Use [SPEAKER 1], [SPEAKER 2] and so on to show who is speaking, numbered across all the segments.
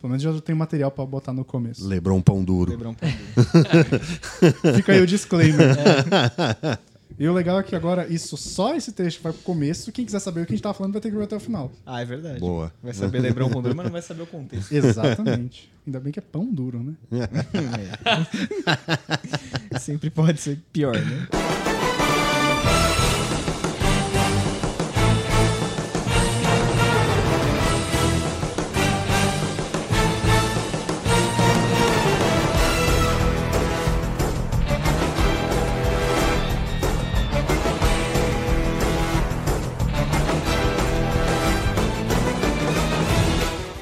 [SPEAKER 1] Pelo menos já tem material pra botar no começo.
[SPEAKER 2] Lebrão um Pão Duro.
[SPEAKER 3] Lebron Panduro.
[SPEAKER 1] Fica aí o disclaimer. E o legal é que agora, isso, só esse trecho vai pro começo. Quem quiser saber o que a gente tá falando vai ter que ir até o final.
[SPEAKER 3] Ah, é verdade.
[SPEAKER 2] Boa.
[SPEAKER 3] Vai saber Lebron Panduro, mas não vai saber o contexto.
[SPEAKER 1] Exatamente. Ainda bem que é pão duro, né?
[SPEAKER 3] É. Sempre pode ser pior, né?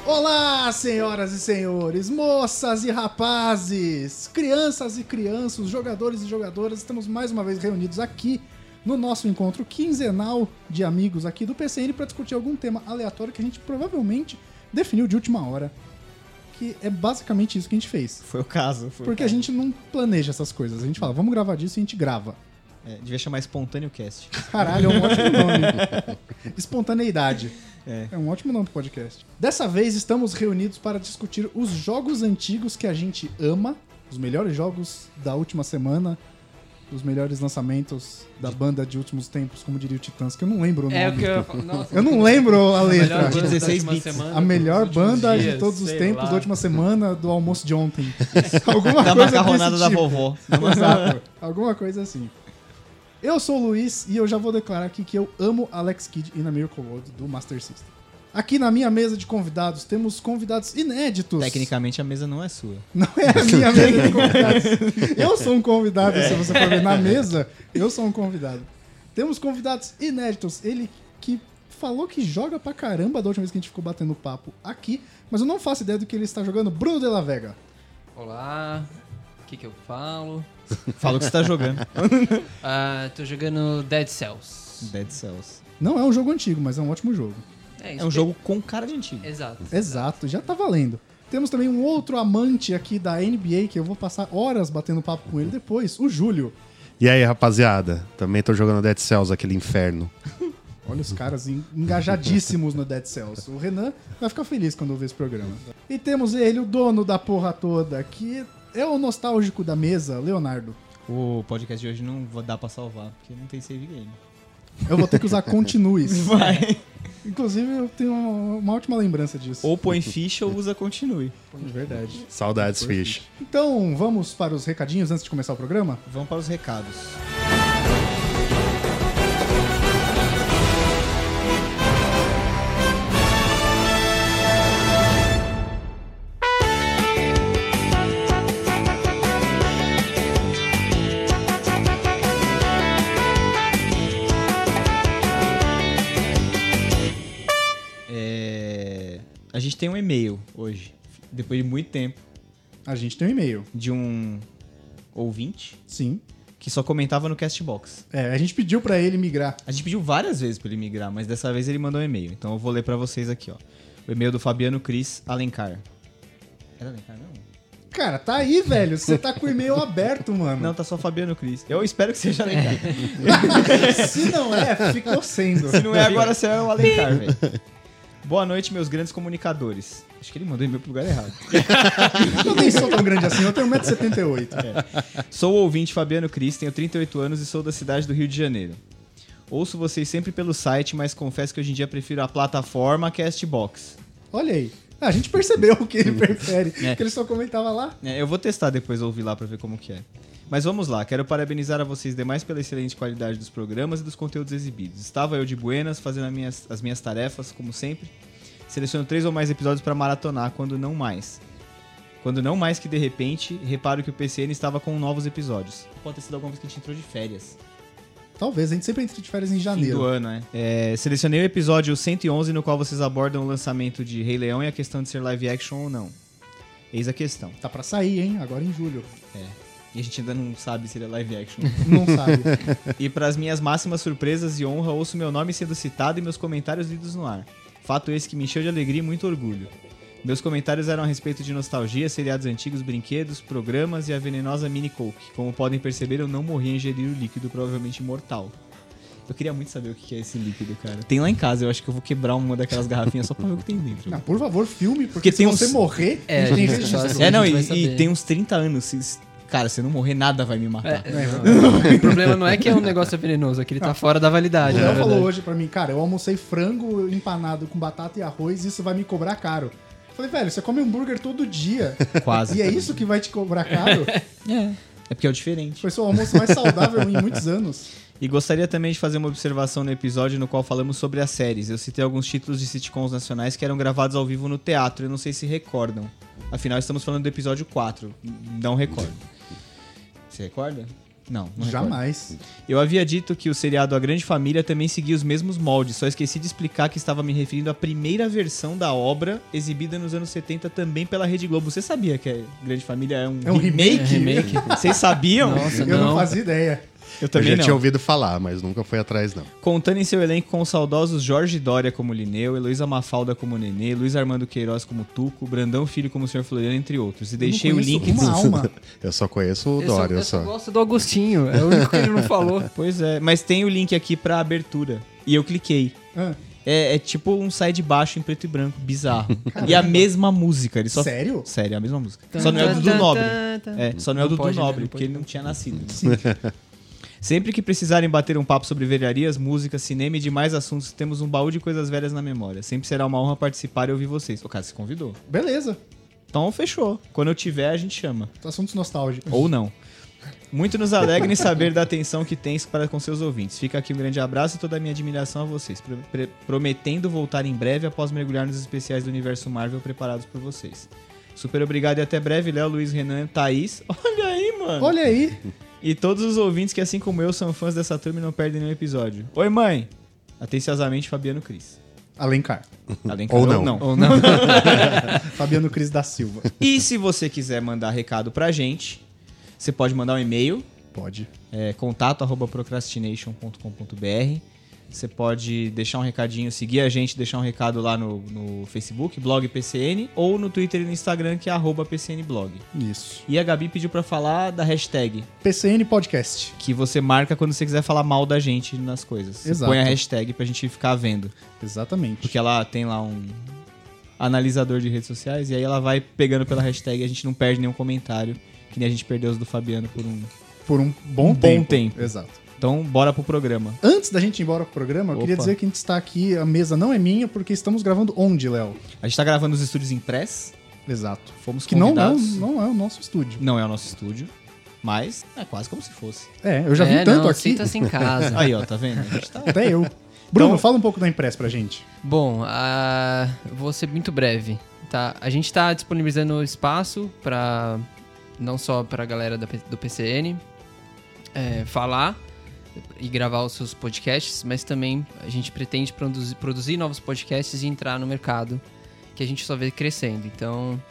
[SPEAKER 1] Olá, senhoras e senhores, moças e rapazes, crianças e crianças, jogadores e jogadoras, estamos mais uma vez reunidos aqui no nosso encontro quinzenal de amigos aqui do PCN para discutir algum tema aleatório que a gente provavelmente definiu de última hora. Que é basicamente isso que a gente fez.
[SPEAKER 3] Foi o caso. Foi o
[SPEAKER 1] Porque a
[SPEAKER 3] caso.
[SPEAKER 1] gente não planeja essas coisas. A gente fala, vamos gravar disso e a gente grava.
[SPEAKER 3] É, devia chamar espontâneo cast.
[SPEAKER 1] Caralho, é um ótimo nome. Espontaneidade.
[SPEAKER 3] É.
[SPEAKER 1] É um ótimo nome pro podcast. Dessa vez estamos reunidos para discutir os jogos antigos que a gente ama, os melhores jogos da última semana, os melhores lançamentos da banda de últimos tempos, como diria o Titãs, que eu não lembro o nome.
[SPEAKER 4] É o que eu ia falar. Nossa,
[SPEAKER 1] Eu não lembro a
[SPEAKER 4] a melhor
[SPEAKER 1] letra.
[SPEAKER 4] banda da
[SPEAKER 3] 16
[SPEAKER 4] última
[SPEAKER 3] bits.
[SPEAKER 4] semana,
[SPEAKER 1] A melhor
[SPEAKER 4] dos últimos
[SPEAKER 1] banda de
[SPEAKER 4] dias,
[SPEAKER 1] todos os
[SPEAKER 4] sei
[SPEAKER 1] tempos
[SPEAKER 4] lá.
[SPEAKER 1] da última semana do almoço de ontem. Alguma
[SPEAKER 3] Da
[SPEAKER 1] coisa
[SPEAKER 3] macarronada
[SPEAKER 1] desse
[SPEAKER 3] da
[SPEAKER 1] tipo.
[SPEAKER 3] vovó.
[SPEAKER 1] Exato. Alguma coisa assim. Eu sou o Luiz e eu já vou declarar aqui que eu amo Alex Kidd e na Miracle World do Master System. Aqui na minha mesa de convidados temos convidados inéditos.
[SPEAKER 3] Tecnicamente a mesa não é sua.
[SPEAKER 1] Não é a minha mesa de convidados. Eu sou um convidado, se você for ver na mesa, eu sou um convidado. Temos convidados inéditos. Ele que falou que joga pra caramba da última vez que a gente ficou batendo papo aqui, mas eu não faço ideia do que ele está jogando. Bruno de la Vega.
[SPEAKER 4] Olá, o que que eu falo?
[SPEAKER 3] Fala o que você tá jogando.
[SPEAKER 4] Ah, tô jogando Dead Cells.
[SPEAKER 3] Dead Cells.
[SPEAKER 1] Não é um jogo antigo, mas é um ótimo jogo.
[SPEAKER 3] É um jogo com cara de antigo.
[SPEAKER 4] Exato.
[SPEAKER 1] Exato, já tá valendo. Temos também um outro amante aqui da NBA que eu vou passar horas batendo papo com ele depois, o Júlio.
[SPEAKER 2] E aí, rapaziada? Também tô jogando Dead Cells, aquele inferno.
[SPEAKER 1] Olha os caras en- engajadíssimos no Dead Cells. O Renan vai ficar feliz quando ouvir esse programa. E temos ele, o dono da porra toda, que é o nostálgico da mesa, Leonardo.
[SPEAKER 3] O podcast de hoje não vou dar pra salvar, porque não tem save game.
[SPEAKER 1] Eu vou ter que usar continues.
[SPEAKER 3] Vai.
[SPEAKER 1] Inclusive, eu tenho uma, uma ótima lembrança disso.
[SPEAKER 3] Ou põe ficha ou usa continue.
[SPEAKER 1] de verdade.
[SPEAKER 2] Saudades, Fish.
[SPEAKER 1] Então, vamos para os recadinhos antes de começar o programa?
[SPEAKER 3] Vamos para os recados. É, A gente tem um e-mail hoje, depois de muito tempo,
[SPEAKER 1] A gente tem um e-mail.
[SPEAKER 3] de um ouvinte
[SPEAKER 1] Sim.
[SPEAKER 3] que só comentava no Castbox.
[SPEAKER 1] É, a gente pediu pra ele migrar.
[SPEAKER 3] A gente pediu várias vezes pra ele migrar, mas dessa vez ele mandou um e-mail. Então eu vou ler pra vocês aqui, ó. O e-mail do Fabiano Cris Alencar. Era Alencar, não?
[SPEAKER 1] Cara, tá aí, velho. Você tá com o e-mail aberto, mano.
[SPEAKER 3] Não, tá só Fabiano Cris. Eu espero que seja Alencar.
[SPEAKER 1] Se não é, ficou sendo.
[SPEAKER 3] Se não é agora, será o Alencar, velho. Boa noite, meus grandes comunicadores. Acho que ele mandou e-mail pro lugar errado.
[SPEAKER 1] Eu nem sou tão grande assim, eu tenho 1,78m.
[SPEAKER 3] Sou o ouvinte Fabiano Cris, tenho 38 anos e sou da cidade do Rio de Janeiro. Ouço vocês sempre pelo site, mas confesso que hoje em dia prefiro a plataforma Castbox.
[SPEAKER 1] Olha aí. Ah, A gente percebeu o que ele prefere,
[SPEAKER 3] É.
[SPEAKER 1] que ele só comentava lá.
[SPEAKER 3] É, eu vou testar depois, ouvir lá pra ver como que é. Mas vamos lá, quero parabenizar a vocês demais pela excelente qualidade dos programas e dos conteúdos exibidos. Estava eu de buenas, fazendo as minhas, as minhas tarefas, como sempre. Seleciono três ou mais episódios pra maratonar, quando não mais. Quando não mais que de repente, reparo que o PCN estava com novos episódios. Pode ter sido alguma vez que a gente entrou de férias.
[SPEAKER 1] Talvez, a gente sempre entra de férias em
[SPEAKER 3] Fim do
[SPEAKER 1] janeiro.
[SPEAKER 3] ano, né? É, selecionei o episódio 111, no qual vocês abordam o lançamento de Rei Leão e a questão de ser live action ou não. Eis a questão.
[SPEAKER 1] Tá pra sair, hein? Agora em julho.
[SPEAKER 3] E a gente ainda não sabe se ele é live action.
[SPEAKER 1] Não sabe.
[SPEAKER 3] E para as minhas máximas surpresas e honra, ouço meu nome sendo citado e meus comentários lidos no ar. Fato esse que me encheu de alegria e muito orgulho. Meus comentários eram a respeito de nostalgia, seriados antigos, brinquedos, programas e a venenosa mini coke. Como podem perceber, eu não morri em ingerir o líquido, provavelmente mortal. Eu queria muito saber o que é esse líquido, cara. Tem lá em casa, eu acho que eu vou quebrar uma daquelas garrafinhas só pra ver o que tem dentro.
[SPEAKER 1] Não, por favor, filme, porque,
[SPEAKER 3] Porque
[SPEAKER 1] se
[SPEAKER 3] tem
[SPEAKER 1] você
[SPEAKER 3] uns-
[SPEAKER 1] morrer,
[SPEAKER 4] É,
[SPEAKER 1] a gente tem
[SPEAKER 4] a gente
[SPEAKER 1] registro.
[SPEAKER 4] só-
[SPEAKER 3] É, não,
[SPEAKER 4] A gente
[SPEAKER 3] e,
[SPEAKER 4] vai
[SPEAKER 3] e
[SPEAKER 4] saber.
[SPEAKER 3] tem uns 30 anos. se- se- cara, se eu não morrer, nada vai me
[SPEAKER 1] É.
[SPEAKER 3] matar.
[SPEAKER 4] É. O problema não é que é um negócio venenoso, é que ele tá fora da
[SPEAKER 1] O
[SPEAKER 4] validade. na
[SPEAKER 1] Léo
[SPEAKER 4] verdade.
[SPEAKER 1] falou hoje pra mim, cara, eu almocei frango empanado com batata e arroz, isso vai me cobrar caro. Eu Falei, velho, você come hambúrguer todo dia.
[SPEAKER 3] Quase.
[SPEAKER 1] E é isso que vai te cobrar caro?
[SPEAKER 3] É. É porque é o diferente.
[SPEAKER 1] Foi seu almoço mais saudável em muitos anos.
[SPEAKER 3] E gostaria também de fazer uma observação no episódio no qual falamos sobre as séries. Eu citei alguns títulos de sitcoms nacionais que eram gravados ao vivo no teatro, eu não sei se recordam. Afinal, estamos falando do episódio 4. Não recordo. Você recorda? Não, não recordo.
[SPEAKER 1] Jamais.
[SPEAKER 3] Eu havia dito que o seriado A Grande Família também seguia os mesmos moldes, só esqueci de explicar que estava me referindo à primeira versão da obra exibida nos anos 70 também pela Rede Globo. Você sabia que a Grande Família é um,
[SPEAKER 1] É um remake?
[SPEAKER 4] remake.
[SPEAKER 3] Vocês sabiam?
[SPEAKER 4] Nossa,
[SPEAKER 1] Eu não
[SPEAKER 4] não.
[SPEAKER 1] fazia ideia.
[SPEAKER 3] Eu
[SPEAKER 2] Eu
[SPEAKER 3] também
[SPEAKER 2] já
[SPEAKER 3] não.
[SPEAKER 2] tinha ouvido falar, mas nunca fui atrás, não.
[SPEAKER 3] Contando em seu elenco com os saudosos Jorge Dória como Lineu, Heloísa Mafalda como Nenê, Luiz Armando Queiroz como Tuco, Brandão Filho como Sr. Floriano, entre outros. E deixei
[SPEAKER 1] Eu
[SPEAKER 3] o
[SPEAKER 1] não conheço
[SPEAKER 3] link...
[SPEAKER 1] Uma alma.
[SPEAKER 2] Eu só conheço o
[SPEAKER 4] Eu só,
[SPEAKER 2] Dória,
[SPEAKER 4] eu só
[SPEAKER 2] só.
[SPEAKER 4] gosto do Agostinho, é o único que ele não falou.
[SPEAKER 3] Pois é, mas tem o link aqui pra abertura. E eu cliquei.
[SPEAKER 1] Ah,
[SPEAKER 3] É, é tipo um sai de baixo em preto e branco, bizarro. e a mesma música. Ele só...
[SPEAKER 1] Sério?
[SPEAKER 3] Sério, é a mesma música. Só não é o Dudu Nobre. É, só não é o
[SPEAKER 4] Não
[SPEAKER 3] Dudu
[SPEAKER 4] pode, né?
[SPEAKER 3] Nobre,
[SPEAKER 4] Não pode,
[SPEAKER 3] porque ele
[SPEAKER 4] não.
[SPEAKER 3] não tinha nascido. Sempre que precisarem bater um papo sobre velharias, música, cinema e demais assuntos, temos um baú de coisas velhas na memória. Sempre será uma honra participar e ouvir vocês. O cara se convidou.
[SPEAKER 1] Beleza.
[SPEAKER 3] Então fechou. Quando eu tiver, a gente chama.
[SPEAKER 1] Assuntos nostálgicos.
[SPEAKER 3] Ou não. Muito nos alegra em saber da atenção que tens para com seus ouvintes. Fica aqui um grande abraço e toda a minha admiração a vocês, pro- pre- prometendo voltar em breve após mergulhar nos especiais do universo Marvel preparados por vocês. Super obrigado e até breve, Léo, Luiz, Renan, Thaís. Olha aí, mano.
[SPEAKER 1] Olha aí.
[SPEAKER 3] E todos os ouvintes que, assim como eu, são fãs dessa turma e não perdem nenhum episódio. Oi, mãe! Atenciosamente, Fabiano Cris.
[SPEAKER 1] Alencar.
[SPEAKER 3] Além
[SPEAKER 2] Ou não.
[SPEAKER 4] Ou não.
[SPEAKER 1] Fabiano Cris da Silva.
[SPEAKER 3] E se você quiser mandar recado pra gente, você pode mandar um e-mail,
[SPEAKER 1] Pode.
[SPEAKER 3] é, contato arroba procrastination.com.br. Você pode deixar um recadinho, seguir a gente, deixar um recado lá no, no Facebook, blog PCN, ou no Twitter e no Instagram, que é arroba PCNblog.
[SPEAKER 1] Isso.
[SPEAKER 3] E a Gabi pediu pra falar da hashtag,
[SPEAKER 1] PCN Podcast.
[SPEAKER 3] que você marca quando você quiser falar mal da gente nas coisas. Você
[SPEAKER 1] Exato.
[SPEAKER 3] Põe a hashtag pra gente ficar vendo.
[SPEAKER 1] Exatamente.
[SPEAKER 3] Porque ela tem lá um analisador de redes sociais e aí ela vai pegando pela hashtag e a gente não perde nenhum comentário, que nem a gente perdeu os do Fabiano por um.
[SPEAKER 1] Por um bom
[SPEAKER 3] Um bom
[SPEAKER 1] tempo.
[SPEAKER 3] tempo.
[SPEAKER 1] Exato.
[SPEAKER 3] Então, bora pro programa.
[SPEAKER 1] Antes da gente ir embora pro programa, eu queria
[SPEAKER 3] Opa.
[SPEAKER 1] dizer que a gente está aqui, a mesa não é minha, porque estamos gravando onde, Léo?
[SPEAKER 3] A gente tá gravando os estúdios impress,
[SPEAKER 1] Exato.
[SPEAKER 3] fomos
[SPEAKER 1] Que não, não,
[SPEAKER 3] convidados.
[SPEAKER 1] não é o nosso estúdio.
[SPEAKER 3] Não é o nosso estúdio, mas é quase como se fosse.
[SPEAKER 1] É, eu já
[SPEAKER 4] é,
[SPEAKER 1] vi tanto
[SPEAKER 4] não,
[SPEAKER 1] aqui.
[SPEAKER 4] Sinta-se em
[SPEAKER 1] É.
[SPEAKER 4] casa.
[SPEAKER 3] Aí, ó, tá vendo? A gente tá-
[SPEAKER 1] Até eu. Bruno, fala um pouco da Impress pra gente.
[SPEAKER 4] Bom, ah, vou ser muito breve. Tá? A gente está disponibilizando espaço para não só para a galera da P- do PCN é, falar e gravar os seus podcasts, mas também a gente pretende produzir, produzir novos podcasts e entrar no mercado que a gente só vê crescendo. Então,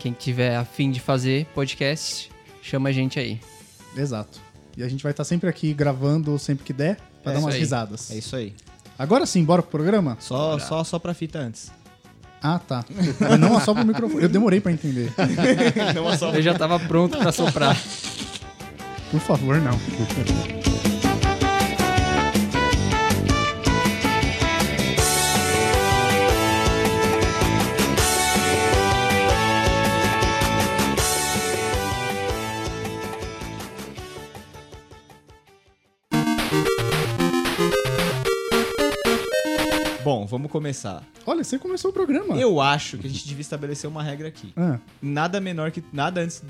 [SPEAKER 4] quem tiver afim de fazer podcast, chama a gente aí.
[SPEAKER 1] Exato. E a gente vai estar sempre aqui gravando sempre que der, pra dar
[SPEAKER 3] É isso
[SPEAKER 1] umas
[SPEAKER 4] aí.
[SPEAKER 1] risadas.
[SPEAKER 3] É isso aí.
[SPEAKER 1] Agora sim, bora pro programa?
[SPEAKER 3] Só, só, só pra fita antes.
[SPEAKER 1] Ah, tá. Mas não só pro microfone. Eu demorei pra entender.
[SPEAKER 3] Não, só
[SPEAKER 4] Eu já tava pronto para soprar.
[SPEAKER 1] Por favor, não.
[SPEAKER 3] Bom, vamos começar.
[SPEAKER 1] Olha, você começou o programa.
[SPEAKER 3] Eu acho que a gente devia estabelecer uma regra aqui.
[SPEAKER 1] Ah,
[SPEAKER 3] Nada menor que. Nada antes.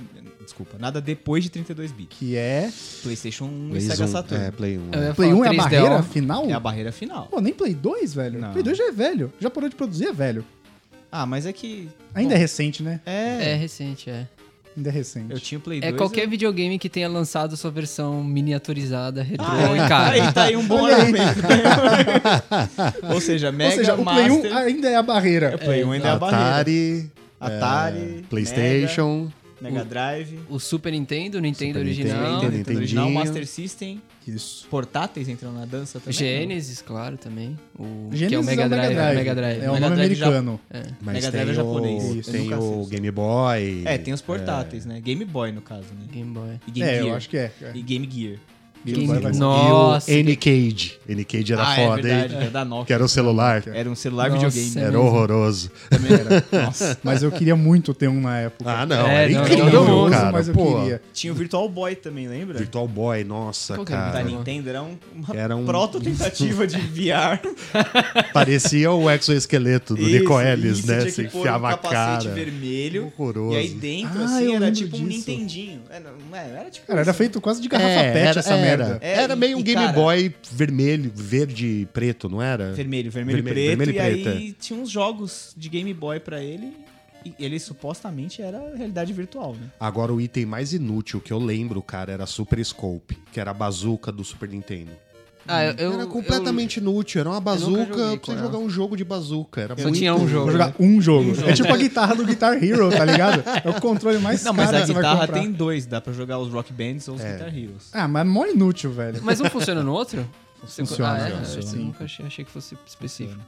[SPEAKER 3] Desculpa, nada depois de 32 bits.
[SPEAKER 1] que é.
[SPEAKER 3] PlayStation 1 e
[SPEAKER 2] Play
[SPEAKER 3] Sega
[SPEAKER 2] 1,
[SPEAKER 3] Saturn.
[SPEAKER 2] É, Play 1.
[SPEAKER 4] Eu ia
[SPEAKER 1] Play
[SPEAKER 4] falar
[SPEAKER 1] 1 é a
[SPEAKER 4] 3DO.
[SPEAKER 1] barreira final?
[SPEAKER 3] É. a barreira final.
[SPEAKER 1] Pô, nem Play 2, velho.
[SPEAKER 3] Não.
[SPEAKER 1] Play 2 já é velho. Já parou de produzir, é velho.
[SPEAKER 3] Ah, mas é que.
[SPEAKER 1] Ainda é recente, né?
[SPEAKER 3] é.
[SPEAKER 4] É recente, é.
[SPEAKER 1] Ainda é recente.
[SPEAKER 3] Eu tinha o Play 2.
[SPEAKER 4] É
[SPEAKER 2] né?
[SPEAKER 4] qualquer videogame que tenha lançado sua versão miniaturizada, retrô então.
[SPEAKER 3] Ah,
[SPEAKER 4] e cara.
[SPEAKER 3] Aí tá aí um bom
[SPEAKER 1] Olha aí.
[SPEAKER 3] argumento. Ou seja, Mega
[SPEAKER 1] Ou seja, o Play
[SPEAKER 3] Master.
[SPEAKER 1] 1 ainda é Ah, tá, a barreira.
[SPEAKER 3] O Play 1 ainda é a barreira.
[SPEAKER 2] Atari,
[SPEAKER 3] Atari.
[SPEAKER 2] É, PlayStation,
[SPEAKER 3] Mega, Mega Drive.
[SPEAKER 4] O Super Nintendo, o Nintendo
[SPEAKER 2] Super
[SPEAKER 4] original,
[SPEAKER 2] Nintendo,
[SPEAKER 3] Nintendo original,
[SPEAKER 2] Nintendinho.
[SPEAKER 3] Master System.
[SPEAKER 1] Isso.
[SPEAKER 3] Portáteis entram na dança também. né?
[SPEAKER 4] Genesis, claro, também. O que é o
[SPEAKER 1] Gênesis
[SPEAKER 4] Mega Drive. É o Mega Drive.
[SPEAKER 1] É o
[SPEAKER 3] Mega
[SPEAKER 1] nome
[SPEAKER 3] Drive já-
[SPEAKER 1] americano.
[SPEAKER 2] mas
[SPEAKER 3] Mega
[SPEAKER 2] tem
[SPEAKER 3] Drive é
[SPEAKER 2] o,
[SPEAKER 3] japonês.
[SPEAKER 1] Isso.
[SPEAKER 2] Tem
[SPEAKER 3] Eu nunca
[SPEAKER 2] o
[SPEAKER 3] assisto.
[SPEAKER 2] Game Boy.
[SPEAKER 3] um-
[SPEAKER 2] É.
[SPEAKER 3] É, tem os portáteis, né? Game Boy, no caso, né?
[SPEAKER 4] Game Boy.
[SPEAKER 3] E Game
[SPEAKER 1] É,
[SPEAKER 3] Gear.
[SPEAKER 1] eu acho que é. é.
[SPEAKER 3] E Game Gear. Game
[SPEAKER 1] Vai,
[SPEAKER 3] Gear.
[SPEAKER 1] vai.
[SPEAKER 2] E o
[SPEAKER 4] Nossa.
[SPEAKER 2] N-Cage. N-Cage era
[SPEAKER 3] ah, é
[SPEAKER 2] foda,
[SPEAKER 3] verdade,
[SPEAKER 2] hein?
[SPEAKER 3] era da Nokia.
[SPEAKER 2] Que era o celular.
[SPEAKER 3] Era um celular
[SPEAKER 4] Nossa.
[SPEAKER 3] videogame.
[SPEAKER 4] É
[SPEAKER 2] Era
[SPEAKER 4] mesmo.
[SPEAKER 2] horroroso.
[SPEAKER 3] Também era. Nossa.
[SPEAKER 1] Mas eu queria muito ter um na época.
[SPEAKER 2] Ah, não.
[SPEAKER 4] É,
[SPEAKER 2] era
[SPEAKER 4] não,
[SPEAKER 2] incrível,
[SPEAKER 4] eu não uso,
[SPEAKER 2] cara.
[SPEAKER 1] mas eu
[SPEAKER 2] Pô,
[SPEAKER 1] queria.
[SPEAKER 3] Tinha o Virtual Boy também, lembra?
[SPEAKER 2] Virtual Boy, nossa,
[SPEAKER 4] Qual que era o
[SPEAKER 3] Da
[SPEAKER 2] cara.
[SPEAKER 4] Virtual
[SPEAKER 3] Nintendo É. era um- uma
[SPEAKER 2] Era um-
[SPEAKER 3] proto-tentativa de VR.
[SPEAKER 2] Parecia o exoesqueleto do Nico Ellis,
[SPEAKER 3] isso,
[SPEAKER 2] né?
[SPEAKER 3] tinha que
[SPEAKER 2] Você
[SPEAKER 3] pôr um
[SPEAKER 2] enfiava a
[SPEAKER 3] capacete
[SPEAKER 2] cara.
[SPEAKER 3] vermelho.
[SPEAKER 2] Horroroso.
[SPEAKER 3] E aí dentro,
[SPEAKER 1] Ah, eu
[SPEAKER 3] assim, era
[SPEAKER 1] lembro
[SPEAKER 3] tipo um
[SPEAKER 1] disso.
[SPEAKER 3] Nintendinho. Era, não era, era tipo.
[SPEAKER 1] Cara, era
[SPEAKER 3] isso.
[SPEAKER 1] feito quase de garrafa
[SPEAKER 2] É,
[SPEAKER 1] pet
[SPEAKER 2] era,
[SPEAKER 1] essa
[SPEAKER 2] era.
[SPEAKER 1] merda.
[SPEAKER 3] É,
[SPEAKER 2] Era
[SPEAKER 3] e-
[SPEAKER 2] meio um
[SPEAKER 3] e,
[SPEAKER 2] Game
[SPEAKER 3] cara-
[SPEAKER 2] Boy vermelho, verde e preto, não era?
[SPEAKER 3] Vermelho, vermelho, e preto.
[SPEAKER 2] É. Vermelho, vermelho e
[SPEAKER 3] e
[SPEAKER 2] preto,
[SPEAKER 3] aí tinha uns jogos de Game Boy pra ele. E ele supostamente era realidade virtual, né?
[SPEAKER 2] Agora o item mais inútil que eu lembro, cara, era a Super Scope, que era a bazuca do Super Nintendo.
[SPEAKER 4] Ah, eu,
[SPEAKER 2] era
[SPEAKER 4] eu-
[SPEAKER 2] completamente inútil, era uma
[SPEAKER 4] nunca
[SPEAKER 2] bazuca
[SPEAKER 4] joguei
[SPEAKER 2] pra
[SPEAKER 4] com
[SPEAKER 2] você
[SPEAKER 4] ela.
[SPEAKER 2] jogar um jogo de bazuca. Era
[SPEAKER 4] Só
[SPEAKER 2] muito-
[SPEAKER 4] tinha um jogo.
[SPEAKER 1] Vou jogar um jogo. É tipo a guitarra do Guitar Hero, tá ligado? É o controle mais
[SPEAKER 3] Não,
[SPEAKER 1] caro
[SPEAKER 3] mas a
[SPEAKER 1] que você vai
[SPEAKER 3] guitarra
[SPEAKER 1] comprar.
[SPEAKER 3] tem dois, dá pra jogar os Rock Bands ou os Guitar Heroes.
[SPEAKER 1] Ah, mas é mó inútil, velho.
[SPEAKER 4] Mas um funciona no outro?
[SPEAKER 1] Funciona,
[SPEAKER 4] Ah, é?
[SPEAKER 1] funciona.
[SPEAKER 4] Esse eu
[SPEAKER 1] Sim.
[SPEAKER 4] nunca achei, achei que fosse específico.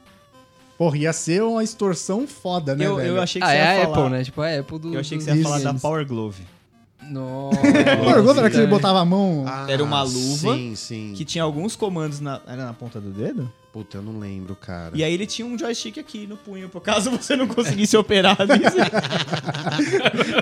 [SPEAKER 1] Porra, ia ser uma extorsão foda, né,
[SPEAKER 3] Eu,
[SPEAKER 1] velho?
[SPEAKER 3] eu achei que
[SPEAKER 4] Ah,
[SPEAKER 3] você ia
[SPEAKER 4] é a
[SPEAKER 3] falar.
[SPEAKER 4] Apple, né? Tipo, a Apple do.
[SPEAKER 3] Eu achei que
[SPEAKER 4] dos
[SPEAKER 3] você ia falar da
[SPEAKER 4] games.
[SPEAKER 3] Power Glove.
[SPEAKER 4] Nossa.
[SPEAKER 1] Pô, eu gosto era que ele botava a mão...
[SPEAKER 4] um,
[SPEAKER 2] Ah,
[SPEAKER 3] Era uma luva
[SPEAKER 2] Sim, sim.
[SPEAKER 3] Que tinha alguns comandos na. Era na ponta do dedo?
[SPEAKER 2] Puta, eu não lembro, cara.
[SPEAKER 3] E aí ele tinha um joystick aqui no punho, por caso você não conseguisse operar. Isso,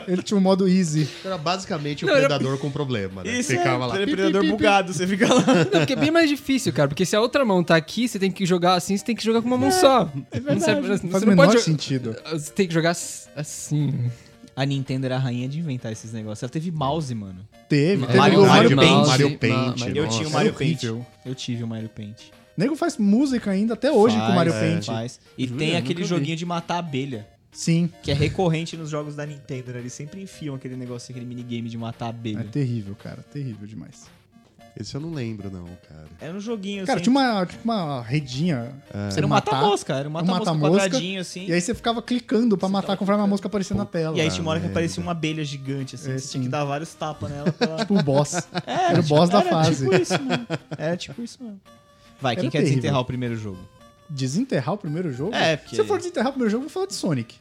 [SPEAKER 1] Ele tinha um modo easy.
[SPEAKER 2] Era basicamente o
[SPEAKER 4] Não, era-
[SPEAKER 2] predador com problema, né?
[SPEAKER 3] Isso
[SPEAKER 2] Ficava
[SPEAKER 3] é,
[SPEAKER 2] lá.
[SPEAKER 3] era predador bugado, você fica lá.
[SPEAKER 4] Não, porque é bem mais difícil, cara. Porque se a outra mão tá aqui, você tem que jogar assim, você tem que jogar com uma mão só. não serve,
[SPEAKER 1] Não
[SPEAKER 4] você
[SPEAKER 1] É, faz o
[SPEAKER 4] não
[SPEAKER 1] menor
[SPEAKER 4] pode jogar.
[SPEAKER 1] sentido.
[SPEAKER 4] Você tem que jogar s- assim.
[SPEAKER 3] A Nintendo era a rainha de inventar esses negócios. Ela teve mouse, mano.
[SPEAKER 1] Teve,
[SPEAKER 4] É,
[SPEAKER 1] teve
[SPEAKER 3] Mario-
[SPEAKER 1] o
[SPEAKER 3] Mario
[SPEAKER 1] Mario
[SPEAKER 3] Paint.
[SPEAKER 1] Paint.
[SPEAKER 2] Mario
[SPEAKER 4] Ma-
[SPEAKER 2] Paint.
[SPEAKER 4] Mario-
[SPEAKER 3] Eu
[SPEAKER 2] nossa.
[SPEAKER 3] tinha o Mario Paint.
[SPEAKER 1] horrível.
[SPEAKER 3] Eu tive o Mario Paint.
[SPEAKER 1] Nego faz música ainda, até hoje, com o Mario
[SPEAKER 3] Faz,
[SPEAKER 1] Paint.
[SPEAKER 3] Faz. E
[SPEAKER 4] Jura?
[SPEAKER 3] tem
[SPEAKER 4] Eu
[SPEAKER 3] aquele
[SPEAKER 4] nunca vi.
[SPEAKER 3] joguinho de matar abelha,
[SPEAKER 1] Sim,
[SPEAKER 3] que é recorrente nos jogos da Nintendo, né? Eles sempre enfiam aquele negócio, aquele minigame de matar
[SPEAKER 1] é
[SPEAKER 3] abelha.
[SPEAKER 1] terrível, cara. Terrível demais.
[SPEAKER 2] Esse eu não lembro, não, cara.
[SPEAKER 3] Era um joguinho
[SPEAKER 1] Cara,
[SPEAKER 3] assim.
[SPEAKER 1] tinha uma, tipo uma redinha pra você
[SPEAKER 3] Era um
[SPEAKER 1] matar.
[SPEAKER 3] mata-mosca, era um mata-mosca
[SPEAKER 1] mata-mosca,
[SPEAKER 3] quadradinho, assim.
[SPEAKER 1] E aí você ficava clicando pra matar conforme a mosca aparecia na tela.
[SPEAKER 3] E aí tinha uma hora que
[SPEAKER 2] merda.
[SPEAKER 3] aparecia uma abelha gigante, assim,
[SPEAKER 1] É,
[SPEAKER 3] que você tinha que
[SPEAKER 1] sim.
[SPEAKER 3] dar vários tapas nela. pra ela- É,
[SPEAKER 1] Tipo o boss. era o boss da
[SPEAKER 3] era
[SPEAKER 1] fase.
[SPEAKER 3] Tipo isso, mesmo. Era tipo isso mesmo. Vai, quem
[SPEAKER 1] Era
[SPEAKER 3] quer
[SPEAKER 1] terrível.
[SPEAKER 3] desenterrar o primeiro jogo?
[SPEAKER 1] Desenterrar o primeiro jogo?
[SPEAKER 3] É, porque-
[SPEAKER 1] Se eu for desenterrar o primeiro jogo, eu vou falar de Sonic.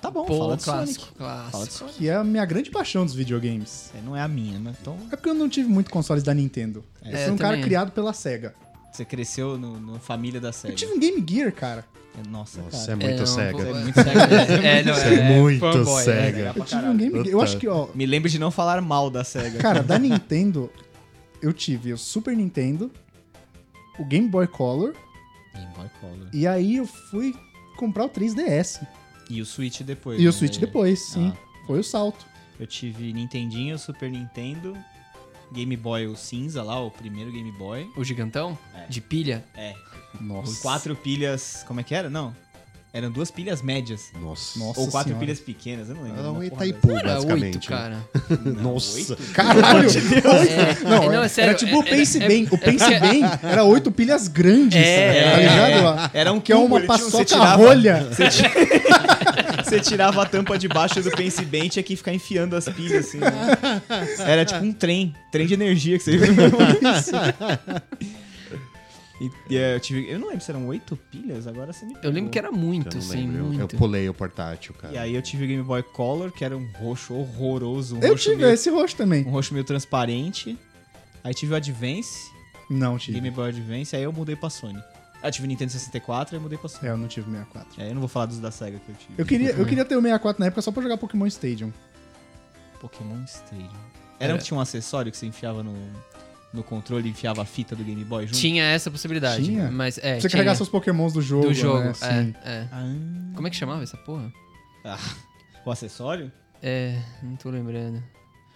[SPEAKER 3] Tá bom,
[SPEAKER 4] Pô,
[SPEAKER 3] fala de
[SPEAKER 4] clássico,
[SPEAKER 3] Sonic.
[SPEAKER 4] clássico.
[SPEAKER 3] Fala de Sonic.
[SPEAKER 1] Que é a minha grande paixão dos videogames.
[SPEAKER 3] É, não é a minha, né? Então,
[SPEAKER 1] É porque eu não tive muito consoles da Nintendo. eu
[SPEAKER 4] É,
[SPEAKER 1] fui um
[SPEAKER 4] eu
[SPEAKER 1] cara
[SPEAKER 4] também.
[SPEAKER 1] criado pela SEGA.
[SPEAKER 3] você cresceu no, no família da série.
[SPEAKER 1] Eu tive um Game Gear, cara.
[SPEAKER 3] É, Nossa,
[SPEAKER 2] Nossa,
[SPEAKER 3] cara.
[SPEAKER 2] é muito
[SPEAKER 4] não,
[SPEAKER 2] cega.
[SPEAKER 4] pô,
[SPEAKER 3] É
[SPEAKER 4] É
[SPEAKER 3] muito
[SPEAKER 4] muito cega. É, não,
[SPEAKER 2] Você é muito cega.
[SPEAKER 1] Eu
[SPEAKER 3] é pra
[SPEAKER 1] tive um
[SPEAKER 3] caralho.
[SPEAKER 1] Game Gear. Eu
[SPEAKER 2] Puta.
[SPEAKER 1] acho que, ó.
[SPEAKER 3] Me lembro de não falar mal da SEGA.
[SPEAKER 1] Cara, da Nintendo, eu tive o Super Nintendo, o Game Boy Color,
[SPEAKER 3] Game Boy Color.
[SPEAKER 1] e aí eu fui comprar o 3DS.
[SPEAKER 3] E o Switch depois.
[SPEAKER 1] E
[SPEAKER 3] né?
[SPEAKER 1] o Switch depois, sim.
[SPEAKER 3] Ah.
[SPEAKER 1] Foi o salto.
[SPEAKER 3] Eu tive Nintendinho, Super Nintendo, Game Boy o cinza lá, o primeiro Game Boy.
[SPEAKER 4] O gigantão?
[SPEAKER 3] É.
[SPEAKER 4] De pilha?
[SPEAKER 3] É,
[SPEAKER 1] Nossa.
[SPEAKER 3] quatro pilhas... Como é que era? Não. Eram duas pilhas médias.
[SPEAKER 2] Nossa.
[SPEAKER 1] Nossa.
[SPEAKER 3] Ou quatro
[SPEAKER 1] Senhora.
[SPEAKER 3] pilhas pequenas, eu não lembro.
[SPEAKER 2] Era um
[SPEAKER 3] uma porra
[SPEAKER 2] Itaipu,
[SPEAKER 4] Era oito,
[SPEAKER 2] basicamente. né?
[SPEAKER 4] cara.
[SPEAKER 3] dessa. Não,
[SPEAKER 2] Nossa.
[SPEAKER 3] oito?
[SPEAKER 1] Caralho!
[SPEAKER 4] É,
[SPEAKER 1] Não,
[SPEAKER 4] é, não, é sério,
[SPEAKER 1] era tipo o
[SPEAKER 4] é-
[SPEAKER 1] Pense
[SPEAKER 4] é-
[SPEAKER 1] Bem.
[SPEAKER 4] é
[SPEAKER 1] o Pense
[SPEAKER 4] porque-
[SPEAKER 1] Bem era oito pilhas grandes,
[SPEAKER 4] É,
[SPEAKER 1] tá ligado?
[SPEAKER 3] Era um
[SPEAKER 1] Que é
[SPEAKER 3] cubo,
[SPEAKER 1] uma
[SPEAKER 3] ele tinha um- você
[SPEAKER 1] paçoca
[SPEAKER 3] tirava-
[SPEAKER 1] rolha.
[SPEAKER 3] Você, ti- você tirava a tampa de baixo do Pense Bem, tinha que ficar enfiando as pilhas assim. né? Era tipo um trem, trem de energia que você viu. E, e, é, eu, tive, eu não lembro se eram oito pilhas, agora você me
[SPEAKER 4] Eu lembro que era
[SPEAKER 2] Eu
[SPEAKER 4] muito,
[SPEAKER 2] não
[SPEAKER 4] sim,
[SPEAKER 2] lembro. eu- Eu,
[SPEAKER 4] muito.
[SPEAKER 2] pulei o portátil, cara.
[SPEAKER 3] E aí eu tive o Game Boy Color, que era um roxo horroroso. Um
[SPEAKER 1] Eu
[SPEAKER 3] roxo
[SPEAKER 1] tive
[SPEAKER 3] meio,
[SPEAKER 1] esse roxo também.
[SPEAKER 3] Um roxo meio transparente. Aí tive o Advance,
[SPEAKER 1] Não tive.
[SPEAKER 3] Game Boy Advance, aí eu mudei pra Sony. Ah, eu tive o Nintendo 64 e eu mudei pra Sony.
[SPEAKER 1] É, eu não tive 64.
[SPEAKER 3] É, eu não vou falar dos da SEGA que eu tive.
[SPEAKER 1] Eu queria, eu queria ter o 64 na época só pra jogar Pokémon
[SPEAKER 4] É,
[SPEAKER 1] Stadium.
[SPEAKER 3] Pokémon Stadium. Era,
[SPEAKER 4] Era.
[SPEAKER 3] que tinha um acessório que você enfiava no, no controle e enfiava a fita do Game Boy junto?
[SPEAKER 4] Tinha essa possibilidade.
[SPEAKER 1] Tinha?
[SPEAKER 4] Mas é.
[SPEAKER 1] Pra você
[SPEAKER 4] tinha,
[SPEAKER 1] carregar seus Pokémons do jogo.
[SPEAKER 4] do jogo.
[SPEAKER 1] Né? Sim.
[SPEAKER 4] é, é.
[SPEAKER 3] Ah,
[SPEAKER 4] Como é que chamava essa porra?
[SPEAKER 3] o acessório?
[SPEAKER 4] É, não tô lembrando.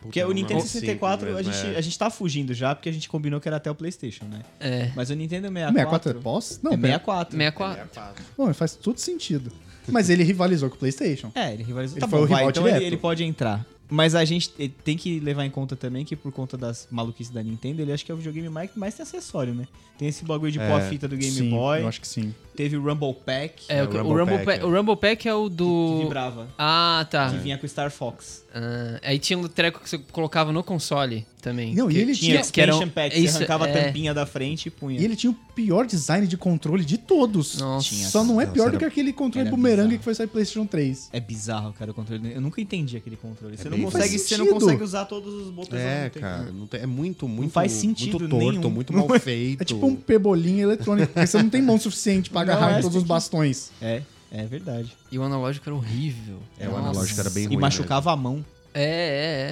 [SPEAKER 2] Puta,
[SPEAKER 3] Porque é o
[SPEAKER 2] era um
[SPEAKER 3] Nintendo
[SPEAKER 2] Mario
[SPEAKER 3] 64, a,
[SPEAKER 2] mesmo,
[SPEAKER 3] gente,
[SPEAKER 2] é.
[SPEAKER 3] a gente tá fugindo já, porque a gente combinou que era até o Playstation, né?
[SPEAKER 4] É.
[SPEAKER 3] Mas o Nintendo 64...
[SPEAKER 1] 64 é pós? Não,
[SPEAKER 3] é
[SPEAKER 1] pera.
[SPEAKER 3] 64.
[SPEAKER 4] 64.
[SPEAKER 1] Bom, faz todo sentido. Mas ele rivalizou com o PlayStation.
[SPEAKER 3] É, ele rivalizou.
[SPEAKER 1] Ele
[SPEAKER 3] tá
[SPEAKER 1] foi
[SPEAKER 3] bom,
[SPEAKER 1] o
[SPEAKER 3] vai,
[SPEAKER 1] rival
[SPEAKER 3] então ele,
[SPEAKER 1] direto.
[SPEAKER 3] ele pode entrar. Mas a gente eh, tem que levar em conta também que por conta das maluquices da Nintendo, ele acho que é o videogame mais, mais tem acessório, né? Tem esse bagulho de pôr a fita do Game
[SPEAKER 1] Sim,
[SPEAKER 3] Boy.
[SPEAKER 1] Eu acho que sim.
[SPEAKER 3] teve o Rumble Pack
[SPEAKER 4] É,
[SPEAKER 2] É,
[SPEAKER 4] o,
[SPEAKER 2] o
[SPEAKER 4] que- o
[SPEAKER 2] Rumble
[SPEAKER 4] Rumble
[SPEAKER 2] Pack,
[SPEAKER 4] Pack,
[SPEAKER 2] é.
[SPEAKER 4] o Rumble Pack é o
[SPEAKER 3] que
[SPEAKER 4] do.
[SPEAKER 3] vibrava.
[SPEAKER 4] Ah, tá.
[SPEAKER 1] É.
[SPEAKER 3] Que vinha com o Star Fox.
[SPEAKER 4] Ah, aí tinha um treco que você colocava no console também.
[SPEAKER 1] Não, e
[SPEAKER 4] que
[SPEAKER 1] ele
[SPEAKER 3] Tinha
[SPEAKER 1] tinha,
[SPEAKER 4] que- que era um-
[SPEAKER 3] expansion pack,
[SPEAKER 4] isso,
[SPEAKER 3] você arrancava
[SPEAKER 4] é.
[SPEAKER 3] a tampinha da frente e punha.
[SPEAKER 1] e ele tinha o pior design de controle de todos.
[SPEAKER 4] Nossa.
[SPEAKER 3] Tinha.
[SPEAKER 1] Só não é
[SPEAKER 2] Nossa,
[SPEAKER 1] pior
[SPEAKER 2] era-
[SPEAKER 1] do que aquele controle
[SPEAKER 3] era
[SPEAKER 1] bumerangue
[SPEAKER 3] bizarro.
[SPEAKER 1] que foi sair PlayStation 3.
[SPEAKER 3] É bizarro, cara, o controle. dele. Eu nunca entendi aquele controle. Você, não
[SPEAKER 2] bem-
[SPEAKER 3] consegue,
[SPEAKER 1] faz
[SPEAKER 3] você não
[SPEAKER 1] sentido.
[SPEAKER 3] consegue usar todos os botões. ao
[SPEAKER 2] É,
[SPEAKER 3] mesmo tempo.
[SPEAKER 2] cara, não tem- é muito, muito.
[SPEAKER 3] faz sentido
[SPEAKER 2] Muito torto,
[SPEAKER 3] nenhum.
[SPEAKER 2] muito
[SPEAKER 3] Não
[SPEAKER 2] mal
[SPEAKER 3] é-
[SPEAKER 2] feito.
[SPEAKER 1] É tipo um pebolinho eletrônico, porque você não tem mão suficiente pra
[SPEAKER 3] Não,
[SPEAKER 1] agarrar
[SPEAKER 3] é
[SPEAKER 1] em todos
[SPEAKER 3] esse
[SPEAKER 1] os
[SPEAKER 3] aqui.
[SPEAKER 1] bastões.
[SPEAKER 3] É, é verdade.
[SPEAKER 4] E o analógico era horrível.
[SPEAKER 2] É, o
[SPEAKER 4] Nossa.
[SPEAKER 2] analógico era bem ruim.
[SPEAKER 3] E machucava a mão.
[SPEAKER 4] É, é,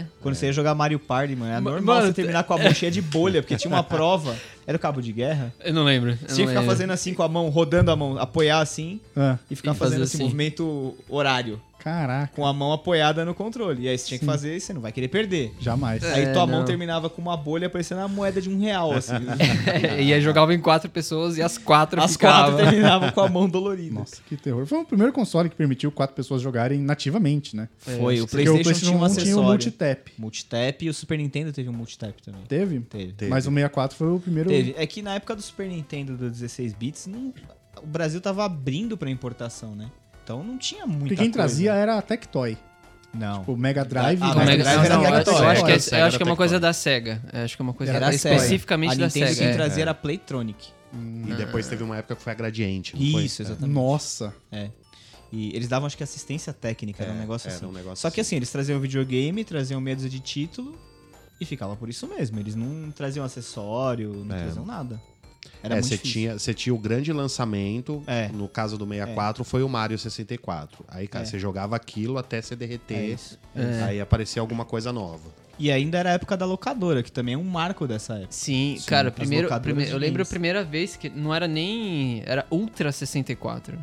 [SPEAKER 4] é.
[SPEAKER 3] Quando você ia jogar Mario Party, mano, era
[SPEAKER 4] Ma-
[SPEAKER 3] normal
[SPEAKER 4] mano, é.
[SPEAKER 3] você terminar com a mão cheia de bolha, porque tinha uma prova. Era o cabo de guerra.
[SPEAKER 4] Eu não lembro. eu
[SPEAKER 3] Você tinha
[SPEAKER 4] não
[SPEAKER 3] que ficar
[SPEAKER 4] lembro.
[SPEAKER 3] fazendo assim com a mão, rodando a mão, apoiar assim
[SPEAKER 1] Ah,
[SPEAKER 3] e ficar
[SPEAKER 4] E fazer
[SPEAKER 3] fazendo esse
[SPEAKER 4] assim.
[SPEAKER 3] movimento horário,
[SPEAKER 1] caraca,
[SPEAKER 3] com a mão apoiada no controle. E aí você tinha que fazer e você não vai querer perder.
[SPEAKER 1] jamais.
[SPEAKER 4] É.
[SPEAKER 3] aí tua mão
[SPEAKER 4] não.
[SPEAKER 3] terminava com uma bolha parecendo uma moeda de um real, assim.
[SPEAKER 4] e aí jogava em quatro pessoas e as quatro
[SPEAKER 3] As
[SPEAKER 4] ficavam.
[SPEAKER 3] quatro terminavam com a mão dolorida.
[SPEAKER 1] Nossa, que terror. Foi o primeiro console que permitiu quatro pessoas jogarem nativamente, né?
[SPEAKER 3] Foi,
[SPEAKER 4] É,
[SPEAKER 3] o
[SPEAKER 1] Porque
[SPEAKER 3] PlayStation,
[SPEAKER 1] o PlayStation
[SPEAKER 3] tinha
[SPEAKER 1] 1 tinha
[SPEAKER 3] um
[SPEAKER 1] o
[SPEAKER 3] acessório.
[SPEAKER 1] multitap.
[SPEAKER 3] Multitap e o Super Nintendo teve um multitap também.
[SPEAKER 1] Teve?
[SPEAKER 3] Teve.
[SPEAKER 2] Teve.
[SPEAKER 1] Mas o 64 foi o primeiro.
[SPEAKER 3] Teve. É que na época do Super Nintendo do 16 bits, não- o Brasil tava abrindo pra importação, né? Então não tinha muita
[SPEAKER 1] Porque quem
[SPEAKER 3] coisa.
[SPEAKER 1] trazia Tipo, era a Tectoy.
[SPEAKER 3] Não.
[SPEAKER 1] O Mega Drive.
[SPEAKER 3] Ah,
[SPEAKER 4] o
[SPEAKER 1] mas
[SPEAKER 4] Mega
[SPEAKER 1] era
[SPEAKER 4] Drive
[SPEAKER 1] da
[SPEAKER 4] era eu acho-
[SPEAKER 1] Tectoy.
[SPEAKER 4] eu acho que
[SPEAKER 2] Sega
[SPEAKER 4] é- eu
[SPEAKER 2] era
[SPEAKER 4] acho que é uma
[SPEAKER 2] Tectoy.
[SPEAKER 4] coisa da SEGA. Eu acho que é uma coisa
[SPEAKER 1] Era
[SPEAKER 4] da-
[SPEAKER 1] da Sega.
[SPEAKER 4] especificamente
[SPEAKER 3] a
[SPEAKER 4] da
[SPEAKER 3] Nintendo
[SPEAKER 4] SEGA.
[SPEAKER 3] quem
[SPEAKER 4] é.
[SPEAKER 3] trazia era a Playtronic.
[SPEAKER 2] E depois teve uma época que foi a Gradiente. não foi?
[SPEAKER 3] Isso, exatamente.
[SPEAKER 1] Nossa.
[SPEAKER 3] É. E eles davam, acho que assistência técnica, era um
[SPEAKER 2] É,
[SPEAKER 3] negócio
[SPEAKER 2] era
[SPEAKER 3] assim.
[SPEAKER 2] um negócio
[SPEAKER 3] Só que
[SPEAKER 2] assim.
[SPEAKER 3] assim, eles traziam videogame, traziam medo de título e ficava por isso mesmo. Eles não traziam acessório, não
[SPEAKER 2] É.
[SPEAKER 3] traziam nada. Era
[SPEAKER 2] É,
[SPEAKER 3] muito
[SPEAKER 2] você
[SPEAKER 3] difícil.
[SPEAKER 2] tinha, você tinha o grande lançamento,
[SPEAKER 3] É.
[SPEAKER 2] no caso do 64, foi o Mario 64. Aí, cara,
[SPEAKER 3] É.
[SPEAKER 2] você jogava aquilo até você
[SPEAKER 3] É
[SPEAKER 2] derreter,
[SPEAKER 3] isso.
[SPEAKER 2] aí aparecia alguma coisa nova.
[SPEAKER 3] E ainda era a época da locadora, que também é um marco dessa época.
[SPEAKER 4] Sim,
[SPEAKER 3] Sim,
[SPEAKER 4] cara,
[SPEAKER 3] as
[SPEAKER 4] primeiro,
[SPEAKER 3] locadoras
[SPEAKER 4] prime-
[SPEAKER 3] de
[SPEAKER 4] eu lembro a
[SPEAKER 3] games.
[SPEAKER 4] primeira vez que não era nem. Era Ultra 64.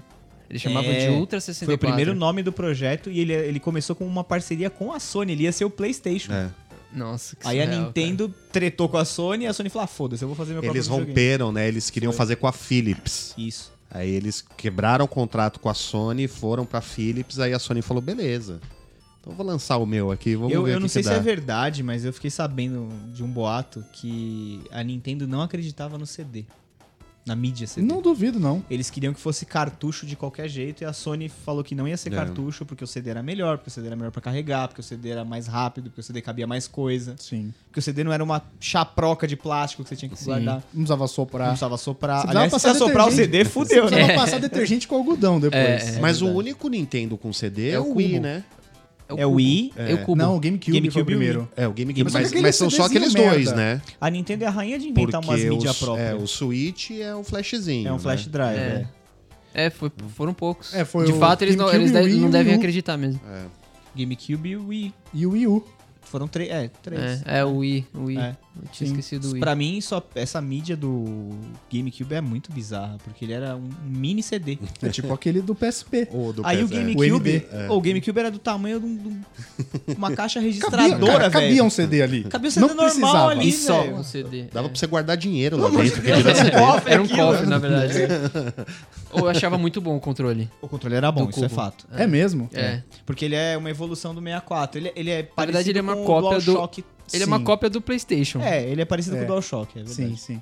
[SPEAKER 4] Eles chamavam
[SPEAKER 3] É,
[SPEAKER 4] de Ultra
[SPEAKER 3] Foi
[SPEAKER 4] 64.
[SPEAKER 3] o primeiro nome do projeto e ele, ele começou com uma parceria com a Sony. Ele ia ser o PlayStation.
[SPEAKER 2] É.
[SPEAKER 4] Nossa, que
[SPEAKER 3] Aí a
[SPEAKER 4] surreal,
[SPEAKER 3] Nintendo tretou com a Sony e a Sony falou: ah, foda-se, eu vou fazer meu
[SPEAKER 2] Eles
[SPEAKER 3] próprio
[SPEAKER 2] romperam, né? Eles queriam fazer com a Philips.
[SPEAKER 3] videogame. Isso.
[SPEAKER 2] Aí eles quebraram o contrato com a Sony, foram pra Philips, aí a Sony falou, beleza. Então eu vou lançar o meu aqui, vamos
[SPEAKER 3] Eu,
[SPEAKER 2] ver
[SPEAKER 3] eu
[SPEAKER 2] o que
[SPEAKER 3] não
[SPEAKER 2] que
[SPEAKER 3] sei se
[SPEAKER 2] dá.
[SPEAKER 3] é verdade, mas eu fiquei sabendo de um boato que a Nintendo não acreditava no CD. Na mídia CD.
[SPEAKER 1] Não duvido, não.
[SPEAKER 3] Eles queriam que fosse cartucho de qualquer jeito e a Sony falou que não ia ser
[SPEAKER 2] É.
[SPEAKER 3] cartucho porque o CD era melhor, porque o CD era melhor pra carregar, porque o CD era mais rápido, porque o CD cabia mais coisa,
[SPEAKER 1] Sim.
[SPEAKER 3] porque o CD não era uma chaproca de plástico que você tinha que
[SPEAKER 4] Sim.
[SPEAKER 3] guardar.
[SPEAKER 1] Não precisava
[SPEAKER 3] Não
[SPEAKER 1] soprar.
[SPEAKER 3] precisava soprar.
[SPEAKER 1] Você
[SPEAKER 3] Aliás,
[SPEAKER 1] precisava
[SPEAKER 3] se
[SPEAKER 1] passar
[SPEAKER 3] soprar o
[SPEAKER 1] detergente.
[SPEAKER 3] CD, fudeu,
[SPEAKER 1] Precisava
[SPEAKER 3] né?
[SPEAKER 1] passar detergente com algodão depois.
[SPEAKER 4] É,
[SPEAKER 2] Mas o
[SPEAKER 3] verdade.
[SPEAKER 2] único Nintendo com CD é,
[SPEAKER 4] É o
[SPEAKER 2] o Wii,
[SPEAKER 1] cubo.
[SPEAKER 2] né?
[SPEAKER 4] cara.
[SPEAKER 3] É o Wii.
[SPEAKER 4] É o cubo.
[SPEAKER 1] Não, o GameCube, foi
[SPEAKER 3] GameCube
[SPEAKER 1] o primeiro.
[SPEAKER 2] É, o Game Gear.
[SPEAKER 1] Mas só
[SPEAKER 2] Mas,
[SPEAKER 1] que aquele
[SPEAKER 2] mas são só
[SPEAKER 1] CDzinho
[SPEAKER 2] aqueles
[SPEAKER 1] merda.
[SPEAKER 2] dois, né?
[SPEAKER 3] A Nintendo é a rainha de
[SPEAKER 2] Porque
[SPEAKER 3] inventar umas mídias
[SPEAKER 2] os, é,
[SPEAKER 3] próprias.
[SPEAKER 2] o Switch é o flashzinho.
[SPEAKER 3] É um
[SPEAKER 2] né?
[SPEAKER 3] flash drive,
[SPEAKER 4] É.
[SPEAKER 3] é.
[SPEAKER 4] É, foi- foram poucos.
[SPEAKER 1] É, foi
[SPEAKER 4] de
[SPEAKER 1] o
[SPEAKER 4] fato, eles não,
[SPEAKER 1] GameCube,
[SPEAKER 4] eles de-
[SPEAKER 1] o Wii e
[SPEAKER 4] não
[SPEAKER 1] o
[SPEAKER 4] devem
[SPEAKER 1] Wii U.
[SPEAKER 4] acreditar mesmo.
[SPEAKER 3] GameCube e Wii.
[SPEAKER 1] E o Wii U.
[SPEAKER 3] Foram três. É, três.
[SPEAKER 4] É, é o Wii. o Wii.
[SPEAKER 3] É.
[SPEAKER 4] Eu tinha
[SPEAKER 1] Sim.
[SPEAKER 4] esquecido o Wii.
[SPEAKER 3] Pra mim, só essa mídia do GameCube é muito bizarra, porque ele era um mini CD.
[SPEAKER 1] É tipo aquele do PSP.
[SPEAKER 2] Ou do
[SPEAKER 3] Aí o
[SPEAKER 2] PS, é.
[SPEAKER 1] O
[SPEAKER 3] GameCube.
[SPEAKER 1] NB,
[SPEAKER 3] Ô, o GameCube era do tamanho de, um- de um- uma caixa
[SPEAKER 1] Cabia,
[SPEAKER 3] registradora,
[SPEAKER 1] cara, cabia
[SPEAKER 3] velho.
[SPEAKER 1] um CD ali.
[SPEAKER 3] Cabia um CD
[SPEAKER 1] Não
[SPEAKER 3] normal
[SPEAKER 1] precisava.
[SPEAKER 3] ali,
[SPEAKER 4] E só
[SPEAKER 3] velho.
[SPEAKER 4] o CD.
[SPEAKER 2] Dava
[SPEAKER 4] é.
[SPEAKER 2] pra você guardar dinheiro lá dentro. que
[SPEAKER 3] Deus,
[SPEAKER 2] devia ser-
[SPEAKER 3] era um cofre
[SPEAKER 4] Era um
[SPEAKER 3] aquilo.
[SPEAKER 4] cofre, na verdade. Ou eu achava muito bom o controle.
[SPEAKER 3] O controle era bom,
[SPEAKER 4] Do
[SPEAKER 3] isso é
[SPEAKER 4] cubo.
[SPEAKER 3] fato.
[SPEAKER 1] É mesmo?
[SPEAKER 4] É.
[SPEAKER 3] Porque ele é uma evolução do 64. Ele, ele é parecido
[SPEAKER 4] verdade, ele é uma
[SPEAKER 3] com
[SPEAKER 4] cópia
[SPEAKER 3] o
[SPEAKER 4] do-
[SPEAKER 3] DualShock.
[SPEAKER 4] Ele é uma
[SPEAKER 1] Sim.
[SPEAKER 4] cópia do PlayStation.
[SPEAKER 3] É, ele é parecido com
[SPEAKER 1] É.
[SPEAKER 3] o DualShock, é verdade.
[SPEAKER 1] Sim, sim.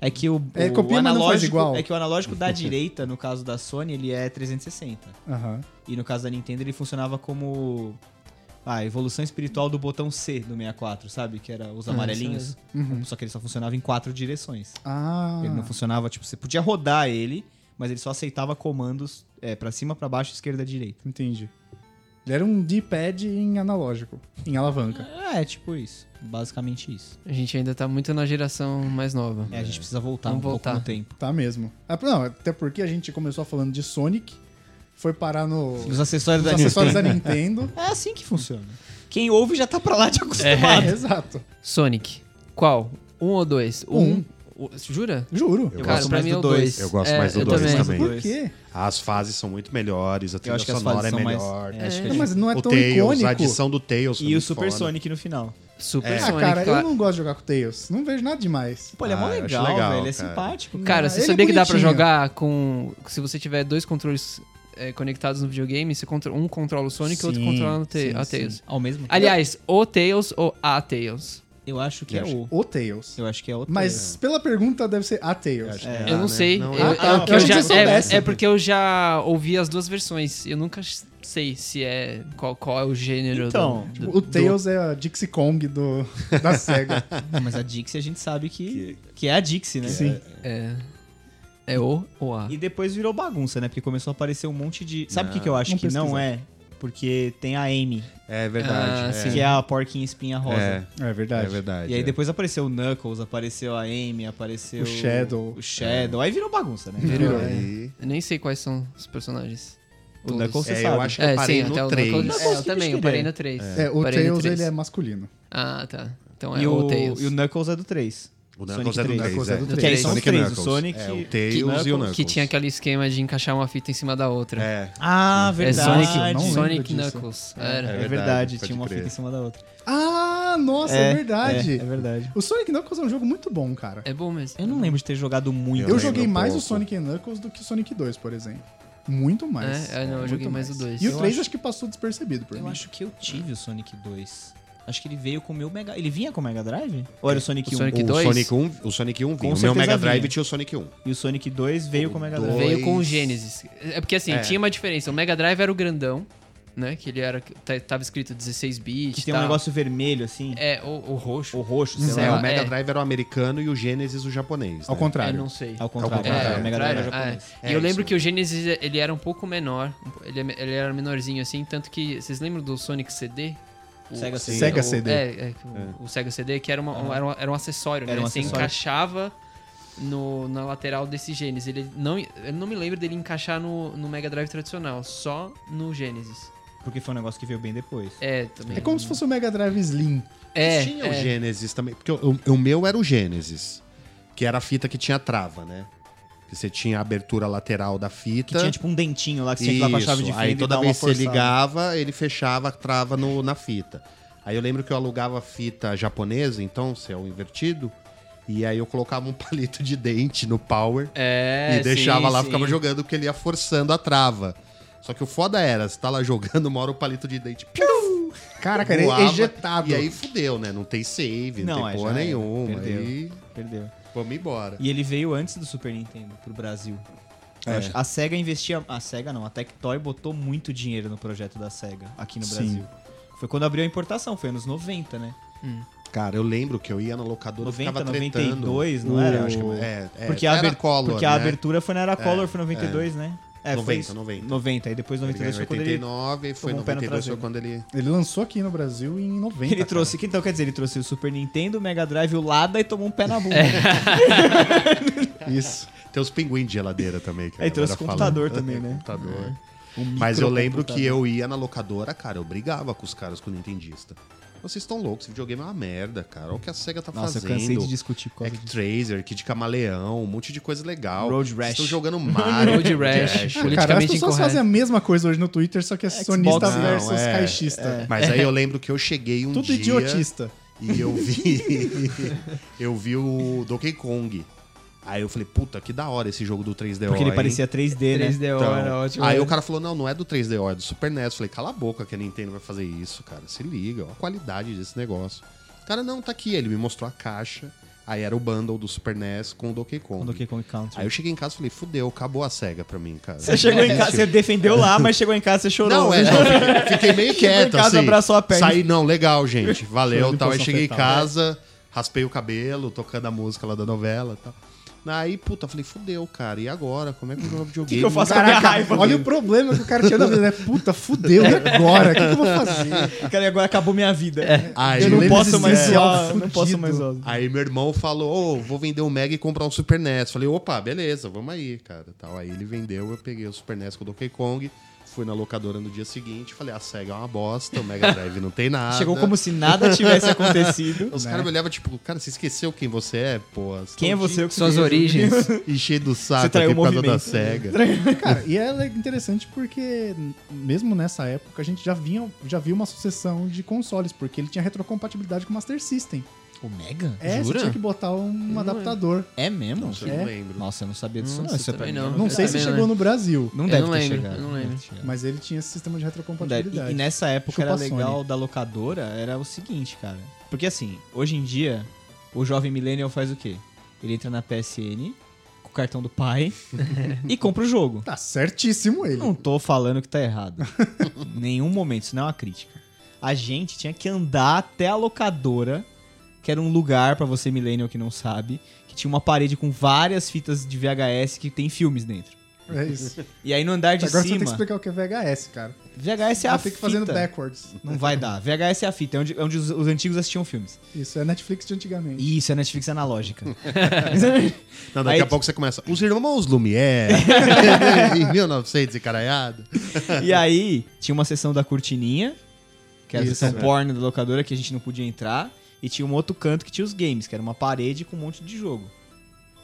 [SPEAKER 3] É que o,
[SPEAKER 1] É,
[SPEAKER 3] o
[SPEAKER 1] copia, mas não faz
[SPEAKER 3] analógico,
[SPEAKER 1] igual.
[SPEAKER 3] é que o analógico da direita, no caso da Sony, ele é 360.
[SPEAKER 1] Aham.
[SPEAKER 3] E no caso da Nintendo, ele funcionava como ah, a evolução espiritual do botão C do 64, sabe? Que era os
[SPEAKER 4] Ah,
[SPEAKER 3] amarelinhos.
[SPEAKER 4] isso
[SPEAKER 1] Uhum.
[SPEAKER 3] Só que ele só funcionava em quatro direções.
[SPEAKER 1] Ah.
[SPEAKER 3] Ele não funcionava, tipo, você podia rodar ele, mas ele só aceitava comandos é, para cima, pra baixo, esquerda, direita.
[SPEAKER 1] Entendi. Ele era um D-pad em analógico, em alavanca.
[SPEAKER 3] É, tipo isso. Basicamente isso.
[SPEAKER 4] A gente ainda tá muito na geração mais nova.
[SPEAKER 3] É, a gente precisa voltar
[SPEAKER 4] Vamos
[SPEAKER 3] um
[SPEAKER 4] voltar.
[SPEAKER 3] pouco no tempo.
[SPEAKER 1] Tá mesmo. Ah, Não, até porque a gente começou falando de Sonic, foi parar no,
[SPEAKER 3] Nos acessórios
[SPEAKER 1] nos
[SPEAKER 3] da
[SPEAKER 1] acessórios
[SPEAKER 3] Nintendo.
[SPEAKER 1] da Nintendo.
[SPEAKER 3] É assim que funciona. Quem ouve já tá pra lá de acostumado.
[SPEAKER 1] É, exato.
[SPEAKER 4] Sonic. Qual? Um ou dois? O
[SPEAKER 1] Um.
[SPEAKER 4] Um. O- Jura?
[SPEAKER 1] Juro.
[SPEAKER 2] Eu
[SPEAKER 4] Cara,
[SPEAKER 2] gosto
[SPEAKER 4] pra
[SPEAKER 3] mais
[SPEAKER 4] mim
[SPEAKER 3] do
[SPEAKER 4] é o
[SPEAKER 3] dois.
[SPEAKER 4] dois.
[SPEAKER 2] Eu gosto
[SPEAKER 4] É,
[SPEAKER 2] mais do
[SPEAKER 4] eu
[SPEAKER 2] dois
[SPEAKER 4] também.
[SPEAKER 2] também.
[SPEAKER 1] Por quê?
[SPEAKER 2] As fases são muito melhores, a trilha
[SPEAKER 3] acho que as
[SPEAKER 2] sonora é
[SPEAKER 3] fases são mais-
[SPEAKER 2] melhor.
[SPEAKER 3] É, acho que
[SPEAKER 4] É.
[SPEAKER 3] é
[SPEAKER 1] Não, mas não é
[SPEAKER 2] o
[SPEAKER 1] tão
[SPEAKER 2] Tails, a
[SPEAKER 1] icônico.
[SPEAKER 2] adição do Tails. foi
[SPEAKER 3] E o
[SPEAKER 2] muito
[SPEAKER 3] Super
[SPEAKER 2] foda.
[SPEAKER 3] Sonic no final.
[SPEAKER 4] Super
[SPEAKER 2] É.
[SPEAKER 1] Ah,
[SPEAKER 4] Sonic.
[SPEAKER 1] cara, eu
[SPEAKER 4] claro.
[SPEAKER 1] não gosto de jogar com o Tails. Não vejo nada demais.
[SPEAKER 3] Pô, ele é mó
[SPEAKER 2] Ah, eu acho
[SPEAKER 3] legal,
[SPEAKER 2] legal,
[SPEAKER 3] velho. Ele é
[SPEAKER 2] cara.
[SPEAKER 3] simpático.
[SPEAKER 4] Cara,
[SPEAKER 1] Ah,
[SPEAKER 4] você
[SPEAKER 1] ele é
[SPEAKER 4] sabia que dá pra
[SPEAKER 1] bonitinho.
[SPEAKER 4] jogar com. Se você tiver dois controles é, conectados no videogame, você contro- um controla o Sonic e o outro
[SPEAKER 1] Sim,
[SPEAKER 4] controla o Ta-
[SPEAKER 1] sim,
[SPEAKER 4] a
[SPEAKER 1] sim.
[SPEAKER 4] Tails.
[SPEAKER 3] Ao mesmo tempo.
[SPEAKER 4] Aliás, o Tails ou a Tails?
[SPEAKER 3] Eu acho que
[SPEAKER 2] Eu
[SPEAKER 3] é
[SPEAKER 2] acho-
[SPEAKER 3] o.
[SPEAKER 1] O Tails.
[SPEAKER 3] Eu acho que é o.
[SPEAKER 1] Mas pela pergunta deve ser a Tails.
[SPEAKER 3] É.
[SPEAKER 4] Eu não
[SPEAKER 2] né?
[SPEAKER 4] sei.
[SPEAKER 2] Não,
[SPEAKER 4] eu-
[SPEAKER 2] é-
[SPEAKER 4] eu-
[SPEAKER 2] Ah,
[SPEAKER 4] é
[SPEAKER 2] não,
[SPEAKER 4] porque eu
[SPEAKER 2] se
[SPEAKER 4] já-
[SPEAKER 2] você soubesse.
[SPEAKER 4] é, é porque eu já ouvi as duas versões. Eu nunca sei se é qual, qual é o gênero. do-
[SPEAKER 3] Então,
[SPEAKER 4] do,
[SPEAKER 1] O Tails é a Dixie Kong do, da SEGA.
[SPEAKER 3] Não, mas a Dixie a gente sabe que, que é a Dixie, né?
[SPEAKER 1] Sim.
[SPEAKER 4] é o ou a.
[SPEAKER 3] E depois virou bagunça, né? Porque começou a aparecer um monte de. Sabe o que,
[SPEAKER 2] Não,
[SPEAKER 3] que eu acho
[SPEAKER 1] não
[SPEAKER 3] que não
[SPEAKER 1] pesquisa.
[SPEAKER 3] é? Porque tem a Amy,
[SPEAKER 2] É verdade.
[SPEAKER 4] Ah,
[SPEAKER 2] é.
[SPEAKER 4] sim.
[SPEAKER 3] que é a porquinha espinha rosa.
[SPEAKER 2] É,
[SPEAKER 1] É
[SPEAKER 2] é
[SPEAKER 1] verdade.
[SPEAKER 2] verdade.
[SPEAKER 3] E aí
[SPEAKER 2] é.
[SPEAKER 3] depois apareceu o Knuckles, apareceu a Amy, apareceu.
[SPEAKER 1] O Shadow.
[SPEAKER 3] O Shadow. Aí virou bagunça, né?
[SPEAKER 4] Virou.
[SPEAKER 1] Virou.
[SPEAKER 2] Aí-
[SPEAKER 4] Eu nem sei quais são os personagens.
[SPEAKER 3] O Knuckles você
[SPEAKER 2] É,
[SPEAKER 3] sabe.
[SPEAKER 2] eu acho que
[SPEAKER 4] É,
[SPEAKER 2] eu parei
[SPEAKER 4] sim, até
[SPEAKER 2] no
[SPEAKER 4] o
[SPEAKER 2] 3.
[SPEAKER 4] Knuckles. É, eu
[SPEAKER 3] Knuckles que
[SPEAKER 4] também, eu
[SPEAKER 3] besteira.
[SPEAKER 4] parei no 3.
[SPEAKER 1] É, o
[SPEAKER 4] parei no
[SPEAKER 1] Tails
[SPEAKER 4] três.
[SPEAKER 1] ele é masculino.
[SPEAKER 4] Ah, tá. Então é
[SPEAKER 3] E
[SPEAKER 4] o,
[SPEAKER 3] o,
[SPEAKER 4] Tails.
[SPEAKER 3] e o Knuckles é do 3.
[SPEAKER 2] O Knuckles
[SPEAKER 3] Sonic
[SPEAKER 2] é do
[SPEAKER 3] três.
[SPEAKER 2] 3.
[SPEAKER 1] Knuckles é do
[SPEAKER 3] Que aí
[SPEAKER 4] três.
[SPEAKER 3] são os
[SPEAKER 2] Sonic
[SPEAKER 3] três, o
[SPEAKER 2] Knuckles.
[SPEAKER 3] Sonic.
[SPEAKER 2] É, o
[SPEAKER 4] que,
[SPEAKER 2] Tails e o Knuckles.
[SPEAKER 4] que tinha aquele esquema de encaixar uma fita em cima da outra.
[SPEAKER 2] É,
[SPEAKER 3] Ah,
[SPEAKER 4] É
[SPEAKER 3] verdade.
[SPEAKER 4] Sonic,
[SPEAKER 1] não lembro
[SPEAKER 4] Sonic
[SPEAKER 1] disso.
[SPEAKER 4] Knuckles.
[SPEAKER 3] É
[SPEAKER 4] Era.
[SPEAKER 3] verdade,
[SPEAKER 2] verdade,
[SPEAKER 3] tinha
[SPEAKER 2] pode
[SPEAKER 3] uma
[SPEAKER 2] crer.
[SPEAKER 3] fita em cima da outra.
[SPEAKER 1] Ah, nossa, é, verdade.
[SPEAKER 3] É, é verdade.
[SPEAKER 1] O Sonic Knuckles é um jogo muito bom, cara.
[SPEAKER 4] É bom mesmo.
[SPEAKER 3] Eu não lembro de ter jogado muito.
[SPEAKER 1] Eu,
[SPEAKER 2] Eu
[SPEAKER 1] joguei
[SPEAKER 2] lembro
[SPEAKER 1] mais o
[SPEAKER 2] pouco.
[SPEAKER 1] Sonic Knuckles do que o Sonic 2, por exemplo. Muito mais.
[SPEAKER 4] É, é, não, eu
[SPEAKER 1] Muito
[SPEAKER 4] joguei mais o dois.
[SPEAKER 1] E o
[SPEAKER 4] Eu
[SPEAKER 1] 3
[SPEAKER 3] acho-
[SPEAKER 1] acho... que passou despercebido por
[SPEAKER 3] Eu
[SPEAKER 1] mim.
[SPEAKER 3] acho que eu tive o Sonic 2. Acho que ele veio com o meu Mega... Ele vinha com o Mega Drive? Ou era o Sonic
[SPEAKER 4] O
[SPEAKER 3] 1?
[SPEAKER 4] Sonic
[SPEAKER 2] o
[SPEAKER 4] 2?
[SPEAKER 2] Sonic 1, o Sonic 1 vinha. O meu
[SPEAKER 3] certeza
[SPEAKER 2] Mega Drive
[SPEAKER 3] vinha.
[SPEAKER 2] tinha o Sonic 1.
[SPEAKER 3] E o Sonic 2 veio com o Mega
[SPEAKER 2] O
[SPEAKER 3] Drive.
[SPEAKER 2] dois.
[SPEAKER 4] Veio com o Genesis. É porque assim,
[SPEAKER 2] É.
[SPEAKER 4] tinha uma diferença. O Mega Drive era o grandão, né? Que ele era. tá- Tava escrito 16 bits.
[SPEAKER 3] Que tem um
[SPEAKER 4] tal.
[SPEAKER 3] negócio vermelho, assim.
[SPEAKER 4] tá. É, o, o roxo.
[SPEAKER 3] Ou roxo, sei
[SPEAKER 4] Sei
[SPEAKER 2] É,
[SPEAKER 3] lá.
[SPEAKER 4] lá,
[SPEAKER 2] o Mega
[SPEAKER 4] é.
[SPEAKER 2] Drive era o americano e o Genesis o japonês.
[SPEAKER 1] Ao
[SPEAKER 2] né?
[SPEAKER 4] É,
[SPEAKER 1] contrário.
[SPEAKER 4] não sei.
[SPEAKER 3] Ao contrário.
[SPEAKER 2] contrário,
[SPEAKER 3] é, o Mega Drive
[SPEAKER 4] contrário,
[SPEAKER 3] já
[SPEAKER 4] é.
[SPEAKER 3] conhece.
[SPEAKER 4] E
[SPEAKER 2] É
[SPEAKER 4] eu
[SPEAKER 2] isso
[SPEAKER 4] lembro que o
[SPEAKER 2] mesmo.
[SPEAKER 4] Genesis ele era um pouco menor, ele, ele era menorzinho assim, tanto que vocês lembram do Sonic CD? O
[SPEAKER 3] Sega
[SPEAKER 4] o-
[SPEAKER 3] CD.
[SPEAKER 1] Sega
[SPEAKER 4] o-
[SPEAKER 1] CD.
[SPEAKER 4] É, é, o, o Sega CD que era, uma, um- era, um, era um acessório, né?
[SPEAKER 3] Ah. Era um
[SPEAKER 4] Você
[SPEAKER 3] acessório.
[SPEAKER 4] encaixava no, na lateral desse Genesis. Ele não, eu não me lembro dele encaixar no, no Mega Drive tradicional, só no Genesis.
[SPEAKER 3] Porque foi um negócio que veio bem depois.
[SPEAKER 4] É, também.
[SPEAKER 1] É como se fosse o Mega Drive Slim.
[SPEAKER 4] É,
[SPEAKER 2] tinha
[SPEAKER 4] é.
[SPEAKER 2] o Genesis também. Porque o, o meu era o Genesis. Que era a fita que tinha trava, né? Que você tinha a abertura lateral da fita.
[SPEAKER 3] Que tinha tipo um dentinho lá que você tinha que ir lá com a chave de
[SPEAKER 2] Isso,
[SPEAKER 3] fenda
[SPEAKER 2] Aí
[SPEAKER 3] e
[SPEAKER 2] toda
[SPEAKER 3] dar
[SPEAKER 2] vez que
[SPEAKER 3] uma
[SPEAKER 2] você
[SPEAKER 3] forçada.
[SPEAKER 2] ligava, ele fechava a trava no- na fita. Aí eu lembro que eu alugava fita japonesa, então, céu invertido. E aí eu colocava um palito de dente no power
[SPEAKER 4] É,
[SPEAKER 2] e deixava
[SPEAKER 4] sim,
[SPEAKER 2] lá,
[SPEAKER 4] sim.
[SPEAKER 2] ficava jogando, porque ele ia forçando a trava. Só que o foda era, você tá lá jogando, uma hora o palito de dente piu,
[SPEAKER 1] Caraca, ele é
[SPEAKER 2] voava,
[SPEAKER 1] ejetado.
[SPEAKER 2] E aí fudeu, né? Não tem save, não,
[SPEAKER 3] Não, é,
[SPEAKER 2] tem porra
[SPEAKER 3] já era,
[SPEAKER 2] nenhuma.
[SPEAKER 3] perdeu.
[SPEAKER 2] Aí
[SPEAKER 3] Perdeu.
[SPEAKER 2] vamos embora.
[SPEAKER 3] E ele veio antes do Super Nintendo pro Brasil. Eu
[SPEAKER 2] É.
[SPEAKER 3] acho- A SEGA investia. A SEGA não, a Tectoy botou muito dinheiro no projeto da SEGA aqui no
[SPEAKER 1] Sim.
[SPEAKER 3] Brasil. Foi quando abriu a importação, foi anos 90, né?
[SPEAKER 2] Cara, eu lembro que eu ia na locadora e
[SPEAKER 3] 90,
[SPEAKER 2] ficava tretando.
[SPEAKER 3] 92, não
[SPEAKER 1] O-
[SPEAKER 3] era?
[SPEAKER 2] Eu acho que é, é,
[SPEAKER 3] porque a,
[SPEAKER 2] era
[SPEAKER 3] aber-
[SPEAKER 2] Collor,
[SPEAKER 3] porque a
[SPEAKER 2] né?
[SPEAKER 3] abertura foi na Era Color, foi 92, né? É, foi
[SPEAKER 2] 90,
[SPEAKER 3] isso.
[SPEAKER 2] 90.
[SPEAKER 3] 90, aí depois 92 foi quando ele.
[SPEAKER 2] 89, foi
[SPEAKER 3] tomou um pé no
[SPEAKER 2] 92 foi
[SPEAKER 3] traseiro.
[SPEAKER 2] quando ele.
[SPEAKER 1] Ele lançou aqui no Brasil em 90.
[SPEAKER 3] Ele trouxe, que então quer dizer, ele trouxe o Super Nintendo, o Mega Drive, o Lada e tomou um pé na bunda.
[SPEAKER 4] É.
[SPEAKER 1] cara. Isso.
[SPEAKER 2] Tem os pinguins de geladeira também. Que a
[SPEAKER 3] Aí É, trouxe
[SPEAKER 2] galera
[SPEAKER 3] o
[SPEAKER 2] fala.
[SPEAKER 3] computador também, né?
[SPEAKER 2] computador.
[SPEAKER 3] Um
[SPEAKER 2] Mas eu lembro
[SPEAKER 3] microcomputador.
[SPEAKER 2] que eu ia na locadora, cara, eu brigava com os caras com o Nintendista. Vocês estão loucos, esse videogame é uma merda, cara. Olha o que a SEGA tá
[SPEAKER 3] Nossa, eu cansei
[SPEAKER 2] fazendo. É
[SPEAKER 3] de discutir com
[SPEAKER 2] Actraiser, Kid Camaleão, um monte de coisa legal.
[SPEAKER 3] Road Rash.
[SPEAKER 2] Estão jogando Mario.
[SPEAKER 4] Road Rash. Politicamente
[SPEAKER 1] Ah, Cara, as pessoas
[SPEAKER 4] incorreto.
[SPEAKER 1] fazem a mesma coisa hoje no Twitter, só que é sonista
[SPEAKER 2] Não,
[SPEAKER 1] versus
[SPEAKER 2] é,
[SPEAKER 1] caixista.
[SPEAKER 2] Mas aí eu lembro que eu cheguei um
[SPEAKER 1] Tudo
[SPEAKER 2] dia...
[SPEAKER 1] idiotista.
[SPEAKER 2] E eu vi. eu vi o Donkey Kong. Aí eu falei, puta, que da hora esse jogo do 3DO.
[SPEAKER 3] Porque ele
[SPEAKER 2] hein?
[SPEAKER 3] parecia 3D, né?
[SPEAKER 4] 3DO
[SPEAKER 2] Então,
[SPEAKER 4] era ótimo.
[SPEAKER 2] Aí o cara falou, não, não é do 3DO, é do Super NES. Eu falei, cala a boca que a Nintendo vai fazer isso, cara. Se liga, ó, a qualidade desse negócio. O cara, não, tá aqui. Ele me mostrou a caixa. Aí era o bundle do Super NES com o Donkey Kong.
[SPEAKER 3] Com Donkey Kong Country.
[SPEAKER 2] Aí eu cheguei em casa e falei, fudeu, acabou a SEGA pra mim, cara.
[SPEAKER 3] Você chegou em casa, você defendeu lá, mas chegou em casa você chorou.
[SPEAKER 2] Não, é, não, fiquei- fiquei meio quieto,
[SPEAKER 3] Chegou em casa,
[SPEAKER 2] assim.
[SPEAKER 3] abraçou a perna.
[SPEAKER 2] Saí, não, legal, gente.
[SPEAKER 3] Chorou
[SPEAKER 2] Valeu,
[SPEAKER 3] de
[SPEAKER 2] tal. Aí
[SPEAKER 3] posição
[SPEAKER 2] cheguei em
[SPEAKER 3] fetal.
[SPEAKER 2] casa, raspei o cabelo, tocando a música lá da novela e tal. Aí, puta, falei, fudeu, cara. E agora? Como é que eu jogo videogame?
[SPEAKER 3] que eu faço? Caraca,
[SPEAKER 1] Caraca,
[SPEAKER 3] raiva.
[SPEAKER 1] olha o problema que o cara tinha na vida, né? Puta, fudeu, e agora? O que, que eu vou fazer?
[SPEAKER 3] Cara, e agora acabou minha vida.
[SPEAKER 4] É.
[SPEAKER 2] Aí,
[SPEAKER 3] Eu não
[SPEAKER 1] Lembra
[SPEAKER 3] posso
[SPEAKER 1] desse
[SPEAKER 3] mais
[SPEAKER 1] céu
[SPEAKER 3] zoar, não
[SPEAKER 1] fudido.
[SPEAKER 3] posso mais zoar.
[SPEAKER 2] aí meu irmão falou, ô, vou vender o Mega e comprar um Super NES. Falei, opa, beleza, vamos aí, cara. Tal. Aí ele vendeu, eu peguei o Super NES com o Donkey Kong, fui na locadora no dia seguinte, falei, a SEGA é uma bosta, o Mega Drive não tem nada.
[SPEAKER 3] Chegou como se nada tivesse acontecido.
[SPEAKER 2] Os caras me olhavam, tipo, cara, você esqueceu quem você é, pô. Você
[SPEAKER 3] Quem
[SPEAKER 2] tá
[SPEAKER 3] é
[SPEAKER 2] um
[SPEAKER 3] você? Eu que
[SPEAKER 4] Suas
[SPEAKER 3] fiz.
[SPEAKER 4] origens.
[SPEAKER 2] Enchei do saco
[SPEAKER 3] Você traiu
[SPEAKER 2] aqui
[SPEAKER 3] o
[SPEAKER 2] por causa
[SPEAKER 3] movimento.
[SPEAKER 2] da SEGA.
[SPEAKER 1] Cara, e é interessante porque, n- mesmo nessa época, a gente já vinha, já viu uma sucessão de consoles, porque ele tinha retrocompatibilidade com o Master System.
[SPEAKER 3] O Mega?
[SPEAKER 1] É,
[SPEAKER 4] Jura?
[SPEAKER 1] você tinha que botar um adaptador.
[SPEAKER 3] É mesmo?
[SPEAKER 2] Não sei,
[SPEAKER 1] É.
[SPEAKER 2] não lembro.
[SPEAKER 3] Nossa, eu não sabia disso não.
[SPEAKER 4] Nossa,
[SPEAKER 3] Isso é pra
[SPEAKER 4] também
[SPEAKER 3] mim.
[SPEAKER 4] não.
[SPEAKER 3] Não,
[SPEAKER 1] Não
[SPEAKER 4] Eu
[SPEAKER 1] sei se
[SPEAKER 4] também não
[SPEAKER 1] chegou no Brasil,
[SPEAKER 4] Eu
[SPEAKER 3] deve
[SPEAKER 4] não
[SPEAKER 3] ter
[SPEAKER 4] lembro,
[SPEAKER 3] chegado.
[SPEAKER 4] eu não
[SPEAKER 3] deve ter
[SPEAKER 4] lembro.
[SPEAKER 3] chegado.
[SPEAKER 1] mas ele tinha esse sistema de
[SPEAKER 3] Deve- E,
[SPEAKER 1] retrocompatibilidade.
[SPEAKER 3] e nessa época
[SPEAKER 1] Chupa
[SPEAKER 3] era
[SPEAKER 1] a Sony.
[SPEAKER 3] legal da locadora, era o seguinte, cara. Porque assim, hoje em dia, o jovem millennial faz o quê? Ele entra na PSN com o cartão do pai e compra o jogo.
[SPEAKER 1] Tá certíssimo ele.
[SPEAKER 3] Não tô falando que tá errado. em nenhum momento, isso não é uma crítica. A gente tinha que andar até a locadora, que era um lugar pra você millennial que não sabe, que tinha uma parede com várias fitas de VHS que tem filmes dentro.
[SPEAKER 1] É isso.
[SPEAKER 3] E aí no andar de
[SPEAKER 1] Agora você tem que
[SPEAKER 3] cima,
[SPEAKER 1] explicar o que é VHS, cara.
[SPEAKER 3] VHS é a
[SPEAKER 1] Ah, tem que fazer no
[SPEAKER 3] fita.
[SPEAKER 1] backwards.
[SPEAKER 3] Não vai dar. VHS é a fita, é onde, é onde os, os antigos assistiam filmes.
[SPEAKER 1] Isso, é Netflix de antigamente.
[SPEAKER 3] Isso, é Netflix analógica.
[SPEAKER 2] Não, daqui
[SPEAKER 3] Aí-
[SPEAKER 2] a pouco você começa. Os irmãos Lumière, em 1900 e caraiado.
[SPEAKER 3] e aí, tinha uma sessão da cortininha, que era a
[SPEAKER 1] Isso,
[SPEAKER 3] sessão
[SPEAKER 2] né?
[SPEAKER 1] é.
[SPEAKER 3] porno da locadora, que a gente não podia entrar. E tinha um outro canto que tinha os games, que era uma parede com um monte de jogo.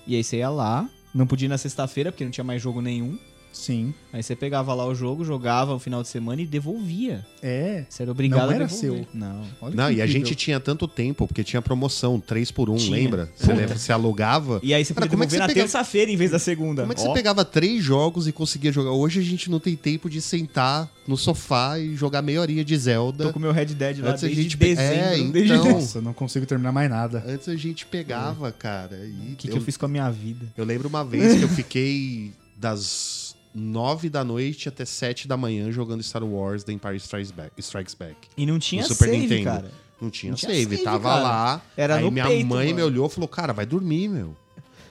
[SPEAKER 3] E aí você ia lá, não podia ir na sexta-feira, porque não tinha mais jogo nenhum.
[SPEAKER 1] Sim.
[SPEAKER 3] Aí você pegava lá o jogo, jogava no final de semana e devolvia.
[SPEAKER 1] É.
[SPEAKER 3] Você era obrigado
[SPEAKER 1] Não era
[SPEAKER 3] a devolver.
[SPEAKER 1] seu.
[SPEAKER 3] Não.
[SPEAKER 1] Olha
[SPEAKER 2] Não,
[SPEAKER 1] que
[SPEAKER 2] e a
[SPEAKER 1] incrível.
[SPEAKER 2] gente tinha tanto tempo, porque tinha promoção 3x1,
[SPEAKER 3] Tinha.
[SPEAKER 2] lembra? Você lembra? Você alugava.
[SPEAKER 3] E aí você
[SPEAKER 2] Cara,
[SPEAKER 3] podia
[SPEAKER 2] como é que
[SPEAKER 3] devolver
[SPEAKER 2] você
[SPEAKER 3] na
[SPEAKER 2] pega-
[SPEAKER 3] terça-feira em vez da segunda.
[SPEAKER 2] Como é que
[SPEAKER 3] Ó.
[SPEAKER 2] você pegava três jogos e conseguia jogar? Hoje a gente não tem tempo de sentar no sofá e jogar meia horinha de
[SPEAKER 3] Tô
[SPEAKER 2] Zelda.
[SPEAKER 3] com meu Red Dead lá
[SPEAKER 2] Antes a
[SPEAKER 3] desde
[SPEAKER 2] gente pe-
[SPEAKER 3] dezembro.
[SPEAKER 2] É,
[SPEAKER 3] desde
[SPEAKER 2] então.
[SPEAKER 1] Nossa, não consigo terminar mais nada.
[SPEAKER 2] Antes a gente pegava, cara. E
[SPEAKER 3] O que, que eu fiz com a minha vida?
[SPEAKER 2] eu lembro uma vez que eu fiquei das nove da noite até sete da manhã jogando Star Wars The Empire Strikes Back. Strikes Back.
[SPEAKER 3] E não tinha
[SPEAKER 2] No Super
[SPEAKER 3] save,
[SPEAKER 2] Nintendo.
[SPEAKER 3] cara.
[SPEAKER 2] Não tinha,
[SPEAKER 3] Não tinha
[SPEAKER 2] save,
[SPEAKER 3] save,
[SPEAKER 2] tava
[SPEAKER 3] cara.
[SPEAKER 2] lá.
[SPEAKER 3] Era
[SPEAKER 2] aí
[SPEAKER 3] no
[SPEAKER 2] minha
[SPEAKER 3] peito,
[SPEAKER 2] mãe me
[SPEAKER 3] mano.
[SPEAKER 2] olhou e falou: Cara, vai dormir, meu.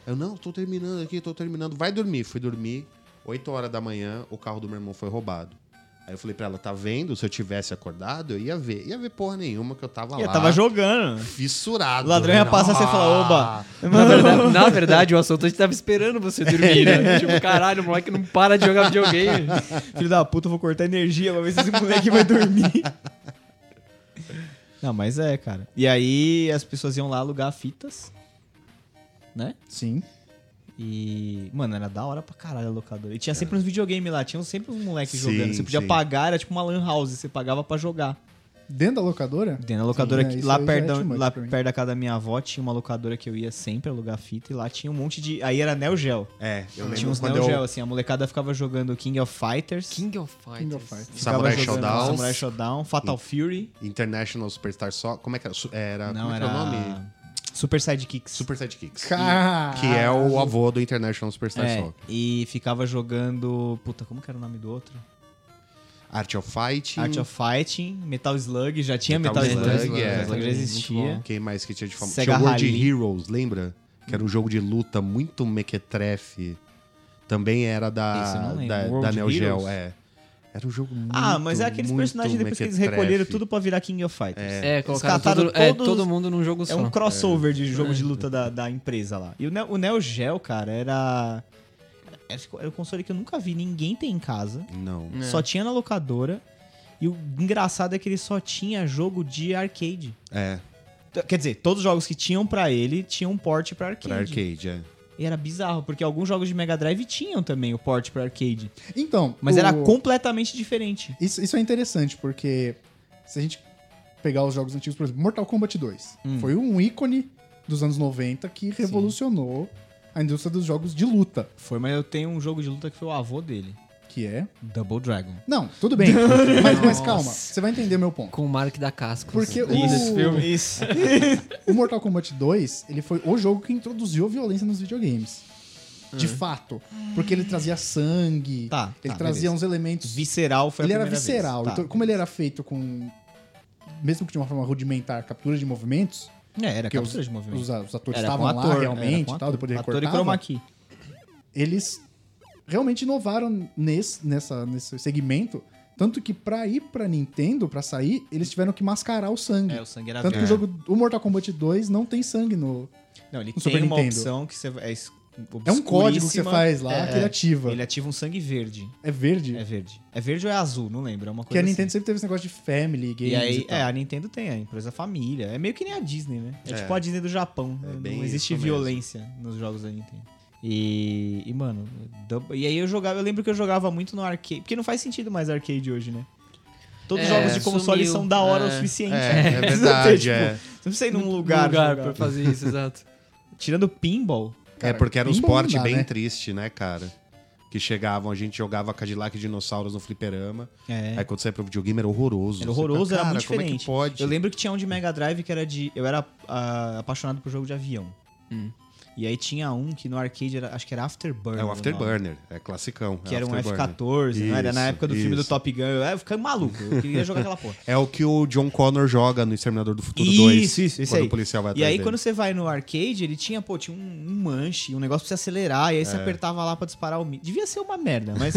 [SPEAKER 2] Eu não, tô terminando aqui, tô terminando. Vai dormir. Fui dormir. 8 horas da manhã, o carro do meu irmão foi roubado. Aí eu falei pra ela: Tá vendo? Se eu tivesse acordado, eu ia ver. Ia ver porra nenhuma que eu tava lá.
[SPEAKER 3] E eu tava jogando.
[SPEAKER 2] Fissurado. né?
[SPEAKER 3] O ladrão ia passar, você ia falar, oba.
[SPEAKER 4] Na verdade, na verdade, o assunto a gente tava esperando você dormir, né? Tipo, caralho, o moleque não para de jogar videogame.
[SPEAKER 3] Filho da puta, eu vou cortar energia pra ver se esse moleque vai dormir. Não, mas é, cara. E aí as pessoas iam lá alugar fitas, né?
[SPEAKER 1] Sim.
[SPEAKER 3] E, mano, era da hora pra caralho a locadora. E tinha sempre uns videogames lá, tinham sempre uns moleques
[SPEAKER 2] Sim,
[SPEAKER 3] jogando. Você podia
[SPEAKER 2] sim.
[SPEAKER 3] pagar, era tipo uma lan house, você pagava pra jogar.
[SPEAKER 1] Dentro da locadora?
[SPEAKER 3] Dentro da locadora,
[SPEAKER 1] Sim, é,
[SPEAKER 3] que-
[SPEAKER 1] isso
[SPEAKER 3] lá,
[SPEAKER 1] aí já é
[SPEAKER 3] perto, da-
[SPEAKER 1] too much
[SPEAKER 3] lá
[SPEAKER 1] pra mim.
[SPEAKER 3] perto da casa da minha avó, tinha uma locadora que eu ia sempre alugar fita e lá tinha um monte de. Aí era Neo Geo.
[SPEAKER 2] É, eu
[SPEAKER 3] tinha
[SPEAKER 2] lembro
[SPEAKER 3] uns
[SPEAKER 2] quando
[SPEAKER 3] Neo Geo,
[SPEAKER 2] eu.
[SPEAKER 3] assim, a molecada ficava jogando King of Fighters.
[SPEAKER 4] King of Fighters.
[SPEAKER 1] King of Fighters.
[SPEAKER 3] ficava
[SPEAKER 2] Samurai
[SPEAKER 3] jogando
[SPEAKER 2] Showdown.
[SPEAKER 3] Samurai Showdown, Fatal Fury.
[SPEAKER 2] International Superstar só. Como é que era? Su- Era.
[SPEAKER 3] Não,
[SPEAKER 2] como é
[SPEAKER 3] era.
[SPEAKER 2] que era o nome?
[SPEAKER 3] Super Sidekicks.
[SPEAKER 2] Super Sidekicks.
[SPEAKER 1] Caralho.
[SPEAKER 2] Que é o avô do International Superstar
[SPEAKER 3] É,
[SPEAKER 2] Soccer.
[SPEAKER 3] e ficava jogando. Puta, como que era o nome do outro?
[SPEAKER 2] Art of Fight.
[SPEAKER 1] um
[SPEAKER 3] Art of Fighting, Metal Slug, já tinha Metal,
[SPEAKER 2] Metal
[SPEAKER 3] Slug.
[SPEAKER 2] Slug, é.
[SPEAKER 3] Metal Slug já
[SPEAKER 4] Muito
[SPEAKER 3] existia.
[SPEAKER 2] Quem mais que tinha de famoso?
[SPEAKER 3] Sega
[SPEAKER 2] Tinha o World
[SPEAKER 3] Rally.
[SPEAKER 2] Heroes, lembra? Que era um jogo de luta muito mequetrefe. Também era
[SPEAKER 3] Esse eu
[SPEAKER 2] da,
[SPEAKER 3] não lembro.
[SPEAKER 2] da, da
[SPEAKER 3] World
[SPEAKER 2] Neo Geo,
[SPEAKER 3] Heroes?
[SPEAKER 2] é. Era um jogo muito,
[SPEAKER 3] Ah, mas é aqueles
[SPEAKER 2] muito
[SPEAKER 3] personagens depois que eles
[SPEAKER 2] mequetrefe.
[SPEAKER 3] recolheram tudo pra virar King of Fighters.
[SPEAKER 4] É, colocaram
[SPEAKER 3] Eles cataram
[SPEAKER 4] tudo, é,
[SPEAKER 3] todos-
[SPEAKER 4] todo mundo num jogo
[SPEAKER 3] É
[SPEAKER 4] só.
[SPEAKER 3] um crossover de jogo de luta da, da empresa lá. E o Neo, o Neo Geo, cara, era. Era era um console que eu nunca vi ninguém ter em casa.
[SPEAKER 2] Não.
[SPEAKER 4] É.
[SPEAKER 3] Só tinha na locadora. E o engraçado é que ele só tinha jogo de arcade.
[SPEAKER 2] É,
[SPEAKER 3] T- Quer dizer, todos os jogos que tinham pra ele tinham um porte pra arcade.
[SPEAKER 2] pra arcade, é.
[SPEAKER 3] E era bizarro, porque alguns jogos de Mega Drive tinham também o porte pra arcade.
[SPEAKER 1] Então.
[SPEAKER 3] Mas era
[SPEAKER 1] o-
[SPEAKER 3] completamente diferente.
[SPEAKER 1] Isso, isso é interessante, porque se a gente pegar os jogos antigos, por exemplo, Mortal Kombat 2
[SPEAKER 3] Hum.
[SPEAKER 1] foi um ícone dos anos 90 que revolucionou a indústria dos jogos de luta,
[SPEAKER 3] Foi, mas eu tenho um jogo de luta que foi o avô dele.
[SPEAKER 1] que é.
[SPEAKER 3] Double Dragon.
[SPEAKER 1] Não, tudo bem. mas, mas
[SPEAKER 4] Nossa.
[SPEAKER 1] calma, você vai entender meu ponto.
[SPEAKER 4] Com o Mark da assim. Casca.
[SPEAKER 1] Porque o,
[SPEAKER 3] Isso, Uh, isso.
[SPEAKER 1] o Mortal Kombat 2, ele foi o jogo que introduziu a violência nos videogames. De
[SPEAKER 3] Uhum.
[SPEAKER 1] fato. Porque ele trazia sangue,
[SPEAKER 3] Tá,
[SPEAKER 1] ele
[SPEAKER 3] tá,
[SPEAKER 1] trazia
[SPEAKER 3] beleza.
[SPEAKER 1] uns elementos
[SPEAKER 3] Visceral foi
[SPEAKER 1] ele
[SPEAKER 3] a
[SPEAKER 1] era
[SPEAKER 3] primeira
[SPEAKER 1] visceral.
[SPEAKER 3] vez. Tá.
[SPEAKER 1] Então, como ele era feito com. Mesmo que de uma forma rudimentar, captura de movimentos,
[SPEAKER 3] É, era
[SPEAKER 1] Porque
[SPEAKER 3] captura de movimento.
[SPEAKER 1] os, os atores
[SPEAKER 3] Era
[SPEAKER 1] estavam
[SPEAKER 3] com ator,
[SPEAKER 1] lá
[SPEAKER 3] era
[SPEAKER 1] realmente
[SPEAKER 3] com
[SPEAKER 1] e tal, depois de
[SPEAKER 3] ator e
[SPEAKER 1] recortar.
[SPEAKER 3] chroma key.
[SPEAKER 1] Eles realmente inovaram nesse, nessa, nesse segmento. Tanto que pra ir pra Nintendo, pra sair, eles tiveram que mascarar o sangue.
[SPEAKER 3] É, o sangue era
[SPEAKER 1] Tanto que o
[SPEAKER 3] verde.
[SPEAKER 1] jogo, o Mortal Kombat 2 não tem sangue no.
[SPEAKER 3] Não, ele
[SPEAKER 1] no
[SPEAKER 3] tem
[SPEAKER 1] Super
[SPEAKER 3] uma
[SPEAKER 1] Nintendo.
[SPEAKER 3] opção que você é es-
[SPEAKER 1] É um código que você
[SPEAKER 3] obscuríssima.
[SPEAKER 1] faz lá,
[SPEAKER 3] É,
[SPEAKER 1] que ele ativa.
[SPEAKER 3] Ele ativa um sangue verde.
[SPEAKER 1] É verde.
[SPEAKER 3] É verde. É verde ou é azul, não lembro. É uma
[SPEAKER 1] Porque
[SPEAKER 3] coisa
[SPEAKER 1] a Nintendo
[SPEAKER 3] assim.
[SPEAKER 1] sempre teve esse negócio de family, games
[SPEAKER 3] E
[SPEAKER 1] e,
[SPEAKER 3] aí,
[SPEAKER 1] tal.
[SPEAKER 3] é, a Nintendo tem, a empresa família. É meio que nem a Disney, né? É,
[SPEAKER 2] É.
[SPEAKER 3] tipo a Disney do Japão.
[SPEAKER 2] É
[SPEAKER 3] né?
[SPEAKER 2] bem
[SPEAKER 3] não
[SPEAKER 2] isso
[SPEAKER 3] existe
[SPEAKER 2] mesmo.
[SPEAKER 3] violência nos jogos da Nintendo. E, e, mano, dub- e aí eu jogava, eu lembro que eu jogava muito no arcade, porque não faz sentido mais arcade hoje, né? Todos os
[SPEAKER 4] É,
[SPEAKER 3] jogos de console
[SPEAKER 4] sumiu.
[SPEAKER 3] são da hora
[SPEAKER 4] É.
[SPEAKER 3] o suficiente.
[SPEAKER 2] É,
[SPEAKER 3] né?
[SPEAKER 2] é
[SPEAKER 3] Precisa ter,
[SPEAKER 2] verdade,
[SPEAKER 3] tipo,
[SPEAKER 2] é.
[SPEAKER 3] precisa ir num lugar,
[SPEAKER 4] lugar
[SPEAKER 3] jogar.
[SPEAKER 4] pra fazer isso, exato.
[SPEAKER 3] Tirando pinball.
[SPEAKER 2] é porque era um
[SPEAKER 1] pinball não
[SPEAKER 2] esporte
[SPEAKER 1] dá,
[SPEAKER 2] bem
[SPEAKER 1] né?
[SPEAKER 2] triste, né, cara? Que chegavam, a gente jogava Cadillac e Dinossauros no fliperama.
[SPEAKER 3] É.
[SPEAKER 2] Aí quando saía pro videogame era horroroso.
[SPEAKER 3] Era
[SPEAKER 2] Você
[SPEAKER 3] horroroso,
[SPEAKER 2] fala, então,
[SPEAKER 3] era
[SPEAKER 2] "Cara,
[SPEAKER 3] muito
[SPEAKER 2] como é que
[SPEAKER 3] diferente.
[SPEAKER 2] pode?
[SPEAKER 3] Eu lembro que tinha um de Mega Drive que era de. Eu era ah, apaixonado por jogo de avião.
[SPEAKER 4] Hum.
[SPEAKER 3] E aí tinha um que no arcade era, acho que era Afterburner.
[SPEAKER 2] É o
[SPEAKER 3] nome.
[SPEAKER 2] Afterburner, é classicão.
[SPEAKER 3] Que
[SPEAKER 2] é
[SPEAKER 3] era um
[SPEAKER 2] Afterburner.
[SPEAKER 3] F-14, não era? Na
[SPEAKER 2] Isso,
[SPEAKER 3] época do filme do
[SPEAKER 2] isso.
[SPEAKER 3] Top Gun. Eu eu ficava maluco, eu queria jogar aquela porra.
[SPEAKER 2] É o que o John Connor joga no Exterminador do Futuro
[SPEAKER 3] Isso,
[SPEAKER 2] 2.
[SPEAKER 3] isso, isso
[SPEAKER 2] Quando
[SPEAKER 3] aí.
[SPEAKER 2] o policial vai
[SPEAKER 3] E
[SPEAKER 2] atrás
[SPEAKER 3] aí,
[SPEAKER 2] dele.
[SPEAKER 3] quando você vai no arcade, ele tinha, pô, tinha um, um manche, um negócio pra você acelerar, e
[SPEAKER 2] É.
[SPEAKER 3] aí você apertava lá pra disparar o. mi- Devia ser uma merda, mas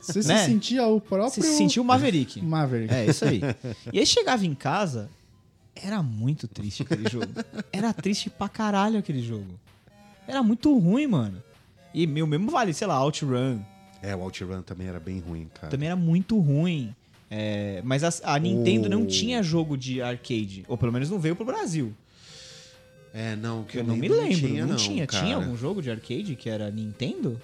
[SPEAKER 1] Você se
[SPEAKER 3] Né?
[SPEAKER 1] sentia o próprio
[SPEAKER 3] você se sentia o Maverick.
[SPEAKER 1] Maverick.
[SPEAKER 3] É, isso aí. E aí chegava em casa, era muito triste aquele jogo. Era triste pra caralho aquele jogo. Era muito ruim, mano. E meu mesmo vale, sei lá, Outrun.
[SPEAKER 2] É, o OutRun também era bem ruim, cara.
[SPEAKER 3] Também era muito ruim. É, mas a, a Nintendo não
[SPEAKER 2] O-
[SPEAKER 3] tinha jogo de arcade. Ou pelo menos não veio pro Brasil.
[SPEAKER 2] É, não, que
[SPEAKER 3] Eu
[SPEAKER 2] eu,
[SPEAKER 3] não me
[SPEAKER 2] lembro,
[SPEAKER 3] lembro. Não
[SPEAKER 2] tinha,
[SPEAKER 3] tinha.
[SPEAKER 2] não,
[SPEAKER 3] tinha,
[SPEAKER 2] cara.
[SPEAKER 3] algum jogo de arcade que era Nintendo?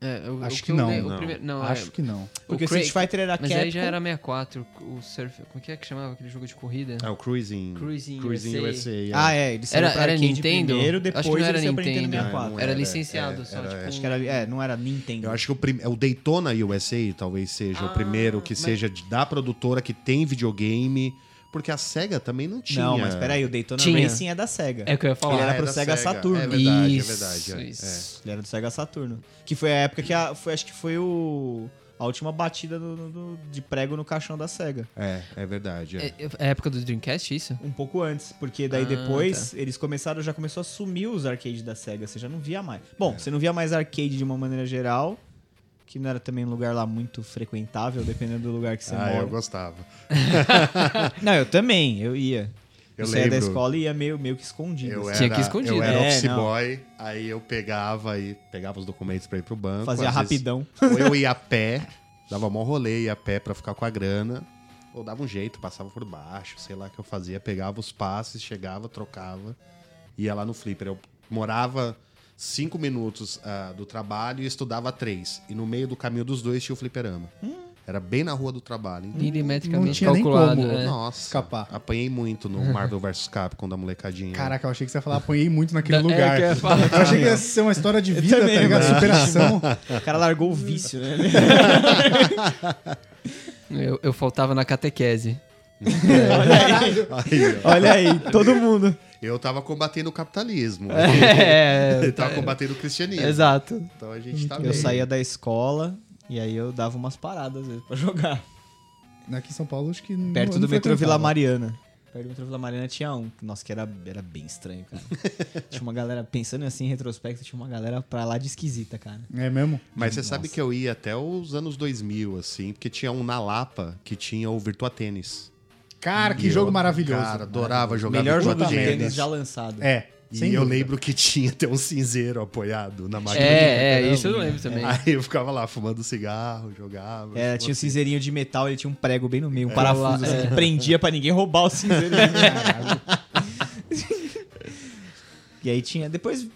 [SPEAKER 4] É, o- o
[SPEAKER 1] Acho que
[SPEAKER 4] eu
[SPEAKER 1] não,
[SPEAKER 4] le- o
[SPEAKER 2] não.
[SPEAKER 4] primeiro- não,
[SPEAKER 1] Acho
[SPEAKER 4] é,
[SPEAKER 1] que não.
[SPEAKER 3] Porque o
[SPEAKER 4] Cra-
[SPEAKER 3] Street Fighter era
[SPEAKER 4] Mas
[SPEAKER 3] Capcom.
[SPEAKER 4] aí já era 64, o Surf. Como é que é que chamava aquele jogo de corrida?
[SPEAKER 2] É o Cruising.
[SPEAKER 4] Cruising USA.
[SPEAKER 2] USA.
[SPEAKER 3] Ah, é. Ele saiu
[SPEAKER 4] Era-
[SPEAKER 3] pra
[SPEAKER 4] era
[SPEAKER 3] arcade
[SPEAKER 4] Nintendo?
[SPEAKER 3] primeiro,
[SPEAKER 4] Acho que
[SPEAKER 3] depois
[SPEAKER 4] não
[SPEAKER 3] ele
[SPEAKER 4] era
[SPEAKER 3] saiu pra Nintendo
[SPEAKER 4] Nintendo. né?
[SPEAKER 2] Não
[SPEAKER 3] 64.
[SPEAKER 4] Era
[SPEAKER 2] era,
[SPEAKER 4] licenciado
[SPEAKER 2] é,
[SPEAKER 4] só,
[SPEAKER 2] era-
[SPEAKER 4] tipo.
[SPEAKER 3] Acho que era, é, não era Nintendo.
[SPEAKER 2] Eu acho que o, prim... é o Daytona USA talvez seja
[SPEAKER 4] Ah,
[SPEAKER 2] o primeiro que
[SPEAKER 4] mas-
[SPEAKER 2] seja de- da produtora que tem videogame. Porque a SEGA também não tinha.
[SPEAKER 3] Não, mas peraí, o Daytona
[SPEAKER 4] Tinha.
[SPEAKER 3] Racing é da SEGA.
[SPEAKER 4] É o que eu ia falar.
[SPEAKER 3] Ele era
[SPEAKER 2] é
[SPEAKER 3] pro
[SPEAKER 2] da
[SPEAKER 3] Sega Saturn.
[SPEAKER 2] É verdade,
[SPEAKER 4] Isso,
[SPEAKER 2] é verdade. é, é.
[SPEAKER 4] isso.
[SPEAKER 3] Ele era do Sega Saturno. Que foi a época que a, foi, acho que foi o, a última batida do- do- do- de prego no caixão da SEGA.
[SPEAKER 2] É, é verdade. É.
[SPEAKER 4] É, é a época do Dreamcast, isso?
[SPEAKER 3] Um pouco antes, porque daí
[SPEAKER 4] Ah,
[SPEAKER 3] depois
[SPEAKER 2] tá.
[SPEAKER 3] eles começaram, já começou a sumir os arcades da SEGA, você já não via mais.
[SPEAKER 2] É.
[SPEAKER 3] Bom, você não via mais arcade de uma maneira geral, que não era também um lugar lá muito frequentável, dependendo do lugar que você
[SPEAKER 2] Ah,
[SPEAKER 3] mora.
[SPEAKER 2] eu gostava.
[SPEAKER 3] Não, eu também, eu ia.
[SPEAKER 2] Eu
[SPEAKER 3] saía é da
[SPEAKER 2] lembro.
[SPEAKER 3] escola e ia meio, meio que escondido.
[SPEAKER 2] Eu
[SPEAKER 3] assim.
[SPEAKER 2] era,
[SPEAKER 4] Tinha que esconder,
[SPEAKER 2] Eu era
[SPEAKER 3] né? É,
[SPEAKER 2] office
[SPEAKER 3] não.
[SPEAKER 2] boy, aí eu pegava e pegava os documentos pra ir pro banco.
[SPEAKER 3] Fazia
[SPEAKER 2] às vezes-
[SPEAKER 3] rapidão.
[SPEAKER 2] ou eu ia a pé, dava mó rolê, ia a pé pra ficar com a grana. Ou dava um jeito, passava por baixo, sei lá o que eu fazia. Pegava os passes, chegava, trocava, ia lá no Flipper. Eu morava cinco minutos ah, do trabalho e estudava três. E no meio do caminho dos dois tinha o Fliperama. Era bem na rua do trabalho. Então,
[SPEAKER 1] Não
[SPEAKER 4] Milimetricamente
[SPEAKER 1] tinha nem
[SPEAKER 4] calculado.
[SPEAKER 1] como,
[SPEAKER 4] Hum. é.
[SPEAKER 2] Nossa,
[SPEAKER 1] Escapar.
[SPEAKER 2] apanhei muito no Marvel vs Capcom da molecadinha.
[SPEAKER 1] Caraca, eu achei que você ia falar apanhei muito naquele
[SPEAKER 4] É,
[SPEAKER 1] lugar.
[SPEAKER 4] que eu ia falar.
[SPEAKER 1] Eu achei que ia ser uma história de vida,
[SPEAKER 3] também,
[SPEAKER 1] tá ligado?
[SPEAKER 3] mano.
[SPEAKER 1] Superação.
[SPEAKER 3] O cara largou o vício, né?
[SPEAKER 4] Eu, eu faltava na catequese.
[SPEAKER 2] Aí, ó.
[SPEAKER 3] Olha aí, todo mundo.
[SPEAKER 2] eu tava combatendo o capitalismo.
[SPEAKER 4] É,
[SPEAKER 2] Ele tava combatendo o cristianismo.
[SPEAKER 4] exato.
[SPEAKER 2] Então a gente tá
[SPEAKER 3] Eu
[SPEAKER 2] bem.
[SPEAKER 3] saía da escola e aí eu dava umas paradas às vezes pra jogar.
[SPEAKER 1] Aqui em São Paulo, acho que não-
[SPEAKER 3] Perto
[SPEAKER 1] não
[SPEAKER 3] do metrô
[SPEAKER 1] frequentava.
[SPEAKER 3] Vila Mariana. Perto do metrô Vila Mariana tinha um. Nossa, que era, era bem estranho, cara. tinha uma galera, pensando assim em retrospecto, tinha uma galera pra lá de esquisita, cara.
[SPEAKER 1] É mesmo?
[SPEAKER 2] Mas você sabe que eu ia até os anos 2000, assim, porque tinha um na Lapa que tinha o Virtua Tênis.
[SPEAKER 1] Cara, que
[SPEAKER 2] E eu,
[SPEAKER 1] jogo maravilhoso.
[SPEAKER 2] Cara, adorava jogar
[SPEAKER 3] Melhor
[SPEAKER 2] Virtua
[SPEAKER 3] jogo de
[SPEAKER 1] Tênis.
[SPEAKER 3] tênis já lançado.
[SPEAKER 1] É.
[SPEAKER 2] E
[SPEAKER 1] sem
[SPEAKER 2] eu
[SPEAKER 1] dúvida.
[SPEAKER 2] lembro que tinha até um cinzeiro apoiado na máquina.
[SPEAKER 4] É, é, isso eu lembro também.
[SPEAKER 2] Aí eu ficava lá fumando cigarro, jogava.
[SPEAKER 3] É,
[SPEAKER 2] jogava
[SPEAKER 3] tinha o
[SPEAKER 2] assim.
[SPEAKER 3] cinzeirinho de metal, ele tinha um prego bem no meio, um parafuso assim,
[SPEAKER 4] É.
[SPEAKER 3] que prendia pra ninguém roubar o cinzeirinho. e aí tinha, depois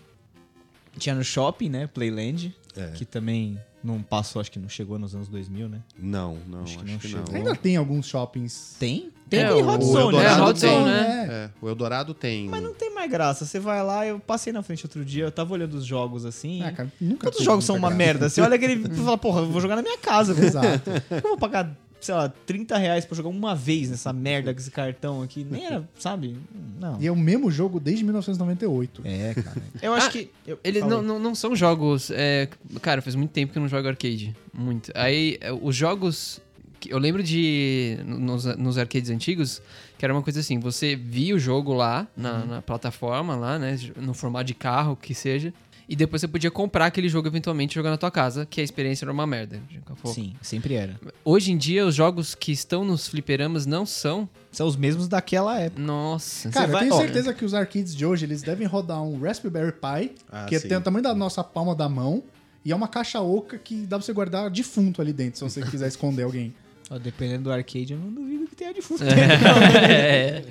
[SPEAKER 3] tinha no shopping, né, Playland,
[SPEAKER 2] É.
[SPEAKER 3] que também não passou, acho que não chegou nos anos 2000, né?
[SPEAKER 2] Não, não,
[SPEAKER 3] Acho
[SPEAKER 2] acho,
[SPEAKER 3] que não
[SPEAKER 2] que não.
[SPEAKER 3] chegou.
[SPEAKER 1] Ainda tem alguns shoppings.
[SPEAKER 3] Tem? Tem
[SPEAKER 4] É,
[SPEAKER 3] aquele
[SPEAKER 4] o
[SPEAKER 3] Hot Zone, né?
[SPEAKER 4] Eldorado
[SPEAKER 3] Hot
[SPEAKER 4] tem.
[SPEAKER 3] Zone.
[SPEAKER 1] né?
[SPEAKER 2] É, o Eldorado tem. um,
[SPEAKER 3] Mas não tem mais graça. Você vai lá, eu passei na frente outro dia, eu tava olhando os jogos assim.
[SPEAKER 1] Ah, cara, nunca
[SPEAKER 3] Todos os
[SPEAKER 1] teve
[SPEAKER 3] jogos são
[SPEAKER 1] muita
[SPEAKER 3] uma
[SPEAKER 1] graça.
[SPEAKER 3] merda. Você olha aquele e fala, porra, eu vou jogar na minha casa. velho.
[SPEAKER 1] Exato.
[SPEAKER 3] Eu vou pagar, sei lá, 30 reais pra jogar uma vez nessa merda com esse cartão aqui. Nem era, sabe? Não.
[SPEAKER 1] E é o mesmo jogo desde 1998.
[SPEAKER 3] É, cara. Eu acho
[SPEAKER 4] Ah,
[SPEAKER 3] que. eu-
[SPEAKER 4] Eles
[SPEAKER 3] falei.
[SPEAKER 4] não, não, não são jogos. é, cara, faz muito tempo que eu não jogo arcade. Muito. Aí, é, os jogos. que Eu lembro de. Nos, nos arcades antigos, que era uma coisa assim: você via o jogo lá, na, na plataforma, lá, né? No formato de carro, que seja. E depois você podia comprar aquele jogo eventualmente e jogar na tua casa, que a experiência era uma merda. de qualquer forma.
[SPEAKER 3] Sim, sempre era.
[SPEAKER 4] Hoje em dia, os jogos que estão nos fliperamas não são.
[SPEAKER 3] São os mesmos daquela época.
[SPEAKER 4] Nossa.
[SPEAKER 1] Cara,
[SPEAKER 3] vai-
[SPEAKER 1] eu tenho
[SPEAKER 3] ó.
[SPEAKER 1] certeza que os arcades de hoje, eles devem rodar um Raspberry Pi,
[SPEAKER 2] Ah,
[SPEAKER 1] que é
[SPEAKER 2] sim.
[SPEAKER 1] tem o tamanho da nossa palma da mão, e é uma caixa oca que dá pra você guardar defunto ali dentro, se você quiser esconder alguém.
[SPEAKER 3] Ó, dependendo do arcade, eu não duvido que tenha de fundo.
[SPEAKER 4] é.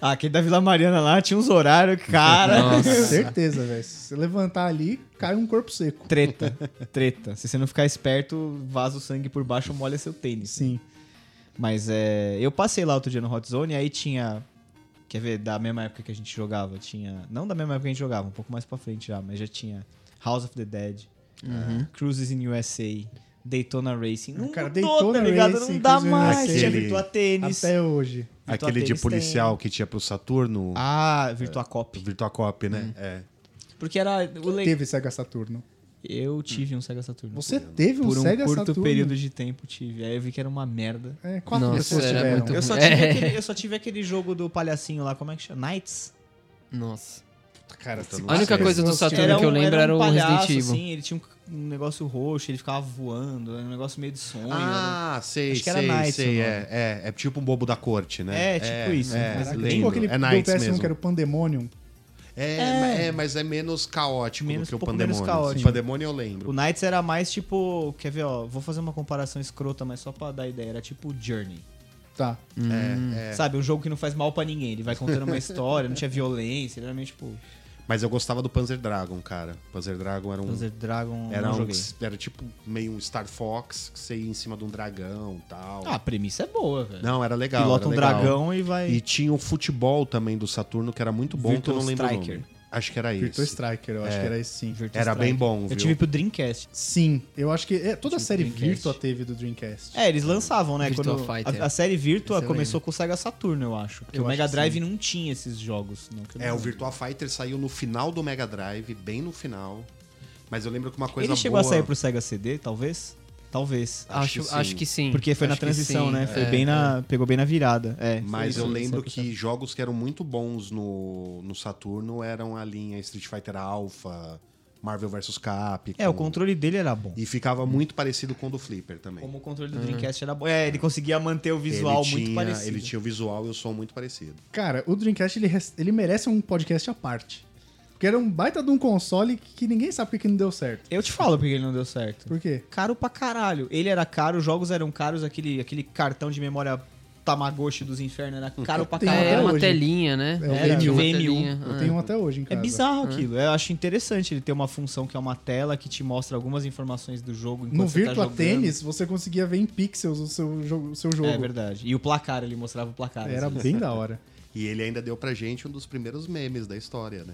[SPEAKER 3] Ah, aquele da Vila Mariana lá tinha uns horários, cara.
[SPEAKER 1] Certeza, velho. Se você levantar ali, cai um corpo seco.
[SPEAKER 3] Treta, treta. Se você não ficar esperto, vaza o sangue por baixo, molha seu tênis.
[SPEAKER 1] Sim.
[SPEAKER 3] Mas é. Eu passei lá outro dia no Hot Zone, aí tinha Quer ver, da mesma época que a gente jogava, tinha. Não da mesma época que a gente jogava, um pouco mais pra frente já, mas já tinha House of the Dead, ah, Cruises in USA, Daytona Racing. Não
[SPEAKER 1] Cara,
[SPEAKER 3] mudou,
[SPEAKER 1] Daytona
[SPEAKER 3] tá ligado?
[SPEAKER 1] Racing,
[SPEAKER 3] não dá
[SPEAKER 1] Cruises in USA.
[SPEAKER 3] mais. Tinha
[SPEAKER 2] Aquele-
[SPEAKER 3] Virtua Tênis.
[SPEAKER 1] Até hoje.
[SPEAKER 3] Virtua
[SPEAKER 2] Aquele de
[SPEAKER 3] Tênis
[SPEAKER 2] policial que tinha pro Saturno,
[SPEAKER 3] Ah, Virtua Cop.
[SPEAKER 2] Virtua Cop, né? É.
[SPEAKER 3] Porque era. O le...
[SPEAKER 1] Teve Sega Saturno.
[SPEAKER 3] Eu tive um Sega Saturn.
[SPEAKER 1] Você teve um,
[SPEAKER 3] Por um
[SPEAKER 1] Sega
[SPEAKER 3] curto
[SPEAKER 1] Saturno.
[SPEAKER 3] período de tempo tive. Aí eu vi que era uma merda.
[SPEAKER 1] É, quatro
[SPEAKER 4] Nossa,
[SPEAKER 1] pessoas
[SPEAKER 4] era
[SPEAKER 1] tiveram.
[SPEAKER 4] muito-
[SPEAKER 3] Eu só,
[SPEAKER 4] É.
[SPEAKER 3] tive aquele, eu só tive aquele jogo do palhacinho lá, como é que chama? Knights?
[SPEAKER 4] Nossa.
[SPEAKER 1] Cara,
[SPEAKER 2] Puta, não
[SPEAKER 4] A única
[SPEAKER 2] sei.
[SPEAKER 4] coisa do
[SPEAKER 1] Nossa,
[SPEAKER 3] Tipo,
[SPEAKER 4] Saturno
[SPEAKER 1] era
[SPEAKER 4] Tá que
[SPEAKER 3] um,
[SPEAKER 4] eu lembro era, o Resident Evil.
[SPEAKER 3] Assim, ele tinha um, um negócio roxo, ele ficava voando, era um negócio meio de sonho. era-
[SPEAKER 2] Ah, sei,
[SPEAKER 3] Acho que era
[SPEAKER 2] sei,
[SPEAKER 3] Knights
[SPEAKER 2] sei.
[SPEAKER 3] o
[SPEAKER 2] É, é, é tipo um bobo da corte, né?
[SPEAKER 3] É, tipo isso.
[SPEAKER 2] É,
[SPEAKER 3] Caraca,
[SPEAKER 1] Caraca,
[SPEAKER 2] lembro.
[SPEAKER 1] tipo aquele
[SPEAKER 2] é
[SPEAKER 1] do
[SPEAKER 2] Knights
[SPEAKER 1] PS1
[SPEAKER 2] mesmo.
[SPEAKER 1] que era o Pandemonium.
[SPEAKER 2] É, é, mas é menos caótico do
[SPEAKER 3] Menos-
[SPEAKER 2] que
[SPEAKER 3] um
[SPEAKER 2] o
[SPEAKER 3] pouco menos
[SPEAKER 2] Pandemônio.
[SPEAKER 3] caótico.
[SPEAKER 2] O Pandemônio eu lembro.
[SPEAKER 3] O Knights era mais tipo. Quer ver, ó? Vou fazer uma comparação escrota, mas só pra dar ideia. Era tipo Journey.
[SPEAKER 1] Tá.
[SPEAKER 2] É, é.
[SPEAKER 3] Sabe? Um jogo que não faz mal pra ninguém. Ele vai contando uma história, não tinha violência. Ele era meio tipo.
[SPEAKER 2] Mas eu gostava do Panzer Dragon, cara. Panzer Dragon era um.
[SPEAKER 3] Panzer Dragon. assim.
[SPEAKER 2] Era,
[SPEAKER 3] não
[SPEAKER 2] um,
[SPEAKER 3] joguei.
[SPEAKER 2] era tipo meio um Star Fox, que você ia em cima de um dragão e tal.
[SPEAKER 3] Ah, a premissa é boa, velho.
[SPEAKER 2] Não, era legal.
[SPEAKER 3] Pilota
[SPEAKER 2] era
[SPEAKER 3] um
[SPEAKER 2] legal.
[SPEAKER 3] dragão e vai.
[SPEAKER 2] E tinha o futebol também do Saturno, que era muito bom, que eu não lembro
[SPEAKER 3] Virtua
[SPEAKER 2] o
[SPEAKER 3] Striker.
[SPEAKER 2] nome. Acho que era
[SPEAKER 1] Virtua
[SPEAKER 2] isso.
[SPEAKER 1] Striker, eu acho que era esse sim.
[SPEAKER 3] É. Virtua
[SPEAKER 2] Era
[SPEAKER 3] Striker.
[SPEAKER 2] bem bom,
[SPEAKER 3] Eu
[SPEAKER 2] viu?
[SPEAKER 3] tive pro Dreamcast.
[SPEAKER 1] Sim, eu acho que é, toda a série
[SPEAKER 3] Dreamcast.
[SPEAKER 1] Virtua teve do Dreamcast.
[SPEAKER 3] É, eles lançavam, né?
[SPEAKER 4] Virtua
[SPEAKER 3] quando
[SPEAKER 4] Fighter.
[SPEAKER 3] A, a série Virtua
[SPEAKER 4] Esse eu
[SPEAKER 3] começou com o Sega Saturno, eu acho. Porque
[SPEAKER 1] Eu
[SPEAKER 3] o
[SPEAKER 1] acho
[SPEAKER 3] Mega
[SPEAKER 1] que
[SPEAKER 3] Drive não tinha esses jogos. Não, que eu não
[SPEAKER 2] É, o
[SPEAKER 3] lembro.
[SPEAKER 2] Virtua Fighter saiu no final do Mega Drive, bem no final. Mas eu lembro que uma coisa
[SPEAKER 3] Ele chegou
[SPEAKER 2] boa...
[SPEAKER 3] a sair pro Sega CD, talvez? Talvez.
[SPEAKER 2] Acho
[SPEAKER 4] Acho,
[SPEAKER 2] que sim.
[SPEAKER 4] acho que Ah, sim.
[SPEAKER 3] Porque foi
[SPEAKER 4] Acho
[SPEAKER 3] na
[SPEAKER 4] que
[SPEAKER 3] transição,
[SPEAKER 4] sim,
[SPEAKER 3] né? Foi
[SPEAKER 4] é.
[SPEAKER 3] bem na. Pegou bem na virada. É.
[SPEAKER 2] Mas
[SPEAKER 3] foi
[SPEAKER 2] eu
[SPEAKER 3] isso,
[SPEAKER 2] lembro
[SPEAKER 3] foi
[SPEAKER 2] que jogos que eram muito bons no, no Saturno eram a linha Street Fighter Alpha, Marvel vs Capcom.
[SPEAKER 3] É, o controle dele era bom.
[SPEAKER 2] E ficava muito parecido com o do Flipper também.
[SPEAKER 3] Como o controle do Dreamcast era bom. É, ele conseguia manter o visual
[SPEAKER 2] ele
[SPEAKER 3] muito
[SPEAKER 2] tinha,
[SPEAKER 3] parecido.
[SPEAKER 2] Ele tinha o visual e o som muito parecido.
[SPEAKER 1] Cara, o Dreamcast ele, res- ele merece um podcast à parte. Porque era um baita de um console que que ninguém sabe por que que não deu certo.
[SPEAKER 3] Eu te falo porque ele não deu certo.
[SPEAKER 1] Por quê?
[SPEAKER 3] Caro pra caralho. Ele era caro, os jogos eram caros, aquele, aquele cartão de memória Tamagotchi dos infernos era caro pra
[SPEAKER 1] Tem
[SPEAKER 4] É,
[SPEAKER 1] até
[SPEAKER 4] era
[SPEAKER 3] caralho.
[SPEAKER 4] uma
[SPEAKER 1] hoje.
[SPEAKER 4] telinha, né?
[SPEAKER 1] É, o
[SPEAKER 4] Era
[SPEAKER 1] VMU.
[SPEAKER 4] uma
[SPEAKER 3] VMU.
[SPEAKER 4] telinha,
[SPEAKER 1] Eu
[SPEAKER 4] ah.
[SPEAKER 1] tenho um até hoje em
[SPEAKER 3] É
[SPEAKER 1] casa.
[SPEAKER 3] bizarro aquilo. Eu acho interessante ele ter uma função que é uma tela que te mostra algumas informações do jogo enquanto
[SPEAKER 1] No
[SPEAKER 3] você tá
[SPEAKER 1] Virtua
[SPEAKER 3] jogando.
[SPEAKER 1] Tênis, você conseguia ver em pixels o seu jogo. O seu jogo.
[SPEAKER 3] É verdade. E o placar, ele mostrava o placar.
[SPEAKER 1] Era
[SPEAKER 3] às vezes.
[SPEAKER 1] bem da hora.
[SPEAKER 2] E ele ainda deu pra gente um dos primeiros memes da história, né?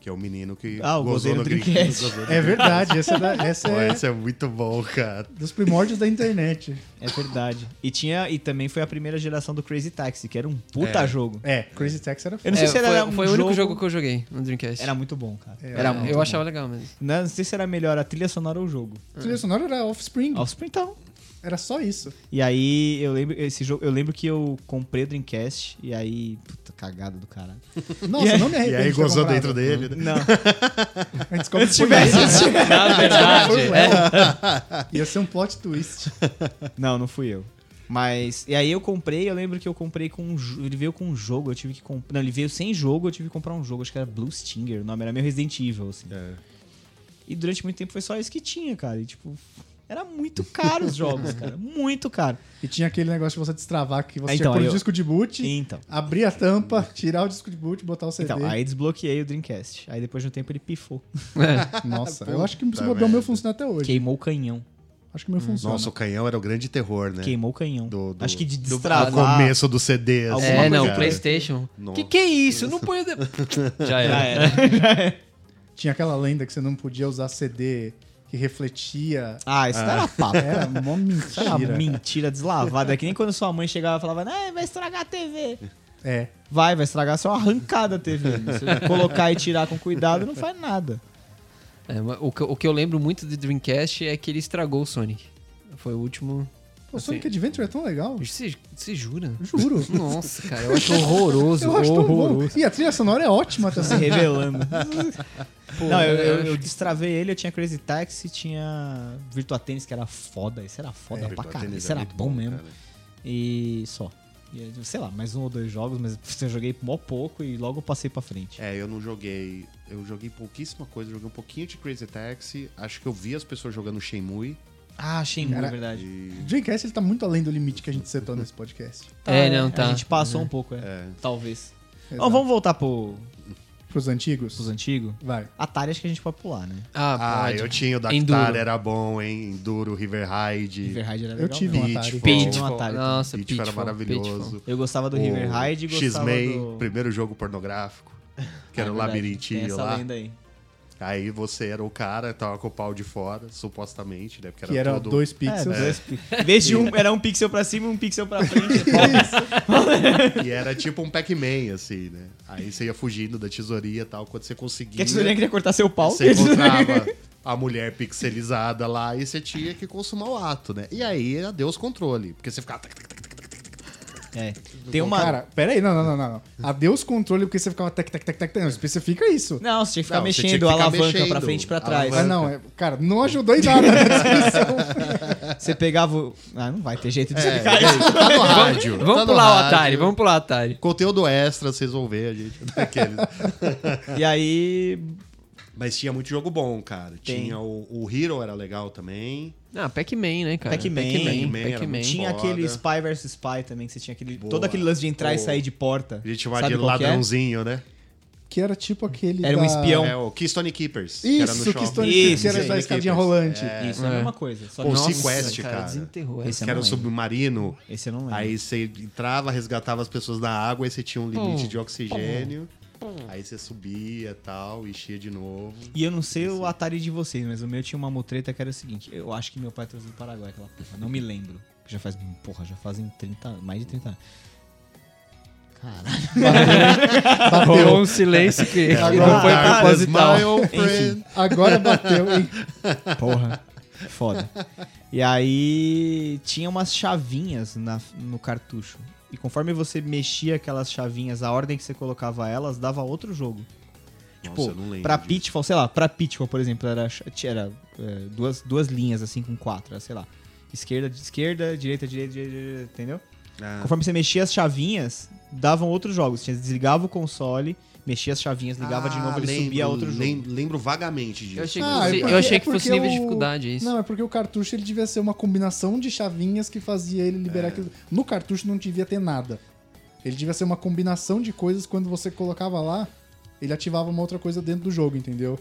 [SPEAKER 2] Que é o menino que
[SPEAKER 3] Ah, o gozeiro do
[SPEAKER 2] Dream-
[SPEAKER 3] Dreamcast.
[SPEAKER 2] gozou no-
[SPEAKER 1] É verdade, essa é, da- essa
[SPEAKER 2] Pô,
[SPEAKER 1] é
[SPEAKER 2] esse é muito bom, cara.
[SPEAKER 1] dos primórdios da internet.
[SPEAKER 3] É verdade. E tinha e também foi a primeira geração do Crazy Taxi, que era um puta jogo.
[SPEAKER 1] É, Crazy Taxi era
[SPEAKER 3] Eu
[SPEAKER 1] foda.
[SPEAKER 3] não sei
[SPEAKER 4] É,
[SPEAKER 3] se era
[SPEAKER 4] foi,
[SPEAKER 3] um
[SPEAKER 4] foi o único jogo que eu joguei no Dreamcast.
[SPEAKER 3] era muito bom, cara.
[SPEAKER 1] É,
[SPEAKER 4] Era-
[SPEAKER 1] muito
[SPEAKER 4] eu
[SPEAKER 1] bom.
[SPEAKER 4] achava legal mesmo.
[SPEAKER 3] Não sei se era melhor a trilha sonora ou o jogo.
[SPEAKER 1] A trilha sonora era Offspring.
[SPEAKER 3] Offspring, então.
[SPEAKER 1] Era só isso.
[SPEAKER 3] E aí eu lembro esse jogo, eu lembro que eu comprei o Dreamcast e aí, puta cagada do caralho.
[SPEAKER 1] Nossa,
[SPEAKER 3] aí-
[SPEAKER 1] não me
[SPEAKER 2] E
[SPEAKER 1] arrependo.
[SPEAKER 2] aí
[SPEAKER 1] de ter
[SPEAKER 2] gozou
[SPEAKER 1] comprado.
[SPEAKER 2] dentro dele, né?
[SPEAKER 3] Não.
[SPEAKER 1] A gente descobre
[SPEAKER 3] Se
[SPEAKER 1] que foi
[SPEAKER 3] tivesse-
[SPEAKER 1] ele. Foi
[SPEAKER 4] Na verdade,
[SPEAKER 1] o Léo. Ia ser um plot twist.
[SPEAKER 3] Não, não fui eu. Mas. E aí eu comprei, eu lembro que eu comprei com um jo- Ele veio com um jogo, eu tive que comprar. Não, ele veio sem jogo, eu tive que comprar um jogo, acho que era Blue Stinger, o nome era meio Resident Evil, assim.
[SPEAKER 2] É.
[SPEAKER 3] E durante muito tempo foi só isso que tinha, cara. E tipo. Era muito caro os jogos, cara. Muito caro.
[SPEAKER 1] E tinha aquele negócio de você destravar que você
[SPEAKER 3] Ah,
[SPEAKER 1] tinha
[SPEAKER 3] então,
[SPEAKER 1] que pôr
[SPEAKER 3] eu-
[SPEAKER 1] o disco de boot,
[SPEAKER 3] Então.
[SPEAKER 1] abrir a tampa, tirar o disco de boot, botar o CD.
[SPEAKER 3] Então, aí desbloqueei o Dreamcast. Aí depois de um tempo ele pifou.
[SPEAKER 1] Nossa, eu acho que se
[SPEAKER 2] Puta
[SPEAKER 1] bobear o meu
[SPEAKER 2] merda.
[SPEAKER 1] funciona até hoje.
[SPEAKER 3] Queimou o canhão.
[SPEAKER 1] Acho que o meu funciona.
[SPEAKER 2] Nossa, o canhão era o grande terror, né?
[SPEAKER 3] Queimou o canhão.
[SPEAKER 2] Do- do-
[SPEAKER 3] acho que de
[SPEAKER 4] do-
[SPEAKER 2] No
[SPEAKER 3] destravar.
[SPEAKER 2] começo do CD,
[SPEAKER 3] Alguma
[SPEAKER 4] É,
[SPEAKER 2] né, cara.
[SPEAKER 4] não,
[SPEAKER 3] coisa.
[SPEAKER 4] Playstation.
[SPEAKER 2] Nossa.
[SPEAKER 4] Que que é isso? Não põe... Já
[SPEAKER 2] né?
[SPEAKER 3] Já
[SPEAKER 4] era.
[SPEAKER 3] Ah, era.
[SPEAKER 1] Tinha aquela lenda que você não podia usar CD que refletia.
[SPEAKER 3] Ah, isso era papo.
[SPEAKER 2] É,
[SPEAKER 1] Era uma
[SPEAKER 3] Isso era
[SPEAKER 1] mentira.
[SPEAKER 3] mentira deslavada. É que nem quando sua mãe chegava e falava, "Ah, vai estragar a TV.
[SPEAKER 1] É.
[SPEAKER 3] Vai, vai estragar só arrancada a TV. Se colocar e tirar com cuidado, não faz nada.
[SPEAKER 4] É, mas o, que, o que eu lembro muito do Dreamcast é que ele estragou o Sonic. Foi o último...
[SPEAKER 1] Pô, Sonic Adventure é tão legal.
[SPEAKER 4] Você, você jura?
[SPEAKER 1] Juro.
[SPEAKER 4] Nossa, cara, eu acho horroroso.
[SPEAKER 1] Eu acho tão bom.
[SPEAKER 4] horroroso.
[SPEAKER 1] E a trilha sonora é ótima
[SPEAKER 3] Tá Se
[SPEAKER 1] também.
[SPEAKER 3] revelando.
[SPEAKER 4] Pô,
[SPEAKER 3] não, eu, eu-
[SPEAKER 4] acho
[SPEAKER 3] eu
[SPEAKER 4] que-
[SPEAKER 3] destravei ele, eu tinha Crazy Taxi, tinha Virtua Tennis, que era foda. Isso era foda pra
[SPEAKER 2] Virtua
[SPEAKER 3] caralho.
[SPEAKER 2] Tennis é
[SPEAKER 3] Isso era
[SPEAKER 2] muito
[SPEAKER 3] bom mesmo.
[SPEAKER 2] cara.
[SPEAKER 3] E só. E, Sei lá, mais um ou dois jogos, mas pff, eu joguei mó pouco e logo eu passei pra frente.
[SPEAKER 2] É, eu não joguei. Eu joguei pouquíssima coisa, joguei um pouquinho de Crazy Taxi. Acho que eu vi as pessoas jogando Shenmue.
[SPEAKER 3] Ah, achei muito,
[SPEAKER 1] Cara,
[SPEAKER 3] é verdade.
[SPEAKER 1] O Dreamcast ele tá muito além do limite que a gente setou nesse podcast.
[SPEAKER 4] É, não,
[SPEAKER 3] A
[SPEAKER 4] tá.
[SPEAKER 2] É.
[SPEAKER 3] gente passou um pouco, é. Talvez. Então
[SPEAKER 1] Exato.
[SPEAKER 3] vamos voltar pro,
[SPEAKER 1] Pros antigos?
[SPEAKER 3] Os antigos.
[SPEAKER 1] Vai.
[SPEAKER 3] Atari acho que a gente pode pular, né?
[SPEAKER 4] Ah,
[SPEAKER 2] Ah,
[SPEAKER 4] pode.
[SPEAKER 2] eu tinha o
[SPEAKER 4] Enduro.
[SPEAKER 2] Dactar, era bom, hein? Enduro, Riverhide.
[SPEAKER 3] Riverhide era
[SPEAKER 1] Eu
[SPEAKER 3] legal.
[SPEAKER 1] tive
[SPEAKER 3] mesmo.
[SPEAKER 1] um Atari.
[SPEAKER 2] Pitfall.
[SPEAKER 3] Pitfall. um Atari também.
[SPEAKER 4] Nossa,
[SPEAKER 2] Pitfall era maravilhoso.
[SPEAKER 3] Eu gostava do
[SPEAKER 2] O
[SPEAKER 3] Riverhide e gostava
[SPEAKER 2] X-Men,
[SPEAKER 3] do...
[SPEAKER 2] primeiro jogo pornográfico. Que era
[SPEAKER 3] É
[SPEAKER 2] o
[SPEAKER 3] verdade, tem
[SPEAKER 2] labirintinho
[SPEAKER 3] essa
[SPEAKER 2] lá.
[SPEAKER 3] lenda aí.
[SPEAKER 2] Aí você era o cara, tava com o pau de fora, supostamente, né? Porque era
[SPEAKER 1] Que era
[SPEAKER 2] todo...
[SPEAKER 1] dois
[SPEAKER 3] É,
[SPEAKER 1] pixels.
[SPEAKER 3] dois pi- Em vez de um, era um pixel pra cima e um pixel pra frente.
[SPEAKER 2] E era tipo um Pac-Man, assim, né? Aí você ia fugindo da tesouria e tal. Quando você
[SPEAKER 3] Porque
[SPEAKER 2] conseguia,
[SPEAKER 3] a tesourinha queria cortar seu pau.
[SPEAKER 2] você encontrava a mulher pixelizada lá e você tinha que consumar o ato, né? E aí, adeus controle. Porque você ficava... tá, tac, tac, tac, tac, tac, tac, tac.
[SPEAKER 3] É. Tem uma...
[SPEAKER 1] Cara, peraí, não, não, não, não, não. Adeus controle, porque você ficava tec, tec, tec, tec, tec. Não, especifica isso.
[SPEAKER 3] Não, você tinha que ficar
[SPEAKER 2] Não, você
[SPEAKER 3] mexendo
[SPEAKER 2] tinha que
[SPEAKER 3] a
[SPEAKER 2] ficar
[SPEAKER 3] alavanca
[SPEAKER 2] mexendo.
[SPEAKER 3] pra frente e pra trás.
[SPEAKER 1] Ah, não, é, cara, não ajudou em nada né? Tipo na descrição.
[SPEAKER 3] Você pegava o... Ah, não vai ter jeito de
[SPEAKER 2] É,
[SPEAKER 3] explicar isso.
[SPEAKER 2] gente, tá no rádio.
[SPEAKER 4] Vamos
[SPEAKER 2] tá no
[SPEAKER 4] pular o
[SPEAKER 2] rádio.
[SPEAKER 4] Atari, vamos pular o Atari.
[SPEAKER 2] Conteúdo extra, vocês vão ver, a gente. Daqueles.
[SPEAKER 3] E aí...
[SPEAKER 2] Mas tinha muito jogo bom, cara.
[SPEAKER 3] Tem.
[SPEAKER 2] Tinha o, o Hero era legal também.
[SPEAKER 4] Ah, Pac-Man, né, cara?
[SPEAKER 3] Pac-Man,
[SPEAKER 2] Pac-Man era
[SPEAKER 4] Pac-Man.
[SPEAKER 2] muito
[SPEAKER 3] Tinha
[SPEAKER 2] Foda.
[SPEAKER 3] aquele Spy vs Spy também, que você tinha aquele...
[SPEAKER 2] Boa.
[SPEAKER 3] Todo aquele lance de entrar e
[SPEAKER 2] Boa.
[SPEAKER 3] sair de porta.
[SPEAKER 2] A gente chamava
[SPEAKER 3] Sabe
[SPEAKER 2] de
[SPEAKER 3] qual que é?
[SPEAKER 2] ladrãozinho, né?
[SPEAKER 1] Que era tipo aquele.
[SPEAKER 3] Era um
[SPEAKER 1] da-
[SPEAKER 3] espião.
[SPEAKER 2] É o Keystone Keepers.
[SPEAKER 1] Isso, que
[SPEAKER 2] shopping.
[SPEAKER 1] Stone
[SPEAKER 3] Isso,
[SPEAKER 1] que era da
[SPEAKER 2] Keepers.
[SPEAKER 1] escadinha rolante.
[SPEAKER 3] Isso, é a
[SPEAKER 4] É.
[SPEAKER 3] mesma coisa. Só
[SPEAKER 2] Pô,
[SPEAKER 3] que-
[SPEAKER 2] o
[SPEAKER 4] Nossa,
[SPEAKER 2] Sequest, cara.
[SPEAKER 4] Desenterrou essa.
[SPEAKER 3] Esse eu
[SPEAKER 2] Que era
[SPEAKER 3] não
[SPEAKER 2] o
[SPEAKER 3] lembro.
[SPEAKER 2] submarino.
[SPEAKER 3] Esse eu não lembro.
[SPEAKER 2] Aí você entrava, resgatava as pessoas na água, aí você tinha um limite de oxigênio. Aí você subia e tal, enchia de novo.
[SPEAKER 3] E eu não sei o Atari de vocês, mas o meu tinha uma mutreta que era o seguinte. Eu acho que meu pai trouxe do Paraguai aquela porra. Não me lembro. Já faz... Porra, já fazem 30... anos, Mais de 30 anos. Caralho.
[SPEAKER 4] Rolou um silêncio que,
[SPEAKER 2] É,
[SPEAKER 4] que não
[SPEAKER 1] Agora-
[SPEAKER 4] foi
[SPEAKER 2] Darkness,
[SPEAKER 4] proposital.
[SPEAKER 2] my old friend.
[SPEAKER 1] Agora bateu, hein?
[SPEAKER 3] Porra. Foda. E aí tinha umas chavinhas na- no cartucho. E conforme você mexia aquelas chavinhas, a ordem que você colocava elas dava outro jogo.
[SPEAKER 2] Nossa,
[SPEAKER 3] Pô,
[SPEAKER 2] eu não lembro.
[SPEAKER 3] pra
[SPEAKER 2] disso.
[SPEAKER 3] Pitfall, sei lá, pra Pitfall, por exemplo, era, ch- tinha- era é, duas, duas linhas assim com quatro, era, sei lá. Esquerda, de esquerda, direita, direita, direita, direita, entendeu?
[SPEAKER 2] Ah,
[SPEAKER 3] Conforme você mexia as chavinhas, davam outros jogos. Tinha, desligava o console, mexia as chavinhas, ligava de novo,
[SPEAKER 2] Ah,
[SPEAKER 3] ele
[SPEAKER 2] lembro,
[SPEAKER 3] subia outro jogo.
[SPEAKER 2] lem- Lembro vagamente disso.
[SPEAKER 4] Eu achei que
[SPEAKER 1] Ah, é
[SPEAKER 4] fosse,
[SPEAKER 1] porque-
[SPEAKER 4] eu achei
[SPEAKER 1] é
[SPEAKER 4] que fosse
[SPEAKER 1] porque
[SPEAKER 4] nível de
[SPEAKER 1] o-
[SPEAKER 4] dificuldade isso.
[SPEAKER 1] Não, é porque o cartucho ele devia ser uma combinação de chavinhas que fazia ele
[SPEAKER 3] É.
[SPEAKER 1] liberar aquilo. No cartucho não devia ter nada. Ele devia ser uma combinação de coisas quando você colocava lá, ele ativava uma outra coisa dentro do jogo, entendeu?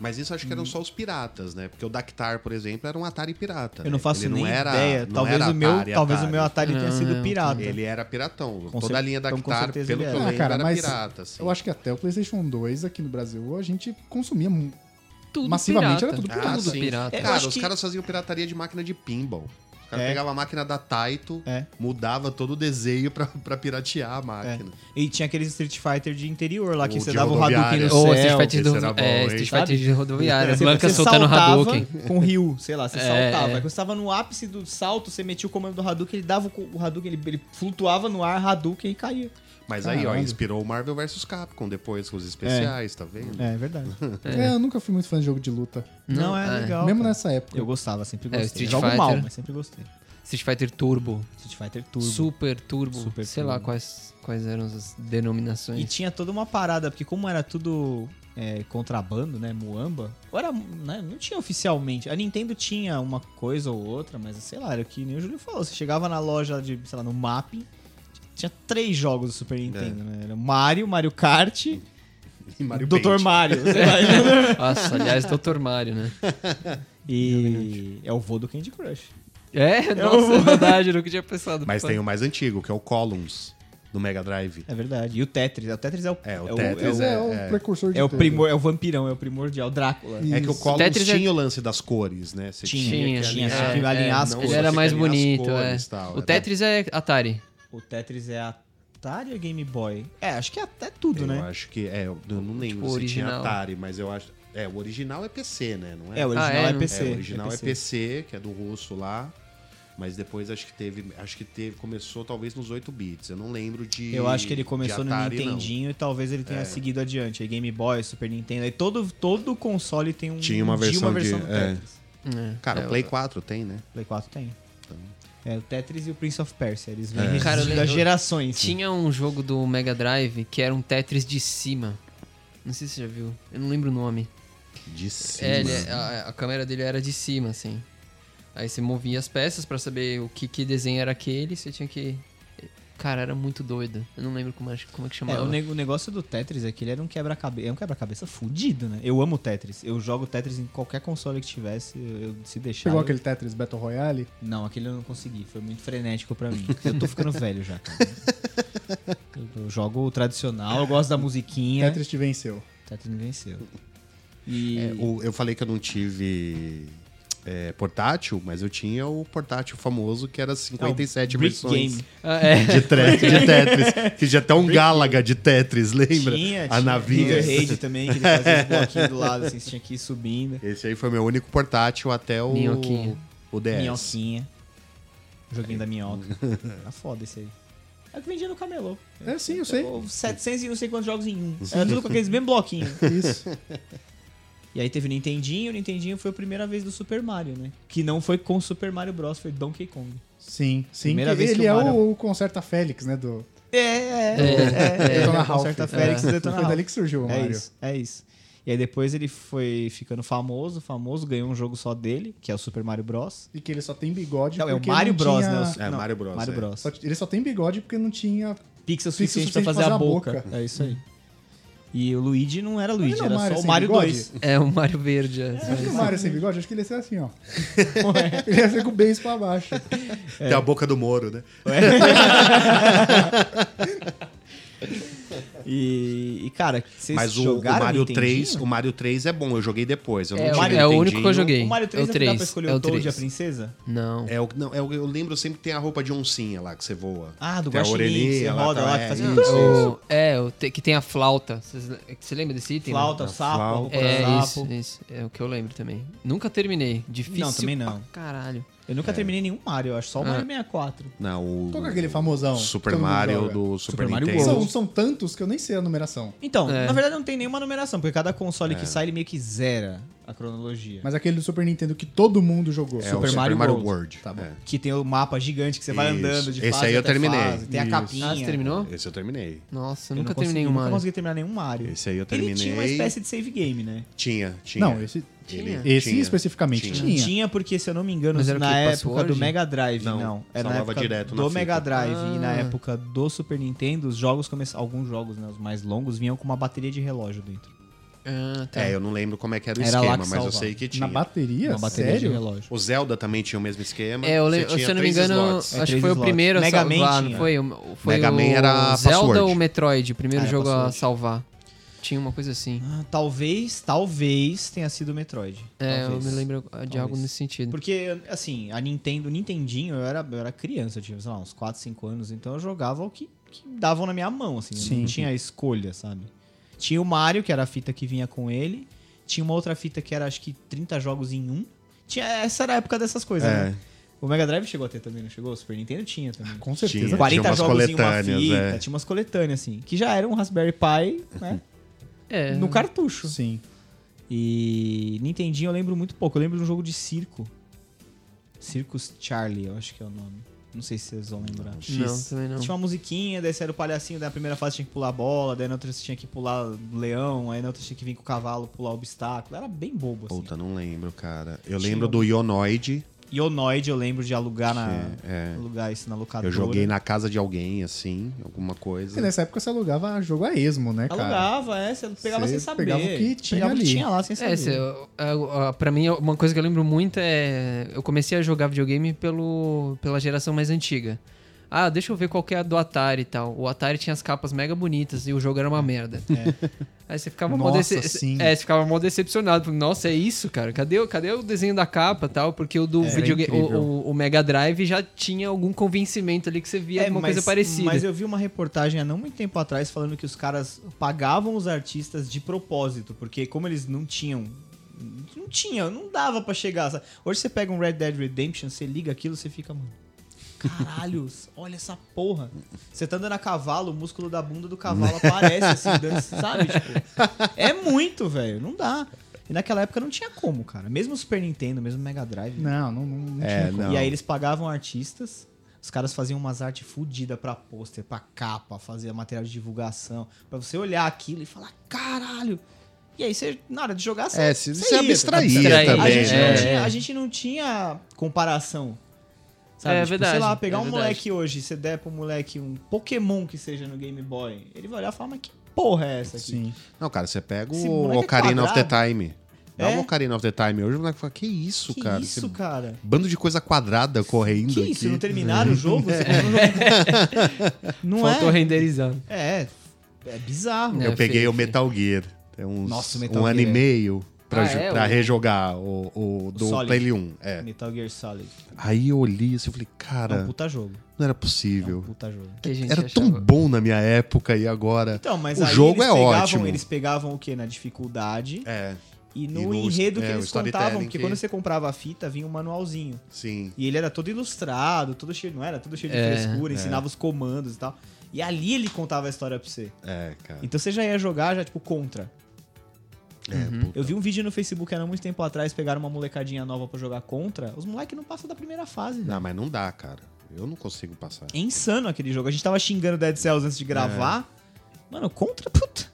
[SPEAKER 2] Mas isso acho que eram só os piratas, né? Porque o Dactar, por exemplo, era um Atari pirata.
[SPEAKER 3] Eu
[SPEAKER 2] né?
[SPEAKER 3] não faço
[SPEAKER 2] Ele
[SPEAKER 3] nem
[SPEAKER 2] era-
[SPEAKER 3] ideia.
[SPEAKER 2] não
[SPEAKER 3] Talvez
[SPEAKER 2] era
[SPEAKER 3] o meu,
[SPEAKER 2] Atari,
[SPEAKER 3] talvez o
[SPEAKER 2] Atari.
[SPEAKER 3] meu Atari tenha
[SPEAKER 4] Não,
[SPEAKER 3] sido
[SPEAKER 4] não,
[SPEAKER 3] pirata.
[SPEAKER 2] Ele era piratão.
[SPEAKER 3] Com
[SPEAKER 2] Toda
[SPEAKER 3] cer-
[SPEAKER 2] a linha
[SPEAKER 3] então, com
[SPEAKER 2] Dactar,
[SPEAKER 3] certeza
[SPEAKER 2] pelo
[SPEAKER 3] ele
[SPEAKER 2] que eu
[SPEAKER 1] era. Ah,
[SPEAKER 2] lembro,
[SPEAKER 1] cara,
[SPEAKER 2] era
[SPEAKER 1] mas
[SPEAKER 2] pirata. assim.
[SPEAKER 1] Eu acho que até o PlayStation 2 aqui no Brasil a gente consumia. mu-
[SPEAKER 4] Tudo
[SPEAKER 1] massivamente
[SPEAKER 4] pirata.
[SPEAKER 1] era tudo pirata.
[SPEAKER 2] Ah,
[SPEAKER 4] Tudo
[SPEAKER 2] sim.
[SPEAKER 4] pirata.
[SPEAKER 3] É, eu
[SPEAKER 2] Cara,
[SPEAKER 3] acho
[SPEAKER 2] os
[SPEAKER 3] que-
[SPEAKER 2] caras faziam pirataria de máquina de pinball. Os caras
[SPEAKER 3] É.
[SPEAKER 2] pegavam a máquina da Taito,
[SPEAKER 3] É.
[SPEAKER 2] mudava todo o desenho pra, pra piratear a máquina.
[SPEAKER 3] E tinha aqueles Street Fighter de interior lá, que
[SPEAKER 2] O
[SPEAKER 3] você
[SPEAKER 2] de
[SPEAKER 3] dava o Hadouken
[SPEAKER 2] rodoviária.
[SPEAKER 3] no
[SPEAKER 4] Ou
[SPEAKER 3] céu.
[SPEAKER 4] Street
[SPEAKER 2] esse
[SPEAKER 4] Fighter do...
[SPEAKER 2] era bom,
[SPEAKER 4] é,
[SPEAKER 2] hein?
[SPEAKER 4] Street
[SPEAKER 3] Sabe?
[SPEAKER 4] Fighter de rodoviária.
[SPEAKER 3] Você-
[SPEAKER 4] Blanca
[SPEAKER 3] você
[SPEAKER 4] soltando
[SPEAKER 3] saltava
[SPEAKER 4] Hadouken.
[SPEAKER 3] Com o Ryu, sei lá, você
[SPEAKER 4] É,
[SPEAKER 3] saltava.
[SPEAKER 4] é.
[SPEAKER 3] Aí Quando você tava no ápice do salto, você metia o comando do Hadouken, ele dava o co- o Hadouken, ele, ele flutuava no ar, Hadouken e caía.
[SPEAKER 2] Mas aí, ó,
[SPEAKER 1] Caralho.
[SPEAKER 2] inspirou o Marvel vs Capcom depois com os especiais, tá vendo?
[SPEAKER 3] É, verdade.
[SPEAKER 1] É, eu nunca fui muito fã de jogo de luta.
[SPEAKER 3] Não,
[SPEAKER 4] Não,
[SPEAKER 3] é,
[SPEAKER 4] é.
[SPEAKER 3] legal.
[SPEAKER 1] Mesmo
[SPEAKER 3] cara.
[SPEAKER 1] nessa época.
[SPEAKER 3] Eu gostava, sempre
[SPEAKER 4] É,
[SPEAKER 3] gostei.
[SPEAKER 4] Street
[SPEAKER 3] Jogo
[SPEAKER 4] Fighter.
[SPEAKER 3] mal, mas sempre gostei.
[SPEAKER 4] Street Fighter Turbo.
[SPEAKER 3] Street Fighter Turbo.
[SPEAKER 4] Super Turbo.
[SPEAKER 3] Super
[SPEAKER 4] sei lá
[SPEAKER 3] Turbo.
[SPEAKER 4] quais, quais eram as
[SPEAKER 3] E
[SPEAKER 4] denominações.
[SPEAKER 3] tinha toda uma parada, porque como era tudo é, contrabando, né? Muamba, ou era, né, não tinha oficialmente. A Nintendo tinha uma coisa ou outra, mas sei lá, era o que nem o Júlio falou. Você chegava na loja de, sei lá, no MAP, tinha três jogos do
[SPEAKER 2] É.
[SPEAKER 3] Super Nintendo, né? Era Mario, Mario Kart,
[SPEAKER 2] E Mario
[SPEAKER 3] Dr.
[SPEAKER 2] Paint.
[SPEAKER 3] Mario, sei lá.
[SPEAKER 4] Nossa, aliás, Dr. Mario, né?
[SPEAKER 3] E é o vô do Candy Crush.
[SPEAKER 4] É, nossa, é verdade, eu nunca tinha pensado.
[SPEAKER 2] Mas tem o mais antigo, que é o Columns, do Mega Drive.
[SPEAKER 3] É verdade. E o Tetris. O Tetris é o.
[SPEAKER 2] É, o
[SPEAKER 1] Mas
[SPEAKER 2] Tetris
[SPEAKER 1] é,
[SPEAKER 2] é,
[SPEAKER 1] o
[SPEAKER 2] é.
[SPEAKER 1] precursor de
[SPEAKER 3] É o,
[SPEAKER 1] tudo.
[SPEAKER 3] primor, é o vampirão, é o primordial, Drácula.
[SPEAKER 1] E-
[SPEAKER 2] É que o
[SPEAKER 1] Isso.
[SPEAKER 2] Columns
[SPEAKER 4] Tetris é-
[SPEAKER 2] tinha o lance das cores, né? Você
[SPEAKER 3] Tinha,
[SPEAKER 4] tinha,
[SPEAKER 2] que
[SPEAKER 3] tinha,
[SPEAKER 2] alinhar-
[SPEAKER 3] tinha que alinhar as
[SPEAKER 2] não,
[SPEAKER 4] Ele
[SPEAKER 2] um- você
[SPEAKER 4] era
[SPEAKER 2] tinha
[SPEAKER 4] mais
[SPEAKER 2] que alinhar as
[SPEAKER 4] bonito, é.
[SPEAKER 2] cores e tal,
[SPEAKER 4] O
[SPEAKER 2] era-
[SPEAKER 4] Tetris é Atari.
[SPEAKER 3] O Tetris é Atari ou Game Boy? É, acho que é até tudo,
[SPEAKER 2] Eu
[SPEAKER 3] né?
[SPEAKER 2] acho que. É, eu não lembro
[SPEAKER 4] Tipo,
[SPEAKER 2] se tinha
[SPEAKER 4] original.
[SPEAKER 2] Atari, mas eu acho. É, o original é PC, né? Não é?
[SPEAKER 3] É, o original
[SPEAKER 4] Ah, é,
[SPEAKER 3] é,
[SPEAKER 4] não-
[SPEAKER 3] PC.
[SPEAKER 2] É, o original é PC. que é do russo lá. Mas depois acho que teve. Acho que teve. Começou talvez nos 8 bits. Eu não lembro de.
[SPEAKER 3] Eu acho que ele
[SPEAKER 2] de
[SPEAKER 3] começou
[SPEAKER 2] Atari,
[SPEAKER 3] no
[SPEAKER 2] não. É.
[SPEAKER 3] Nintendinho e talvez ele tenha seguido adiante. Aí Game Boy, Super Nintendo, aí todo, todo console tem um
[SPEAKER 2] Tinha uma
[SPEAKER 3] um dia
[SPEAKER 2] versão
[SPEAKER 3] uma versão
[SPEAKER 2] de-
[SPEAKER 3] do
[SPEAKER 2] é.
[SPEAKER 3] Tetris.
[SPEAKER 2] Cara,
[SPEAKER 4] É,
[SPEAKER 2] o Play
[SPEAKER 4] eu-
[SPEAKER 2] 4 tem, né?
[SPEAKER 3] Play 4 tem. É, o Tetris e o Prince of Persia, eles vêm é.
[SPEAKER 4] Cara, eu lembro-
[SPEAKER 3] das gerações.
[SPEAKER 4] Tinha um jogo do Mega Drive que era um Tetris de cima. Não sei se você já viu. Eu não lembro o nome.
[SPEAKER 2] De cima.
[SPEAKER 4] É, ele- a, a câmera dele era de cima, assim. Aí você movia as peças pra saber o que, que desenho era aquele, você tinha que. Cara, era muito doido. Eu não lembro como, é- como é que
[SPEAKER 3] É,
[SPEAKER 4] chamava.
[SPEAKER 3] o, ne- o negócio do Tetris é que ele era um quebra-cabeça. É um quebra-cabeça fudido, né? Eu amo Tetris. Eu jogo Tetris em qualquer console que tivesse. Eu, eu- se deixar.
[SPEAKER 1] Pegou
[SPEAKER 3] eu-
[SPEAKER 1] aquele Tetris Battle Royale?
[SPEAKER 3] Não, aquele eu não consegui. Foi muito frenético pra mim. Eu tô ficando velho já, cara. Eu, eu jogo o tradicional, eu gosto da musiquinha. Tetris,
[SPEAKER 1] Tetris te venceu.
[SPEAKER 3] me venceu. E.
[SPEAKER 2] É, o- eu falei que eu não tive é, portátil, mas eu tinha o portátil famoso que era 57
[SPEAKER 3] É Brick
[SPEAKER 2] versões
[SPEAKER 3] Game.
[SPEAKER 4] Ah, é.
[SPEAKER 2] De, tre- de Tetris. Fiz até um Galaga de Tetris, lembra?
[SPEAKER 3] Tinha,
[SPEAKER 2] A
[SPEAKER 3] tinha.
[SPEAKER 2] navinha.
[SPEAKER 3] Raid também, que ele fazia os bloquinhos do lado, assim, você tinha que ir subindo.
[SPEAKER 2] Esse aí foi meu único portátil até o,
[SPEAKER 4] Minhoquinha.
[SPEAKER 2] o DS.
[SPEAKER 3] Minhoquinha. Joguinho da minhoca. Era foda esse aí. É o que vendia no camelô.
[SPEAKER 1] É, sim, eu sei.
[SPEAKER 3] Pegou 700 e não sei quantos jogos em um. Era tudo com aqueles mesmos bloquinhos.
[SPEAKER 1] Isso.
[SPEAKER 3] E aí teve o Nintendinho. O Nintendinho foi a primeira vez do Super Mario, né? Que não foi com Super Mario Bros, foi Donkey Kong.
[SPEAKER 1] Sim, sim.
[SPEAKER 3] Primeira
[SPEAKER 1] que
[SPEAKER 3] vez que
[SPEAKER 1] ele
[SPEAKER 3] o
[SPEAKER 1] é
[SPEAKER 3] Mario-
[SPEAKER 1] o, o Concerta Félix, né? Do...
[SPEAKER 3] É, é,
[SPEAKER 1] é. Detona
[SPEAKER 3] Detona
[SPEAKER 1] Ralph.
[SPEAKER 3] Certa Félix,
[SPEAKER 4] É.
[SPEAKER 3] Detona
[SPEAKER 1] Foi
[SPEAKER 3] Ralph.
[SPEAKER 1] dali que surgiu o
[SPEAKER 3] É
[SPEAKER 1] Mario.
[SPEAKER 3] isso, é isso. E aí depois ele foi ficando famoso, famoso, ganhou um jogo só dele, que é o Super Mario Bros.
[SPEAKER 1] E que ele só tem bigode
[SPEAKER 3] Não, é o
[SPEAKER 1] porque não
[SPEAKER 3] Mario Bros,
[SPEAKER 1] tinha-
[SPEAKER 3] né? O
[SPEAKER 2] É,
[SPEAKER 3] Não,
[SPEAKER 2] Mario Bros.
[SPEAKER 3] Mario
[SPEAKER 2] é.
[SPEAKER 3] Bros.
[SPEAKER 1] só- ele só tem bigode porque não tinha...
[SPEAKER 3] pixel
[SPEAKER 1] Pixel
[SPEAKER 3] suficiente pra fazer, a boca.
[SPEAKER 1] boca.
[SPEAKER 3] É isso aí. E o Luigi não era Luigi,
[SPEAKER 1] não é
[SPEAKER 3] era
[SPEAKER 1] o Mario
[SPEAKER 3] só o
[SPEAKER 1] sem
[SPEAKER 3] Mario assim,
[SPEAKER 1] bigode?
[SPEAKER 3] 2.
[SPEAKER 4] É, o Mario Verde. é.
[SPEAKER 1] Acho que o Mario sem bigode, acho que ele ia ser assim, ó. ele ia ser com o beijo pra baixo.
[SPEAKER 2] Tem a boca do Moro, né?
[SPEAKER 3] E, e, cara, vocês
[SPEAKER 2] Mas o, o
[SPEAKER 3] jogaram
[SPEAKER 2] Mario
[SPEAKER 3] Nintendinho?
[SPEAKER 2] 3, o Mario 3 é bom, eu joguei depois. Eu
[SPEAKER 4] É,
[SPEAKER 2] não
[SPEAKER 4] o
[SPEAKER 2] tive
[SPEAKER 4] Mario- é o único que eu
[SPEAKER 2] Nintendinho.
[SPEAKER 4] joguei.
[SPEAKER 3] O Mario 3
[SPEAKER 4] É o
[SPEAKER 3] não dá
[SPEAKER 4] 3,
[SPEAKER 3] pra escolher
[SPEAKER 4] é
[SPEAKER 3] o
[SPEAKER 4] o
[SPEAKER 3] Toad e a
[SPEAKER 4] 3.
[SPEAKER 3] princesa?
[SPEAKER 4] Não.
[SPEAKER 2] É o, não, é o- eu lembro sempre que tem a roupa de oncinha lá que você voa.
[SPEAKER 3] Ah, do
[SPEAKER 2] Tem a
[SPEAKER 3] Guaxinim, que você
[SPEAKER 2] orelhinha lá,
[SPEAKER 3] roda
[SPEAKER 2] tá,
[SPEAKER 3] lá,
[SPEAKER 2] é,
[SPEAKER 3] que faz
[SPEAKER 2] isso,
[SPEAKER 4] O- é, o te- que tem a flauta. Vocês- Você lembra desse item? né?
[SPEAKER 3] flauta, o sapo, a roupa do
[SPEAKER 4] É,
[SPEAKER 3] sapo.
[SPEAKER 4] isso, isso. É o que eu lembro também. Nunca terminei. Difícil
[SPEAKER 3] Não, também não.
[SPEAKER 4] pra caralho.
[SPEAKER 3] Eu
[SPEAKER 2] É.
[SPEAKER 3] nunca terminei nenhum Mario, eu acho só o
[SPEAKER 4] Ah.
[SPEAKER 3] Mario 64.
[SPEAKER 2] Não, o
[SPEAKER 1] Qual que é aquele famosão? que
[SPEAKER 2] Super
[SPEAKER 1] todo mundo
[SPEAKER 2] Mario
[SPEAKER 1] joga?
[SPEAKER 2] do Super,
[SPEAKER 3] Super Mario
[SPEAKER 2] Nintendo.
[SPEAKER 1] São, são tantos que eu nem sei a numeração.
[SPEAKER 3] Então,
[SPEAKER 4] É.
[SPEAKER 3] na verdade não tem nenhuma numeração, porque cada console
[SPEAKER 2] É.
[SPEAKER 3] que sai ele meio que zera a cronologia.
[SPEAKER 1] Mas aquele do Super Nintendo que todo mundo jogou.
[SPEAKER 2] É, o
[SPEAKER 3] Super
[SPEAKER 2] Super
[SPEAKER 3] Mario
[SPEAKER 2] Mario,
[SPEAKER 3] World.
[SPEAKER 2] World.
[SPEAKER 3] Tá bom.
[SPEAKER 2] É.
[SPEAKER 3] Que tem o mapa gigante que você vai
[SPEAKER 2] Isso.
[SPEAKER 3] andando de fase
[SPEAKER 2] Esse aí eu
[SPEAKER 3] até
[SPEAKER 2] terminei.
[SPEAKER 3] fase. Tem a
[SPEAKER 2] Isso.
[SPEAKER 3] capinha.
[SPEAKER 4] Ah, você terminou?
[SPEAKER 2] Esse eu terminei.
[SPEAKER 4] Nossa,
[SPEAKER 3] Eu
[SPEAKER 4] eu
[SPEAKER 3] não
[SPEAKER 4] nunca
[SPEAKER 3] consegui,
[SPEAKER 4] terminei né? o
[SPEAKER 3] Nunca
[SPEAKER 4] Mario.
[SPEAKER 3] consegui terminar nenhum Mario.
[SPEAKER 2] Esse aí eu
[SPEAKER 3] Ele
[SPEAKER 2] terminei.
[SPEAKER 3] tinha uma espécie de save game, né?
[SPEAKER 2] Tinha, tinha.
[SPEAKER 1] Não, esse,
[SPEAKER 2] Ele-
[SPEAKER 4] Tinha?
[SPEAKER 1] esse
[SPEAKER 2] tinha.
[SPEAKER 1] especificamente
[SPEAKER 2] Tinha.
[SPEAKER 1] tinha.
[SPEAKER 3] Tinha, porque, se eu não me engano,
[SPEAKER 4] Mas era o
[SPEAKER 3] na
[SPEAKER 4] quê?
[SPEAKER 3] época do
[SPEAKER 4] Password?
[SPEAKER 3] Mega Drive, não.
[SPEAKER 2] Não,
[SPEAKER 3] Era na
[SPEAKER 2] salvava
[SPEAKER 3] época
[SPEAKER 2] direto na
[SPEAKER 3] do
[SPEAKER 2] fita.
[SPEAKER 3] Mega Drive e na
[SPEAKER 4] Ah.
[SPEAKER 3] época do Super Nintendo, os jogos começaram. Alguns jogos, né? Os mais longos, vinham com uma bateria de relógio dentro.
[SPEAKER 4] Ah, tá.
[SPEAKER 2] É, eu não lembro como é que era o
[SPEAKER 3] Era lá
[SPEAKER 2] esquema, mas
[SPEAKER 3] que
[SPEAKER 2] eu
[SPEAKER 3] salvava.
[SPEAKER 2] sei que tinha.
[SPEAKER 1] Na bateria?
[SPEAKER 3] uma bateria de
[SPEAKER 1] Sério?
[SPEAKER 3] relógio.
[SPEAKER 2] O Zelda também tinha o mesmo esquema.
[SPEAKER 4] É, eu
[SPEAKER 2] Você
[SPEAKER 4] lembro- se
[SPEAKER 2] tinha
[SPEAKER 4] eu não me
[SPEAKER 2] três
[SPEAKER 4] engano,
[SPEAKER 2] slots.
[SPEAKER 3] É,
[SPEAKER 4] acho
[SPEAKER 3] três
[SPEAKER 4] que foi o
[SPEAKER 3] slots.
[SPEAKER 4] primeiro a
[SPEAKER 3] Mega Man
[SPEAKER 4] salvar,
[SPEAKER 3] tinha.
[SPEAKER 4] não foi? O- Foi
[SPEAKER 2] Mega
[SPEAKER 4] o
[SPEAKER 2] Man era
[SPEAKER 4] Zelda
[SPEAKER 2] password.
[SPEAKER 4] ou Metroid, o primeiro
[SPEAKER 3] Ah, era
[SPEAKER 4] jogo a
[SPEAKER 3] password.
[SPEAKER 4] salvar. Tinha uma coisa assim.
[SPEAKER 3] Ah, talvez, talvez tenha sido o Metroid.
[SPEAKER 4] É,
[SPEAKER 3] Talvez.
[SPEAKER 4] eu me lembro ah, de
[SPEAKER 3] Talvez.
[SPEAKER 4] algo nesse sentido.
[SPEAKER 3] Porque, assim, a Nintendo, o Nintendinho, eu era, eu era criança, eu tinha, sei lá, uns 4, 5 anos, então eu jogava o que, que davam na minha mão, assim, eu
[SPEAKER 1] Sim.
[SPEAKER 3] não tinha escolha, sabe? Tinha o Mario, que era a fita que vinha com ele, tinha uma outra fita que era, acho que, 30 jogos em um. Tinha, essa era a época dessas coisas,
[SPEAKER 2] É.
[SPEAKER 3] né? O Mega Drive chegou a ter também, não chegou? O Super Nintendo tinha também.
[SPEAKER 1] Com
[SPEAKER 2] Tinha,
[SPEAKER 1] certeza.
[SPEAKER 2] tinha
[SPEAKER 3] 40
[SPEAKER 2] umas
[SPEAKER 3] jogos em uma
[SPEAKER 2] coletâneas,
[SPEAKER 3] fita,
[SPEAKER 2] é.
[SPEAKER 3] tinha umas coletâneas, assim, que já era um Raspberry Pi, né?
[SPEAKER 4] É.
[SPEAKER 3] No cartucho.
[SPEAKER 1] Sim.
[SPEAKER 3] E Nintendinho eu lembro muito pouco. Eu lembro de um jogo de circo. Circus Charlie, eu acho que é o nome. Não sei se vocês vão lembrar.
[SPEAKER 4] Não, também não.
[SPEAKER 3] Tinha uma musiquinha, daí você era o palhacinho, daí na primeira fase tinha que pular a bola, daí na outra você tinha que pular o leão, aí na outra tinha que vir com o cavalo pular o obstáculo. Era bem bobo, assim.
[SPEAKER 2] Puta, não lembro, cara. Eu
[SPEAKER 3] Tinha
[SPEAKER 2] lembro
[SPEAKER 3] um-
[SPEAKER 2] do Ionoid.
[SPEAKER 3] Ionoid eu lembro de alugar na.
[SPEAKER 2] que é,
[SPEAKER 3] Alugar isso na locadora.
[SPEAKER 2] eu joguei na casa de alguém, assim, alguma coisa.
[SPEAKER 1] Porque
[SPEAKER 3] É, né?
[SPEAKER 1] nessa época você alugava jogo a esmo, né, cara?
[SPEAKER 3] Alugava, é, você pegava
[SPEAKER 1] Você
[SPEAKER 3] sem saber.
[SPEAKER 1] pegava o que tinha
[SPEAKER 3] Pegava o que
[SPEAKER 1] ali.
[SPEAKER 3] tinha lá sem saber.
[SPEAKER 4] É, cê, eu- eu- eu- pra mim, uma coisa que eu lembro muito é. Eu comecei a jogar videogame pelo, pela geração mais antiga. Ah, deixa eu ver qual que é a do Atari e tal. O Atari tinha as capas mega bonitas e o jogo era
[SPEAKER 3] É.
[SPEAKER 4] uma merda. Aí você ficava mó
[SPEAKER 1] Nossa,
[SPEAKER 4] dece-
[SPEAKER 1] sim.
[SPEAKER 4] É, você ficava mó decepcionado. Falando, Nossa, é isso, cara? Cadê, o- cadê o desenho da capa e tal? Porque o do
[SPEAKER 3] É, Era
[SPEAKER 4] videogame. O,
[SPEAKER 3] incrível.
[SPEAKER 4] o- o Mega Drive já tinha algum convencimento ali que você via alguma coisa parecida.
[SPEAKER 3] É, Mas eu vi uma reportagem há não muito tempo atrás falando que os caras pagavam os artistas de propósito, porque como eles não tinham. Não tinha, não dava pra chegar. sabe? Hoje você pega um Red Dead Redemption, você liga aquilo, você fica, mano. Caralho, olha essa porra. Você tá andando a cavalo, o músculo da bunda do cavalo aparece assim, dando, sabe? Tipo, é muito, velho. Não dá. E naquela época não tinha como, cara. Mesmo o Super Nintendo, mesmo o Mega Drive. né?
[SPEAKER 1] Não, não, não, não
[SPEAKER 2] É,
[SPEAKER 1] tinha como.
[SPEAKER 2] não.
[SPEAKER 3] E aí eles pagavam artistas, os caras faziam umas artes fodidas pra pôster, pra capa, fazia material de divulgação, pra você olhar aquilo e falar, caralho! E aí você, na hora de jogar, você...
[SPEAKER 2] É, se
[SPEAKER 3] você né?
[SPEAKER 2] você
[SPEAKER 3] ia,
[SPEAKER 2] abstraía
[SPEAKER 4] abstraía.
[SPEAKER 3] a,
[SPEAKER 2] também,
[SPEAKER 3] gente
[SPEAKER 2] né?
[SPEAKER 3] não
[SPEAKER 4] É.
[SPEAKER 3] tinha, a gente não tinha comparação. Sabe?
[SPEAKER 4] É
[SPEAKER 3] Tipo,
[SPEAKER 4] verdade,
[SPEAKER 3] Sei lá, pegar
[SPEAKER 4] é
[SPEAKER 3] um
[SPEAKER 4] verdade.
[SPEAKER 3] moleque hoje, você der pro moleque um Pokémon que seja no Game Boy, ele vai olhar e falar, mas que porra é essa aqui?
[SPEAKER 1] Sim.
[SPEAKER 2] Não, cara, você pega
[SPEAKER 3] Esse
[SPEAKER 2] o
[SPEAKER 3] moleque é
[SPEAKER 2] Ocarina of the
[SPEAKER 3] quadrado.
[SPEAKER 2] Time. Dá
[SPEAKER 3] É?
[SPEAKER 2] um Ocarina of the Time hoje, o moleque fala, que isso,
[SPEAKER 3] Que
[SPEAKER 2] cara? tá
[SPEAKER 3] isso,
[SPEAKER 2] Esse
[SPEAKER 3] cara?
[SPEAKER 2] Bando de coisa quadrada correndo
[SPEAKER 3] Que
[SPEAKER 2] aqui.
[SPEAKER 3] isso? Não terminaram o jogo? Você não- Não,
[SPEAKER 4] Faltou
[SPEAKER 3] é?
[SPEAKER 4] renderizando.
[SPEAKER 3] É, é bizarro.
[SPEAKER 4] É,
[SPEAKER 2] Eu peguei
[SPEAKER 4] feio,
[SPEAKER 2] o
[SPEAKER 4] feio.
[SPEAKER 2] Metal Gear. Tem uns,
[SPEAKER 3] Nossa, o
[SPEAKER 2] um
[SPEAKER 3] Metal
[SPEAKER 2] ano
[SPEAKER 3] Gear. é-
[SPEAKER 2] e meio pra,
[SPEAKER 4] Ah,
[SPEAKER 2] ju-
[SPEAKER 4] é?
[SPEAKER 2] pra
[SPEAKER 4] O-
[SPEAKER 2] rejogar o, o do
[SPEAKER 3] Solid.
[SPEAKER 2] Play 1. É.
[SPEAKER 3] Metal Gear Solid.
[SPEAKER 2] Aí eu olhei assim e falei,
[SPEAKER 3] É um
[SPEAKER 2] cara,
[SPEAKER 3] puta jogo.
[SPEAKER 2] não era
[SPEAKER 3] É um
[SPEAKER 2] possível.
[SPEAKER 3] puta jogo.
[SPEAKER 4] Que a gente
[SPEAKER 2] Era tão
[SPEAKER 4] achava-
[SPEAKER 2] bom na minha época e agora.
[SPEAKER 3] Então, mas
[SPEAKER 2] O
[SPEAKER 3] aí
[SPEAKER 2] jogo
[SPEAKER 3] eles
[SPEAKER 2] é
[SPEAKER 3] pegavam,
[SPEAKER 2] ótimo.
[SPEAKER 3] Eles pegavam o quê? Na dificuldade
[SPEAKER 2] É,
[SPEAKER 3] e no,
[SPEAKER 2] E no-
[SPEAKER 3] enredo que
[SPEAKER 2] é, o
[SPEAKER 3] eles
[SPEAKER 2] storytelling
[SPEAKER 3] contavam. Porque
[SPEAKER 2] que-
[SPEAKER 3] quando você comprava a fita, vinha um manualzinho.
[SPEAKER 2] sim.
[SPEAKER 3] E ele era todo ilustrado, todo cheio, não era? Todo cheio de
[SPEAKER 4] É,
[SPEAKER 3] frescura, ensinava os comandos e tal. E ali ele contava a história pra você.
[SPEAKER 2] É, cara.
[SPEAKER 3] Então você já ia jogar, já, tipo, contra.
[SPEAKER 2] É, puta.
[SPEAKER 3] Eu vi um vídeo no Facebook, era muito tempo atrás, pegaram uma molecadinha nova pra jogar contra. Os moleques não passam da primeira fase, velho.
[SPEAKER 2] Não, mas não dá, cara. Eu não consigo passar.
[SPEAKER 3] É insano aquele jogo. A gente tava xingando Dead Cells antes de gravar.
[SPEAKER 2] É.
[SPEAKER 3] Mano, contra, puta.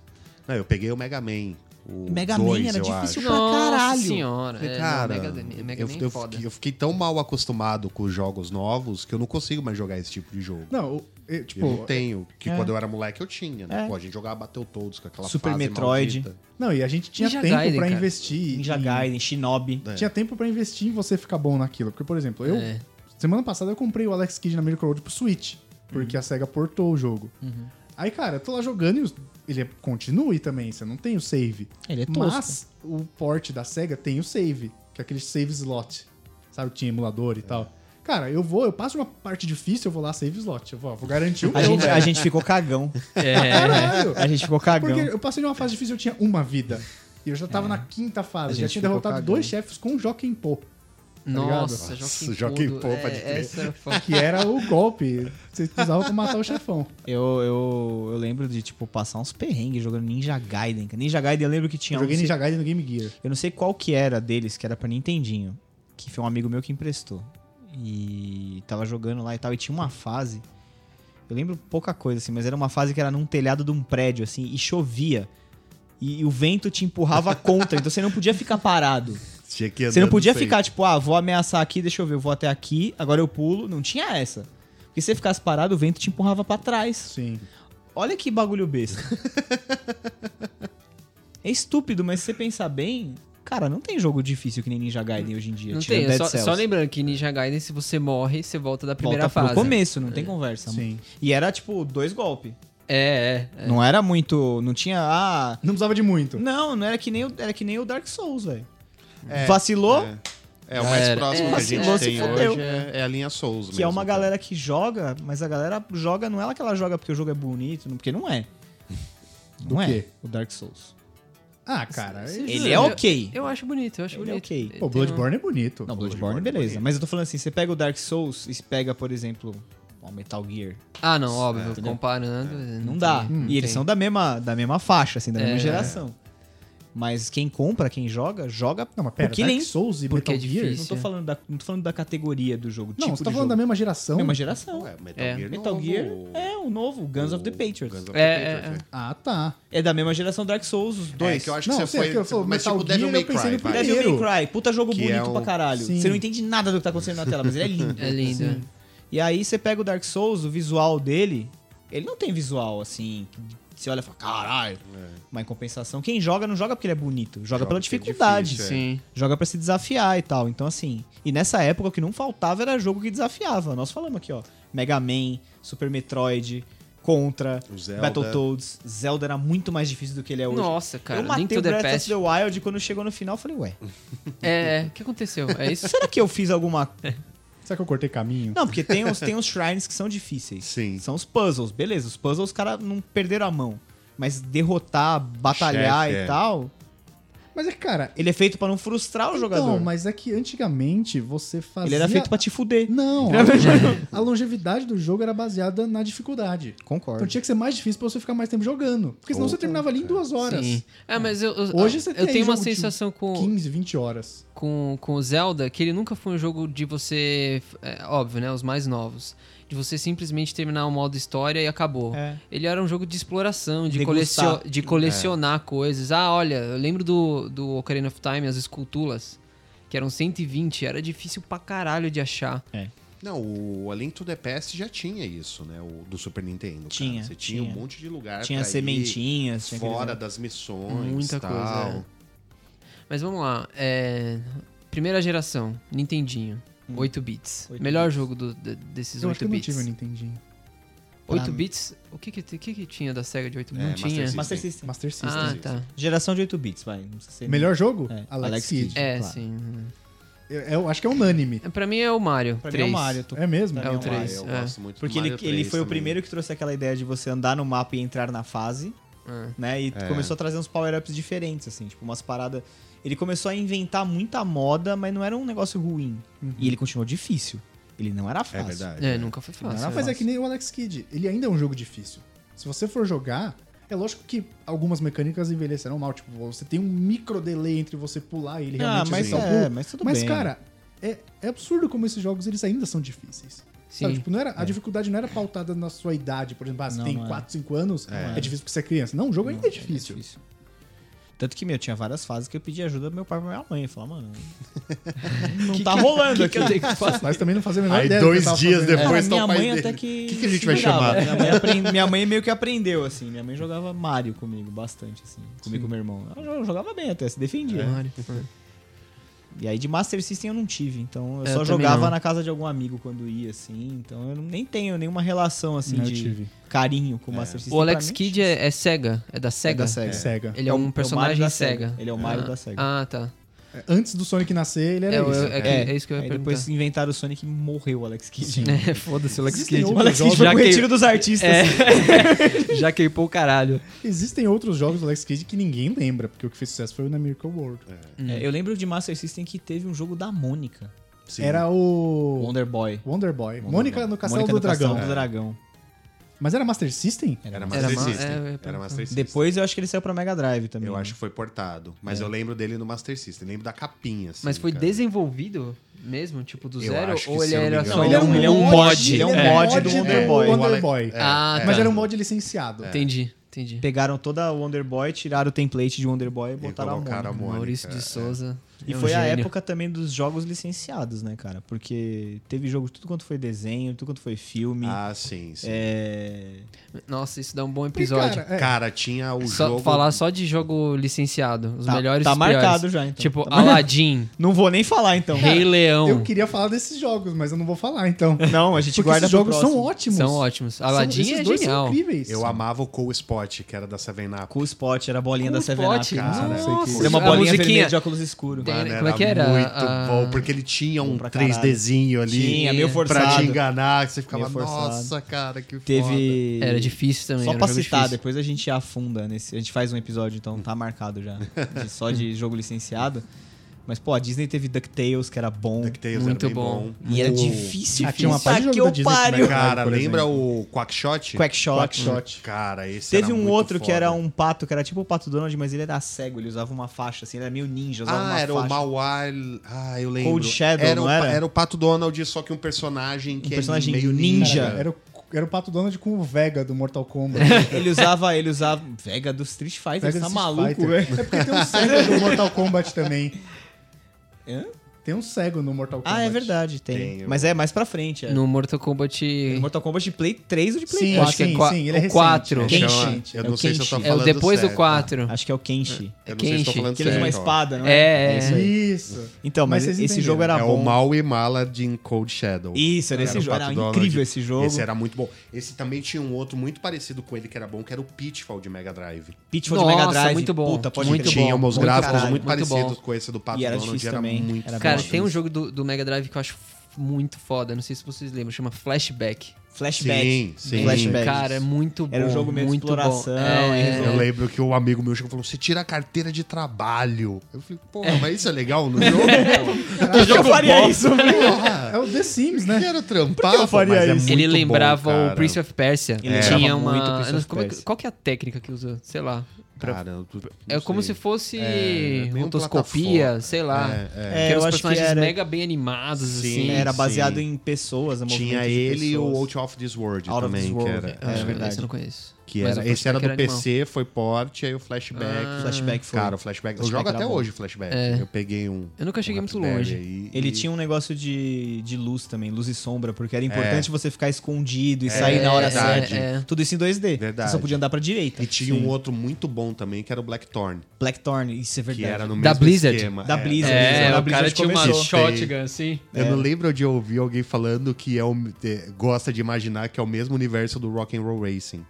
[SPEAKER 2] Não, eu peguei o Mega Man. O
[SPEAKER 3] Mega Man
[SPEAKER 2] dois,
[SPEAKER 3] era
[SPEAKER 2] eu
[SPEAKER 3] difícil
[SPEAKER 2] acho.
[SPEAKER 3] pra caralho.
[SPEAKER 4] Nossa senhora.
[SPEAKER 2] Falei,
[SPEAKER 4] É,
[SPEAKER 2] cara,
[SPEAKER 4] não, Mega, Man- Mega
[SPEAKER 2] eu,
[SPEAKER 4] Man é
[SPEAKER 2] eu
[SPEAKER 4] foda.
[SPEAKER 2] fiquei, eu fiquei tão mal acostumado com os jogos novos que eu não consigo mais jogar esse tipo de jogo.
[SPEAKER 1] Não, o- e, tipo,
[SPEAKER 2] eu não tenho, que
[SPEAKER 3] é.
[SPEAKER 2] quando eu era moleque eu tinha, né?
[SPEAKER 3] É.
[SPEAKER 2] Pô, a gente jogava bateu todos com aquela
[SPEAKER 3] Super
[SPEAKER 2] fase
[SPEAKER 3] Metroid.
[SPEAKER 2] maldita.
[SPEAKER 1] não, e a gente tinha
[SPEAKER 4] Ninja
[SPEAKER 1] tempo
[SPEAKER 4] Gaiden,
[SPEAKER 1] pra
[SPEAKER 4] cara.
[SPEAKER 1] investir.
[SPEAKER 3] Ninja
[SPEAKER 1] em-
[SPEAKER 3] Gaiden, Shinobi.
[SPEAKER 2] É.
[SPEAKER 1] Tinha tempo pra investir em você ficar bom naquilo. Porque, por exemplo, eu.
[SPEAKER 4] É.
[SPEAKER 1] Semana passada eu comprei o Alex Kidd na Miracle Road pro Switch. Porque
[SPEAKER 3] Uhum.
[SPEAKER 1] a SEGA portou o jogo. Aí, cara, eu tô lá jogando e os- ele é- continua aí também. Você não tem o save.
[SPEAKER 3] Ele é tosco.
[SPEAKER 1] Mas o port da SEGA tem o save, que é aquele save slot. Sabe, que tinha emulador
[SPEAKER 3] É.
[SPEAKER 1] e tal. Cara, eu vou, eu passo uma parte difícil, eu vou lá save slot. Eu vou, vou garantir o
[SPEAKER 3] A
[SPEAKER 1] meu,
[SPEAKER 3] gente,
[SPEAKER 1] velho.
[SPEAKER 3] a gente ficou cagão.
[SPEAKER 4] É,
[SPEAKER 1] Caralho!
[SPEAKER 3] A gente ficou cagão. É.
[SPEAKER 1] Porque eu passei numa fase difícil, eu tinha uma vida. E eu já tava na quinta
[SPEAKER 3] A
[SPEAKER 1] fase. Já
[SPEAKER 3] gente
[SPEAKER 1] tinha
[SPEAKER 3] ficou
[SPEAKER 1] derrotado
[SPEAKER 3] cagão.
[SPEAKER 1] dois chefes com o Joaquim Po.
[SPEAKER 4] nossa,
[SPEAKER 2] Nossa,
[SPEAKER 4] Joaquim
[SPEAKER 2] Joaquim
[SPEAKER 4] Pô.
[SPEAKER 2] Pô, pode
[SPEAKER 4] é,
[SPEAKER 2] crer.
[SPEAKER 4] essa era foda.
[SPEAKER 1] Então, Que era o golpe. Você precisava pra matar o chefão.
[SPEAKER 3] Eu, eu, eu lembro de, tipo, passar uns perrengues jogando Ninja Gaiden. cara. Ninja Gaiden eu lembro que tinha
[SPEAKER 1] Eu
[SPEAKER 3] um.
[SPEAKER 1] joguei Ninja Gaiden no Game Gear.
[SPEAKER 3] Eu não sei qual que era deles, que era pra Nintendinho. Que foi um amigo meu que emprestou. E tava jogando lá e tal. E tinha uma fase. Eu lembro pouca coisa, assim, mas era uma fase que era num telhado de um prédio, assim, e chovia. E, e o vento te empurrava contra, então você não podia ficar parado.
[SPEAKER 2] Tinha que
[SPEAKER 3] Você não
[SPEAKER 2] andando
[SPEAKER 3] podia
[SPEAKER 2] sempre.
[SPEAKER 3] ficar, tipo, ah, vou ameaçar aqui, deixa eu ver, eu vou até aqui, agora eu pulo. Não tinha essa. Porque se você ficasse parado, o vento te empurrava pra trás.
[SPEAKER 1] Sim.
[SPEAKER 3] Olha que bagulho besta. é estúpido, mas se você pensar bem, cara, não tem jogo difícil que nem Ninja Gaiden hoje em dia.
[SPEAKER 4] Não
[SPEAKER 3] tirando
[SPEAKER 4] tem, é
[SPEAKER 3] Dead
[SPEAKER 4] só,
[SPEAKER 3] Cells.
[SPEAKER 4] só lembrando que Ninja Gaiden, se você morre, você volta da primeira
[SPEAKER 3] Volta
[SPEAKER 4] fase.
[SPEAKER 3] pro começo, não tem conversa. mano.
[SPEAKER 1] Sim.
[SPEAKER 3] E era, tipo, dois golpes.
[SPEAKER 4] É, é. é.
[SPEAKER 3] Não era muito... Não tinha, ah...
[SPEAKER 1] Não precisava de muito.
[SPEAKER 3] Não, não era que nem o, era que nem o Dark Souls, velho.
[SPEAKER 2] É,
[SPEAKER 3] Vacilou,
[SPEAKER 2] é. É, o mais
[SPEAKER 4] Era.
[SPEAKER 2] próximo
[SPEAKER 4] É,
[SPEAKER 2] que a gente
[SPEAKER 3] vacilou, se
[SPEAKER 2] tem
[SPEAKER 3] fudeu.
[SPEAKER 2] hoje é, é a linha Souls
[SPEAKER 3] que
[SPEAKER 2] mesmo,
[SPEAKER 3] é uma
[SPEAKER 2] cara.
[SPEAKER 3] galera que joga, mas a galera joga, não é ela que ela joga porque o jogo é bonito, não- porque não é. Não é
[SPEAKER 1] quê?
[SPEAKER 3] o Dark Souls.
[SPEAKER 1] Ah, cara.
[SPEAKER 4] Sim.
[SPEAKER 1] é-
[SPEAKER 3] Ele é
[SPEAKER 4] Eu-
[SPEAKER 3] ok.
[SPEAKER 4] Eu acho bonito, eu acho
[SPEAKER 3] Ele é
[SPEAKER 4] bonito.
[SPEAKER 3] ok.
[SPEAKER 1] Pô, Bloodborne é bonito.
[SPEAKER 3] Não,
[SPEAKER 2] Bloodborne
[SPEAKER 3] Bloodborne,
[SPEAKER 2] é
[SPEAKER 3] beleza.
[SPEAKER 2] bonito.
[SPEAKER 3] Mas eu tô falando assim, você pega o Dark Souls e pega, por exemplo, o Metal Gear.
[SPEAKER 4] Ah, não, óbvio,
[SPEAKER 3] É, entendeu? É.
[SPEAKER 4] comparando.
[SPEAKER 3] Não dá.
[SPEAKER 4] tem, não
[SPEAKER 3] e eles
[SPEAKER 4] tem.
[SPEAKER 3] são da mesma, da mesma faixa, assim, da
[SPEAKER 4] É.
[SPEAKER 3] mesma geração. Mas quem compra, quem joga, joga.
[SPEAKER 1] Não, mas pera,
[SPEAKER 3] porque
[SPEAKER 1] Dark
[SPEAKER 3] nem-
[SPEAKER 1] Souls e
[SPEAKER 4] porque
[SPEAKER 1] Metal
[SPEAKER 4] é
[SPEAKER 1] Gear...
[SPEAKER 4] difícil.
[SPEAKER 3] Não tô falando da, não tô falando da categoria do jogo.
[SPEAKER 1] Não,
[SPEAKER 3] tipo
[SPEAKER 1] você tá
[SPEAKER 3] de
[SPEAKER 1] falando da
[SPEAKER 3] jogo.
[SPEAKER 1] mesma geração?
[SPEAKER 3] mesma geração.
[SPEAKER 2] Ué, Metal
[SPEAKER 4] É.
[SPEAKER 2] Gear
[SPEAKER 3] Metal
[SPEAKER 2] novo,
[SPEAKER 3] Gear
[SPEAKER 2] o-
[SPEAKER 3] é o novo Guns of the
[SPEAKER 2] o
[SPEAKER 3] Patriots.
[SPEAKER 2] Guns of
[SPEAKER 4] É,
[SPEAKER 2] the
[SPEAKER 4] é,
[SPEAKER 2] Patriots,
[SPEAKER 1] Ah, tá.
[SPEAKER 3] É da mesma geração do Dark Souls, os
[SPEAKER 2] é.
[SPEAKER 3] dois.
[SPEAKER 2] É, que eu acho
[SPEAKER 1] Não,
[SPEAKER 2] que você
[SPEAKER 1] sei, porque eu
[SPEAKER 2] foi...
[SPEAKER 1] falo,
[SPEAKER 2] mas tipo
[SPEAKER 1] Metal
[SPEAKER 2] Devil
[SPEAKER 1] Gear,
[SPEAKER 2] May
[SPEAKER 1] eu pensei
[SPEAKER 2] Cry,
[SPEAKER 1] no
[SPEAKER 2] vai.
[SPEAKER 1] primeiro.
[SPEAKER 3] Devil May Cry, puta jogo
[SPEAKER 2] Que
[SPEAKER 3] bonito
[SPEAKER 2] é o-
[SPEAKER 3] pra caralho.
[SPEAKER 1] Sim.
[SPEAKER 3] Você não entende nada do que tá acontecendo na tela, mas ele é lindo.
[SPEAKER 4] É lindo.
[SPEAKER 1] Sim.
[SPEAKER 3] E aí você pega o Dark Souls, o visual dele, ele não tem visual assim. que Você olha e fala, caralho. Mas em compensação, quem joga não joga porque ele é bonito, joga,
[SPEAKER 2] É. Joga
[SPEAKER 3] pela
[SPEAKER 2] porque é
[SPEAKER 3] dificuldade.
[SPEAKER 2] difícil,
[SPEAKER 4] Sim.
[SPEAKER 3] Joga pra se desafiar e tal. Então, assim. E nessa época o que não faltava era jogo que desafiava. Nós falamos aqui, ó. Mega Man, Super Metroid, Contra,
[SPEAKER 2] O Zelda.
[SPEAKER 3] Battletoads. Zelda era muito mais difícil do que ele é hoje.
[SPEAKER 4] Nossa, cara,
[SPEAKER 3] eu matei
[SPEAKER 4] Link
[SPEAKER 3] o
[SPEAKER 4] to the
[SPEAKER 3] Breath of
[SPEAKER 4] Past.
[SPEAKER 3] the Wild e quando chegou no final eu falei, ué,
[SPEAKER 4] É, é, o que aconteceu? É isso?
[SPEAKER 3] será que eu fiz alguma
[SPEAKER 1] Será que eu cortei caminho?
[SPEAKER 3] Não, porque tem os, tem os shrines que são difíceis.
[SPEAKER 2] Sim.
[SPEAKER 3] São os puzzles, beleza. Os puzzles os caras não perderam a mão. Mas derrotar, batalhar
[SPEAKER 2] Chefe,
[SPEAKER 3] e
[SPEAKER 2] é.
[SPEAKER 3] tal,
[SPEAKER 1] Mas é que, cara...
[SPEAKER 3] ele é feito pra não frustrar o
[SPEAKER 1] Não,
[SPEAKER 3] jogador.
[SPEAKER 1] mas é que antigamente você fazia...
[SPEAKER 3] Ele era feito pra te fuder.
[SPEAKER 1] Não, a longe- a longevidade do jogo era baseada na dificuldade. Então
[SPEAKER 3] Concordo.
[SPEAKER 1] tinha que ser mais difícil pra você ficar mais tempo jogando. Porque senão
[SPEAKER 2] Ou-
[SPEAKER 1] você terminava ali em duas horas.
[SPEAKER 4] Sim. É, mas eu, eu,
[SPEAKER 1] Hoje você
[SPEAKER 4] eu
[SPEAKER 1] tem
[SPEAKER 4] tenho uma
[SPEAKER 1] jogo de
[SPEAKER 4] sensação com,
[SPEAKER 1] 15, 20 horas.
[SPEAKER 4] com, com o Zelda que ele nunca foi um jogo de você. é, óbvio, né? Os mais novos. De você simplesmente terminar o modo história e acabou.
[SPEAKER 3] É.
[SPEAKER 4] Ele era um jogo de exploração, de,
[SPEAKER 3] Degustar.
[SPEAKER 4] colecio-
[SPEAKER 1] É.
[SPEAKER 4] de colecionar coisas. Ah, olha, eu lembro do, do Ocarina of Time, as esculturas, que eram 120, era difícil pra caralho de achar.
[SPEAKER 3] É.
[SPEAKER 2] Não, o A Link to the Past já tinha isso, né? O do Super Nintendo. cara.
[SPEAKER 3] Tinha,
[SPEAKER 2] Você tinha,
[SPEAKER 3] tinha.
[SPEAKER 2] um monte de lugar
[SPEAKER 3] Tinha
[SPEAKER 2] pra ir
[SPEAKER 3] sementinhas, tinha aqueles-
[SPEAKER 2] fora das missões,
[SPEAKER 4] Muita
[SPEAKER 2] tal.
[SPEAKER 4] coisa, é. Mas vamos lá. é, Primeira geração, Nintendinho. 8 bits.
[SPEAKER 3] 8
[SPEAKER 4] Melhor
[SPEAKER 3] bits.
[SPEAKER 4] jogo do- de- desses
[SPEAKER 1] Hum. Eu acho que
[SPEAKER 4] 8
[SPEAKER 1] eu não
[SPEAKER 4] bits.
[SPEAKER 1] tive um o Nintendinho.
[SPEAKER 4] 8
[SPEAKER 3] Ah,
[SPEAKER 4] bits? O que que, o que que tinha da SEGA de 8
[SPEAKER 2] É,
[SPEAKER 4] bits? Não
[SPEAKER 2] Master
[SPEAKER 4] tinha.
[SPEAKER 2] System.
[SPEAKER 3] Master System.
[SPEAKER 1] Master System.
[SPEAKER 4] Ah,
[SPEAKER 2] System.
[SPEAKER 4] tá.
[SPEAKER 3] Geração de 8 bits, vai. Não precisa ser-
[SPEAKER 1] Melhor jogo?
[SPEAKER 3] É,
[SPEAKER 1] Alex,
[SPEAKER 3] Alex
[SPEAKER 1] Kidd.
[SPEAKER 3] Kidd.
[SPEAKER 4] É,
[SPEAKER 3] Claro.
[SPEAKER 4] sim.
[SPEAKER 1] Eu, eu acho que é unânime.
[SPEAKER 4] Pra mim é o Mario.
[SPEAKER 3] Pra
[SPEAKER 4] 3.
[SPEAKER 3] mim é o Mario. tô-
[SPEAKER 1] É mesmo?
[SPEAKER 3] É
[SPEAKER 4] É o
[SPEAKER 3] Mario,
[SPEAKER 4] 3.
[SPEAKER 2] eu
[SPEAKER 4] é.
[SPEAKER 2] gosto muito do
[SPEAKER 3] Porque ele,
[SPEAKER 2] Mario
[SPEAKER 3] ele
[SPEAKER 2] 3
[SPEAKER 3] foi o
[SPEAKER 2] também.
[SPEAKER 3] primeiro que trouxe aquela ideia de você andar no mapa e entrar na fase,
[SPEAKER 4] É.
[SPEAKER 3] né? E
[SPEAKER 2] É.
[SPEAKER 3] começou a trazer uns power-ups diferentes, assim, tipo umas paradas. Ele começou a inventar muita moda, mas não era um negócio ruim.
[SPEAKER 4] Uhum.
[SPEAKER 3] E ele continuou difícil. Ele não era
[SPEAKER 2] É
[SPEAKER 3] fácil.
[SPEAKER 2] verdade.
[SPEAKER 4] É, nunca foi fácil.
[SPEAKER 3] Não,
[SPEAKER 4] é.
[SPEAKER 1] Mas é que nem o Alex Kidd. Ele ainda é um jogo difícil. Se você for jogar, é lógico que algumas mecânicas envelhecerão mal. Tipo, você tem um micro delay entre você pular e ele
[SPEAKER 3] Ah,
[SPEAKER 1] realmente
[SPEAKER 3] mas,
[SPEAKER 1] executar o
[SPEAKER 3] é,
[SPEAKER 1] pulo.
[SPEAKER 3] mas tudo
[SPEAKER 1] Mas,
[SPEAKER 3] bem.
[SPEAKER 1] cara, é, é absurdo como esses jogos eles ainda são difíceis. Sabe,
[SPEAKER 4] Sim.
[SPEAKER 1] tipo, não era, a dificuldade não era pautada na sua idade. Por exemplo, ah, você
[SPEAKER 3] É. Não,
[SPEAKER 1] tem
[SPEAKER 3] não é.
[SPEAKER 1] 4, 5 anos,
[SPEAKER 3] É.
[SPEAKER 1] é. difícil porque você é criança. Não, o jogo ainda é
[SPEAKER 3] tipo,
[SPEAKER 1] difícil.
[SPEAKER 3] Tanto que, meu, tinha várias fases que eu pedi ajuda pro meu pai e pra minha mãe. Eu falava, mano, não tá rolando aqui.
[SPEAKER 4] que eu tenho que fazer?
[SPEAKER 1] Mas É também não fazia a menor
[SPEAKER 2] Aí
[SPEAKER 1] ideia do que
[SPEAKER 2] dois
[SPEAKER 1] eu tava
[SPEAKER 2] dias
[SPEAKER 1] fazendo.
[SPEAKER 2] depois-
[SPEAKER 3] Cara,
[SPEAKER 2] tá
[SPEAKER 3] minha
[SPEAKER 2] o pai
[SPEAKER 3] mãe
[SPEAKER 2] dele.
[SPEAKER 3] até que.
[SPEAKER 2] Que que a gente
[SPEAKER 3] se
[SPEAKER 2] vai
[SPEAKER 3] virava.
[SPEAKER 2] chamar?
[SPEAKER 3] Minha mãe, aprend- minha mãe meio que aprendeu, assim. Minha mãe jogava Mario comigo bastante, assim. Comigo e com meu irmão. Ela jo- jogava bem até, se defendia.
[SPEAKER 4] É. Mario.
[SPEAKER 3] E aí de Master System eu não tive. Então eu
[SPEAKER 4] É,
[SPEAKER 3] só
[SPEAKER 4] eu também
[SPEAKER 3] jogava
[SPEAKER 4] não.
[SPEAKER 3] na casa de algum amigo quando ia, assim. Então eu não- nem tenho nenhuma relação, assim,
[SPEAKER 1] Não, eu
[SPEAKER 3] de
[SPEAKER 1] tive.
[SPEAKER 3] carinho com o Master System.
[SPEAKER 4] O Alex
[SPEAKER 3] Pra mim,
[SPEAKER 4] Kidd é, é SEGA? É da SEGA?
[SPEAKER 3] da SEGA.
[SPEAKER 1] Sega.
[SPEAKER 4] Ele é,
[SPEAKER 3] É o- é o
[SPEAKER 4] um
[SPEAKER 3] Mario
[SPEAKER 4] personagem
[SPEAKER 3] da
[SPEAKER 4] SEGA.
[SPEAKER 3] SEGA. Ele é o Mario
[SPEAKER 4] ah,
[SPEAKER 3] da SEGA.
[SPEAKER 4] Ah, tá.
[SPEAKER 1] Antes do Sonic nascer, ele era
[SPEAKER 4] É, eu-
[SPEAKER 1] isso.
[SPEAKER 4] eu- é que- é isso que eu ia
[SPEAKER 3] aí
[SPEAKER 4] perguntar.
[SPEAKER 3] depois inventaram o Sonic e morreu o Alex Kidd.
[SPEAKER 4] É, foda-se o Alex
[SPEAKER 1] Existem
[SPEAKER 4] Kidd.
[SPEAKER 1] outros
[SPEAKER 3] O Alex Kidd
[SPEAKER 1] jogos-
[SPEAKER 3] foi
[SPEAKER 4] já
[SPEAKER 3] pro
[SPEAKER 4] que-
[SPEAKER 3] retiro dos artistas.
[SPEAKER 4] É. já queipou o caralho.
[SPEAKER 1] Existem outros jogos do Alex Kidd que ninguém lembra, porque o que fez sucesso foi o na Miracle World.
[SPEAKER 3] É, eu lembro de Master System que teve um jogo da Mônica.
[SPEAKER 2] Sim.
[SPEAKER 1] Era o
[SPEAKER 3] Wonder Boy.
[SPEAKER 1] Wonder Boy.
[SPEAKER 3] Wonder
[SPEAKER 1] Mônica
[SPEAKER 3] Boy.
[SPEAKER 1] no Castelo
[SPEAKER 3] Mônica
[SPEAKER 1] do
[SPEAKER 3] no
[SPEAKER 1] Dragão.
[SPEAKER 3] Castelo do Dragão.
[SPEAKER 1] Mas era Master System?
[SPEAKER 2] Era
[SPEAKER 3] uma-
[SPEAKER 2] Master
[SPEAKER 4] Era ma-
[SPEAKER 2] System.
[SPEAKER 4] é, eu ia
[SPEAKER 2] Era
[SPEAKER 4] perguntar.
[SPEAKER 2] Master System.
[SPEAKER 3] Depois eu acho que ele saiu pra Mega Drive também.
[SPEAKER 2] Eu
[SPEAKER 3] né?
[SPEAKER 2] acho que foi portado. Mas eu lembro dele no Master System. Lembro da capinha, assim,
[SPEAKER 4] É. Mas foi
[SPEAKER 2] cara.
[SPEAKER 4] desenvolvido mesmo, tipo do
[SPEAKER 2] Eu
[SPEAKER 4] zero?
[SPEAKER 2] acho que
[SPEAKER 4] Ou
[SPEAKER 2] se
[SPEAKER 4] ele
[SPEAKER 2] eu não me
[SPEAKER 4] era
[SPEAKER 2] engano-
[SPEAKER 4] só
[SPEAKER 2] Não,
[SPEAKER 4] um...
[SPEAKER 2] ele era um
[SPEAKER 3] mod, é ele é um mod do Wonder Boy.
[SPEAKER 1] Wonder
[SPEAKER 2] Ale-
[SPEAKER 1] Boy.
[SPEAKER 2] É,
[SPEAKER 4] Ah,
[SPEAKER 2] é.
[SPEAKER 4] tá.
[SPEAKER 1] Mas era um mod licenciado.
[SPEAKER 4] Entendi, entendi.
[SPEAKER 3] Pegaram toda a Wonder Boy, tiraram o template de Wonder Boy e botaram a
[SPEAKER 2] colocaram
[SPEAKER 3] Mônica.
[SPEAKER 2] a Mônica.
[SPEAKER 4] Maurício de
[SPEAKER 2] é.
[SPEAKER 4] Souza.
[SPEAKER 3] E
[SPEAKER 4] é um
[SPEAKER 3] foi a
[SPEAKER 4] gênio.
[SPEAKER 3] época também dos jogos licenciados, né, cara? Porque teve jogo de tudo quanto foi desenho, tudo quanto foi filme.
[SPEAKER 2] Ah, sim, sim.
[SPEAKER 3] É...
[SPEAKER 4] Nossa, isso dá um bom
[SPEAKER 1] E,
[SPEAKER 4] episódio.
[SPEAKER 1] cara, é,
[SPEAKER 2] Cara, tinha o
[SPEAKER 4] Só
[SPEAKER 2] jogo...
[SPEAKER 4] falar só de jogo licenciado, os
[SPEAKER 3] tá,
[SPEAKER 4] melhores e
[SPEAKER 3] Tá
[SPEAKER 4] os piores.
[SPEAKER 3] marcado já, então.
[SPEAKER 4] Tipo,
[SPEAKER 3] Tá marcado.
[SPEAKER 4] Aladdin,
[SPEAKER 3] Não vou nem falar, então.
[SPEAKER 4] Rei
[SPEAKER 1] eu
[SPEAKER 4] Leão,
[SPEAKER 1] queria falar desses jogos, mas eu não vou falar, então.
[SPEAKER 4] É,
[SPEAKER 3] Não, a gente
[SPEAKER 1] Porque
[SPEAKER 3] guarda
[SPEAKER 1] esses
[SPEAKER 3] pro
[SPEAKER 1] jogos são
[SPEAKER 3] próximo.
[SPEAKER 1] ótimos.
[SPEAKER 4] são ótimos.
[SPEAKER 1] São-
[SPEAKER 4] Aladdin
[SPEAKER 1] esses
[SPEAKER 4] é
[SPEAKER 1] dois
[SPEAKER 4] genial.
[SPEAKER 1] São incríveis.
[SPEAKER 2] Eu amava o Cool Spot, que era da Seven Up.
[SPEAKER 3] Cool Spot, era a bolinha da
[SPEAKER 4] Cool
[SPEAKER 3] Seven
[SPEAKER 4] Spot,
[SPEAKER 3] Up.
[SPEAKER 2] cara.
[SPEAKER 4] nossa,
[SPEAKER 2] Sei que-
[SPEAKER 3] Era uma
[SPEAKER 4] a é
[SPEAKER 3] bolinha
[SPEAKER 4] musiquinha.
[SPEAKER 3] vermelha de óculos escuros.
[SPEAKER 4] Tem-
[SPEAKER 2] Mano,
[SPEAKER 4] como é que era?
[SPEAKER 2] muito
[SPEAKER 4] Ah,
[SPEAKER 2] bom, porque ele tinha
[SPEAKER 3] bom
[SPEAKER 2] um
[SPEAKER 3] pra caralho.
[SPEAKER 2] 3Dzinho ali
[SPEAKER 3] Tinha, meio
[SPEAKER 2] pra
[SPEAKER 3] forçado.
[SPEAKER 2] te enganar, que você ficava,
[SPEAKER 3] Meio forçado.
[SPEAKER 2] nossa, cara, que foda.
[SPEAKER 3] Teve...
[SPEAKER 4] Era difícil também.
[SPEAKER 3] Só
[SPEAKER 4] era um
[SPEAKER 3] pra
[SPEAKER 4] jogo
[SPEAKER 3] citar,
[SPEAKER 4] difícil.
[SPEAKER 3] depois a gente afunda nesse. A gente faz um episódio, então tá marcado já. de- só de jogo licenciado. Mas, pô, a Disney teve DuckTales, que era bom.
[SPEAKER 2] DuckTales
[SPEAKER 4] Muito
[SPEAKER 2] era bem
[SPEAKER 4] bom.
[SPEAKER 2] bom.
[SPEAKER 3] E era
[SPEAKER 2] O-
[SPEAKER 3] difícil,
[SPEAKER 1] Ah,
[SPEAKER 3] filho.
[SPEAKER 1] tinha uma
[SPEAKER 3] Puta
[SPEAKER 1] parte de jogo
[SPEAKER 3] que
[SPEAKER 1] da
[SPEAKER 3] eu
[SPEAKER 1] Disney que
[SPEAKER 3] pariu.
[SPEAKER 1] era-
[SPEAKER 2] Cara,
[SPEAKER 1] Por
[SPEAKER 2] lembra
[SPEAKER 1] exemplo.
[SPEAKER 2] o Quackshot?
[SPEAKER 3] Quackshot.
[SPEAKER 1] Quackshot.
[SPEAKER 2] Cara, esse
[SPEAKER 3] Teve
[SPEAKER 2] era
[SPEAKER 3] um
[SPEAKER 2] muito
[SPEAKER 3] outro que
[SPEAKER 2] foda.
[SPEAKER 3] era um pato, que era tipo o Pato Donald, mas ele era cego, ele usava uma faixa, assim, ele era meio ninja, usava uma
[SPEAKER 2] Ah, era
[SPEAKER 3] faixa.
[SPEAKER 2] o Mauai. Ah, eu lembro.
[SPEAKER 3] Cold Shadow,
[SPEAKER 2] era,
[SPEAKER 3] não
[SPEAKER 2] o, pa-
[SPEAKER 3] era?
[SPEAKER 2] era o Pato Donald, só que um personagem que
[SPEAKER 3] personagem
[SPEAKER 2] é meio
[SPEAKER 3] ninja.
[SPEAKER 2] ninja.
[SPEAKER 1] Cara, era, o, era o Pato Donald com o Vega do Mortal Kombat.
[SPEAKER 4] É.
[SPEAKER 3] Ele usava, ele usava Vega do Street Fighter,
[SPEAKER 1] Vega
[SPEAKER 3] você tá
[SPEAKER 1] Street
[SPEAKER 3] maluco,
[SPEAKER 1] Fighter.
[SPEAKER 3] velho.
[SPEAKER 1] É porque tem um cego no Mortal Kombat também.
[SPEAKER 3] Hã?
[SPEAKER 1] Tem um cego no Mortal Kombat.
[SPEAKER 3] Ah, é verdade, tem.
[SPEAKER 2] Tem, eu-
[SPEAKER 3] Mas é mais pra frente, é.
[SPEAKER 4] No Mortal Kombat.
[SPEAKER 3] No Mortal Kombat de Play 3 ou de Play
[SPEAKER 1] Sim,
[SPEAKER 3] 4?
[SPEAKER 4] acho que é
[SPEAKER 1] sim,
[SPEAKER 4] qua-
[SPEAKER 1] sim, ele é
[SPEAKER 4] o
[SPEAKER 1] recente.
[SPEAKER 4] quatro.
[SPEAKER 1] É.
[SPEAKER 2] Chama-
[SPEAKER 3] Kenshi.
[SPEAKER 2] Eu
[SPEAKER 3] É o
[SPEAKER 2] não sei se eu
[SPEAKER 3] Kenshi.
[SPEAKER 2] tô
[SPEAKER 4] É o
[SPEAKER 2] falando
[SPEAKER 4] depois do
[SPEAKER 2] certo. né?
[SPEAKER 4] 4.
[SPEAKER 3] Acho que é o Kenshi.
[SPEAKER 2] Eu não sei se eu tô
[SPEAKER 4] Kenshi.
[SPEAKER 2] falando
[SPEAKER 3] Que ele usa uma
[SPEAKER 2] certo, ó.
[SPEAKER 3] espada, não
[SPEAKER 4] É, é,
[SPEAKER 3] isso aí.
[SPEAKER 1] Isso.
[SPEAKER 3] Então,
[SPEAKER 1] Mas
[SPEAKER 3] mas,
[SPEAKER 1] vocês
[SPEAKER 3] esse
[SPEAKER 1] entenderam.
[SPEAKER 3] jogo era
[SPEAKER 2] é o
[SPEAKER 3] bom.
[SPEAKER 2] Mal e Mala de Cold Shadow.
[SPEAKER 3] Isso, era esse
[SPEAKER 2] o
[SPEAKER 3] jogo. Era
[SPEAKER 2] Pato Donald.
[SPEAKER 3] incrível esse jogo.
[SPEAKER 2] Esse é era muito bom. Esse também tinha um outro muito parecido com ele que era bom, que era o Pitfall de Mega Drive.
[SPEAKER 3] Pitfall de
[SPEAKER 4] Nossa,
[SPEAKER 3] Mega Drive.
[SPEAKER 4] muito bom.
[SPEAKER 3] Puta, pode
[SPEAKER 4] Muito
[SPEAKER 3] crer.
[SPEAKER 4] bom,
[SPEAKER 2] tinha uns
[SPEAKER 4] muito
[SPEAKER 2] gráficos
[SPEAKER 4] caralho,
[SPEAKER 2] muito,
[SPEAKER 4] muito bom.
[SPEAKER 2] parecidos com esse do Pato
[SPEAKER 3] E era
[SPEAKER 2] Donald.
[SPEAKER 3] difícil
[SPEAKER 2] Era
[SPEAKER 3] também,
[SPEAKER 2] muito
[SPEAKER 3] era bom.
[SPEAKER 4] Cara,
[SPEAKER 2] foda.
[SPEAKER 4] tem um jogo do, do Mega Drive que eu acho f- muito foda. Não sei se vocês lembram, chama Flashback.
[SPEAKER 3] Flashback.
[SPEAKER 2] Sim, sim.
[SPEAKER 3] Flashback.
[SPEAKER 4] Cara, é muito bom.
[SPEAKER 3] Era um jogo meio de
[SPEAKER 4] muito
[SPEAKER 3] exploração,
[SPEAKER 4] Bom.
[SPEAKER 3] e
[SPEAKER 4] É,
[SPEAKER 2] Eu lembro que um amigo meu chegou e falou: você tira a carteira de trabalho. Eu falei, porra, mas isso é legal no jogo?
[SPEAKER 3] Eu já faria isso.
[SPEAKER 2] Porra,
[SPEAKER 1] É o The Sims, né?
[SPEAKER 2] quero trampar.
[SPEAKER 1] Por que eu faria
[SPEAKER 2] mas é
[SPEAKER 1] isso?
[SPEAKER 4] ele
[SPEAKER 2] muito bom,
[SPEAKER 4] lembrava o
[SPEAKER 2] cara.
[SPEAKER 4] Prince of Persia.
[SPEAKER 3] Ele
[SPEAKER 4] Ele
[SPEAKER 3] lembrava
[SPEAKER 4] tinha
[SPEAKER 3] muito o
[SPEAKER 4] uma.
[SPEAKER 3] Prince
[SPEAKER 4] eu não-
[SPEAKER 3] of
[SPEAKER 4] como é que-
[SPEAKER 3] Persia.
[SPEAKER 4] qual que é a técnica que usa? Sei lá. pra-
[SPEAKER 2] Cara, eu não
[SPEAKER 4] é como
[SPEAKER 2] sei.
[SPEAKER 4] se fosse
[SPEAKER 2] É, meio
[SPEAKER 4] rotoscopia,
[SPEAKER 2] plataforma.
[SPEAKER 4] sei lá.
[SPEAKER 2] É, é.
[SPEAKER 3] É,
[SPEAKER 4] que
[SPEAKER 3] eu
[SPEAKER 4] eram os
[SPEAKER 3] acho que
[SPEAKER 4] personagens
[SPEAKER 3] era-
[SPEAKER 4] mega bem animados, assim.
[SPEAKER 2] Sim,
[SPEAKER 3] Era baseado
[SPEAKER 2] sim.
[SPEAKER 4] um
[SPEAKER 3] em pessoas, a movimento
[SPEAKER 2] Tinha
[SPEAKER 3] de
[SPEAKER 2] ele e o
[SPEAKER 3] pessoas.
[SPEAKER 2] Out of This World
[SPEAKER 3] Out of
[SPEAKER 2] também,
[SPEAKER 3] This World,
[SPEAKER 2] que era.
[SPEAKER 3] é.
[SPEAKER 4] Acho que
[SPEAKER 3] verdade.
[SPEAKER 4] esse eu não conheço.
[SPEAKER 2] Que
[SPEAKER 4] Mas
[SPEAKER 2] era,
[SPEAKER 4] o
[SPEAKER 2] esse era do
[SPEAKER 4] flashback era Ah.
[SPEAKER 2] PC, foi porte, aí o flashback.
[SPEAKER 3] O flashback foi.
[SPEAKER 2] Cara, o flashback. eu
[SPEAKER 3] Flashback
[SPEAKER 2] jogo
[SPEAKER 3] era
[SPEAKER 2] até
[SPEAKER 3] bom.
[SPEAKER 2] hoje flashback. Eu peguei um.
[SPEAKER 4] É. Eu nunca
[SPEAKER 2] um
[SPEAKER 4] cheguei muito
[SPEAKER 2] Raspberry
[SPEAKER 4] longe.
[SPEAKER 2] aí
[SPEAKER 3] Ele
[SPEAKER 2] e-
[SPEAKER 3] tinha um negócio de, de luz também, luz e sombra, porque era importante você ficar escondido e
[SPEAKER 2] É,
[SPEAKER 3] sair na hora
[SPEAKER 2] verdade. É.
[SPEAKER 3] certa. Tudo isso em 2D.
[SPEAKER 2] Verdade.
[SPEAKER 3] Você só podia andar pra direita.
[SPEAKER 2] E tinha um outro muito bom também, que era o Blackthorn.
[SPEAKER 3] Blackthorn, isso é verdade.
[SPEAKER 2] Que era no
[SPEAKER 4] Da
[SPEAKER 2] mesmo
[SPEAKER 4] Blizzard.
[SPEAKER 2] esquema.
[SPEAKER 3] Da
[SPEAKER 2] É,
[SPEAKER 3] Blizzard. É.
[SPEAKER 4] É,
[SPEAKER 3] Blizzard
[SPEAKER 4] o cara tinha uma
[SPEAKER 3] começou.
[SPEAKER 4] shotgun assim.
[SPEAKER 2] Eu não lembro onde eu ouvi alguém falando que é o, eh, gosta de imaginar que é o mesmo universo do Rock and Roll Racing.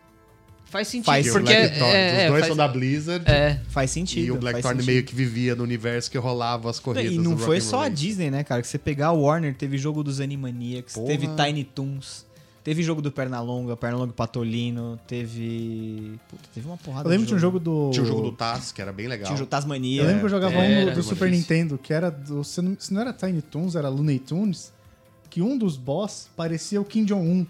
[SPEAKER 4] Faz sentido,
[SPEAKER 3] Faz
[SPEAKER 2] Que o
[SPEAKER 4] porque...
[SPEAKER 2] Blackthorn-
[SPEAKER 4] é, é,
[SPEAKER 2] os dois
[SPEAKER 4] faz-
[SPEAKER 2] são da Blizzard.
[SPEAKER 4] É,
[SPEAKER 3] Faz sentido.
[SPEAKER 2] E o Blackthorn meio que vivia no universo que rolava as corridas.
[SPEAKER 3] E
[SPEAKER 2] do
[SPEAKER 3] não
[SPEAKER 2] Rock
[SPEAKER 3] foi
[SPEAKER 2] and
[SPEAKER 3] só
[SPEAKER 2] Roll
[SPEAKER 3] a
[SPEAKER 2] Racing.
[SPEAKER 3] Disney, né, cara? Que você pegar a Warner, teve jogo dos Animaniacs,
[SPEAKER 2] Porra.
[SPEAKER 3] teve Tiny Toons, teve jogo do Pernalonga, Pernalonga e Patolino, teve. Puta, teve uma porrada
[SPEAKER 1] Eu lembro de um jogo do.
[SPEAKER 2] Tinha o jogo do Taz, que era bem legal.
[SPEAKER 3] Tinha o jogo Tasmania.
[SPEAKER 1] Eu lembro que eu jogava
[SPEAKER 4] era,
[SPEAKER 1] um do- do
[SPEAKER 2] era
[SPEAKER 1] Super
[SPEAKER 2] difícil.
[SPEAKER 1] Nintendo, que era do. Se não, se não era Tiny Toons, era Looney Tunes, que um dos boss parecia o Kim Jong-un.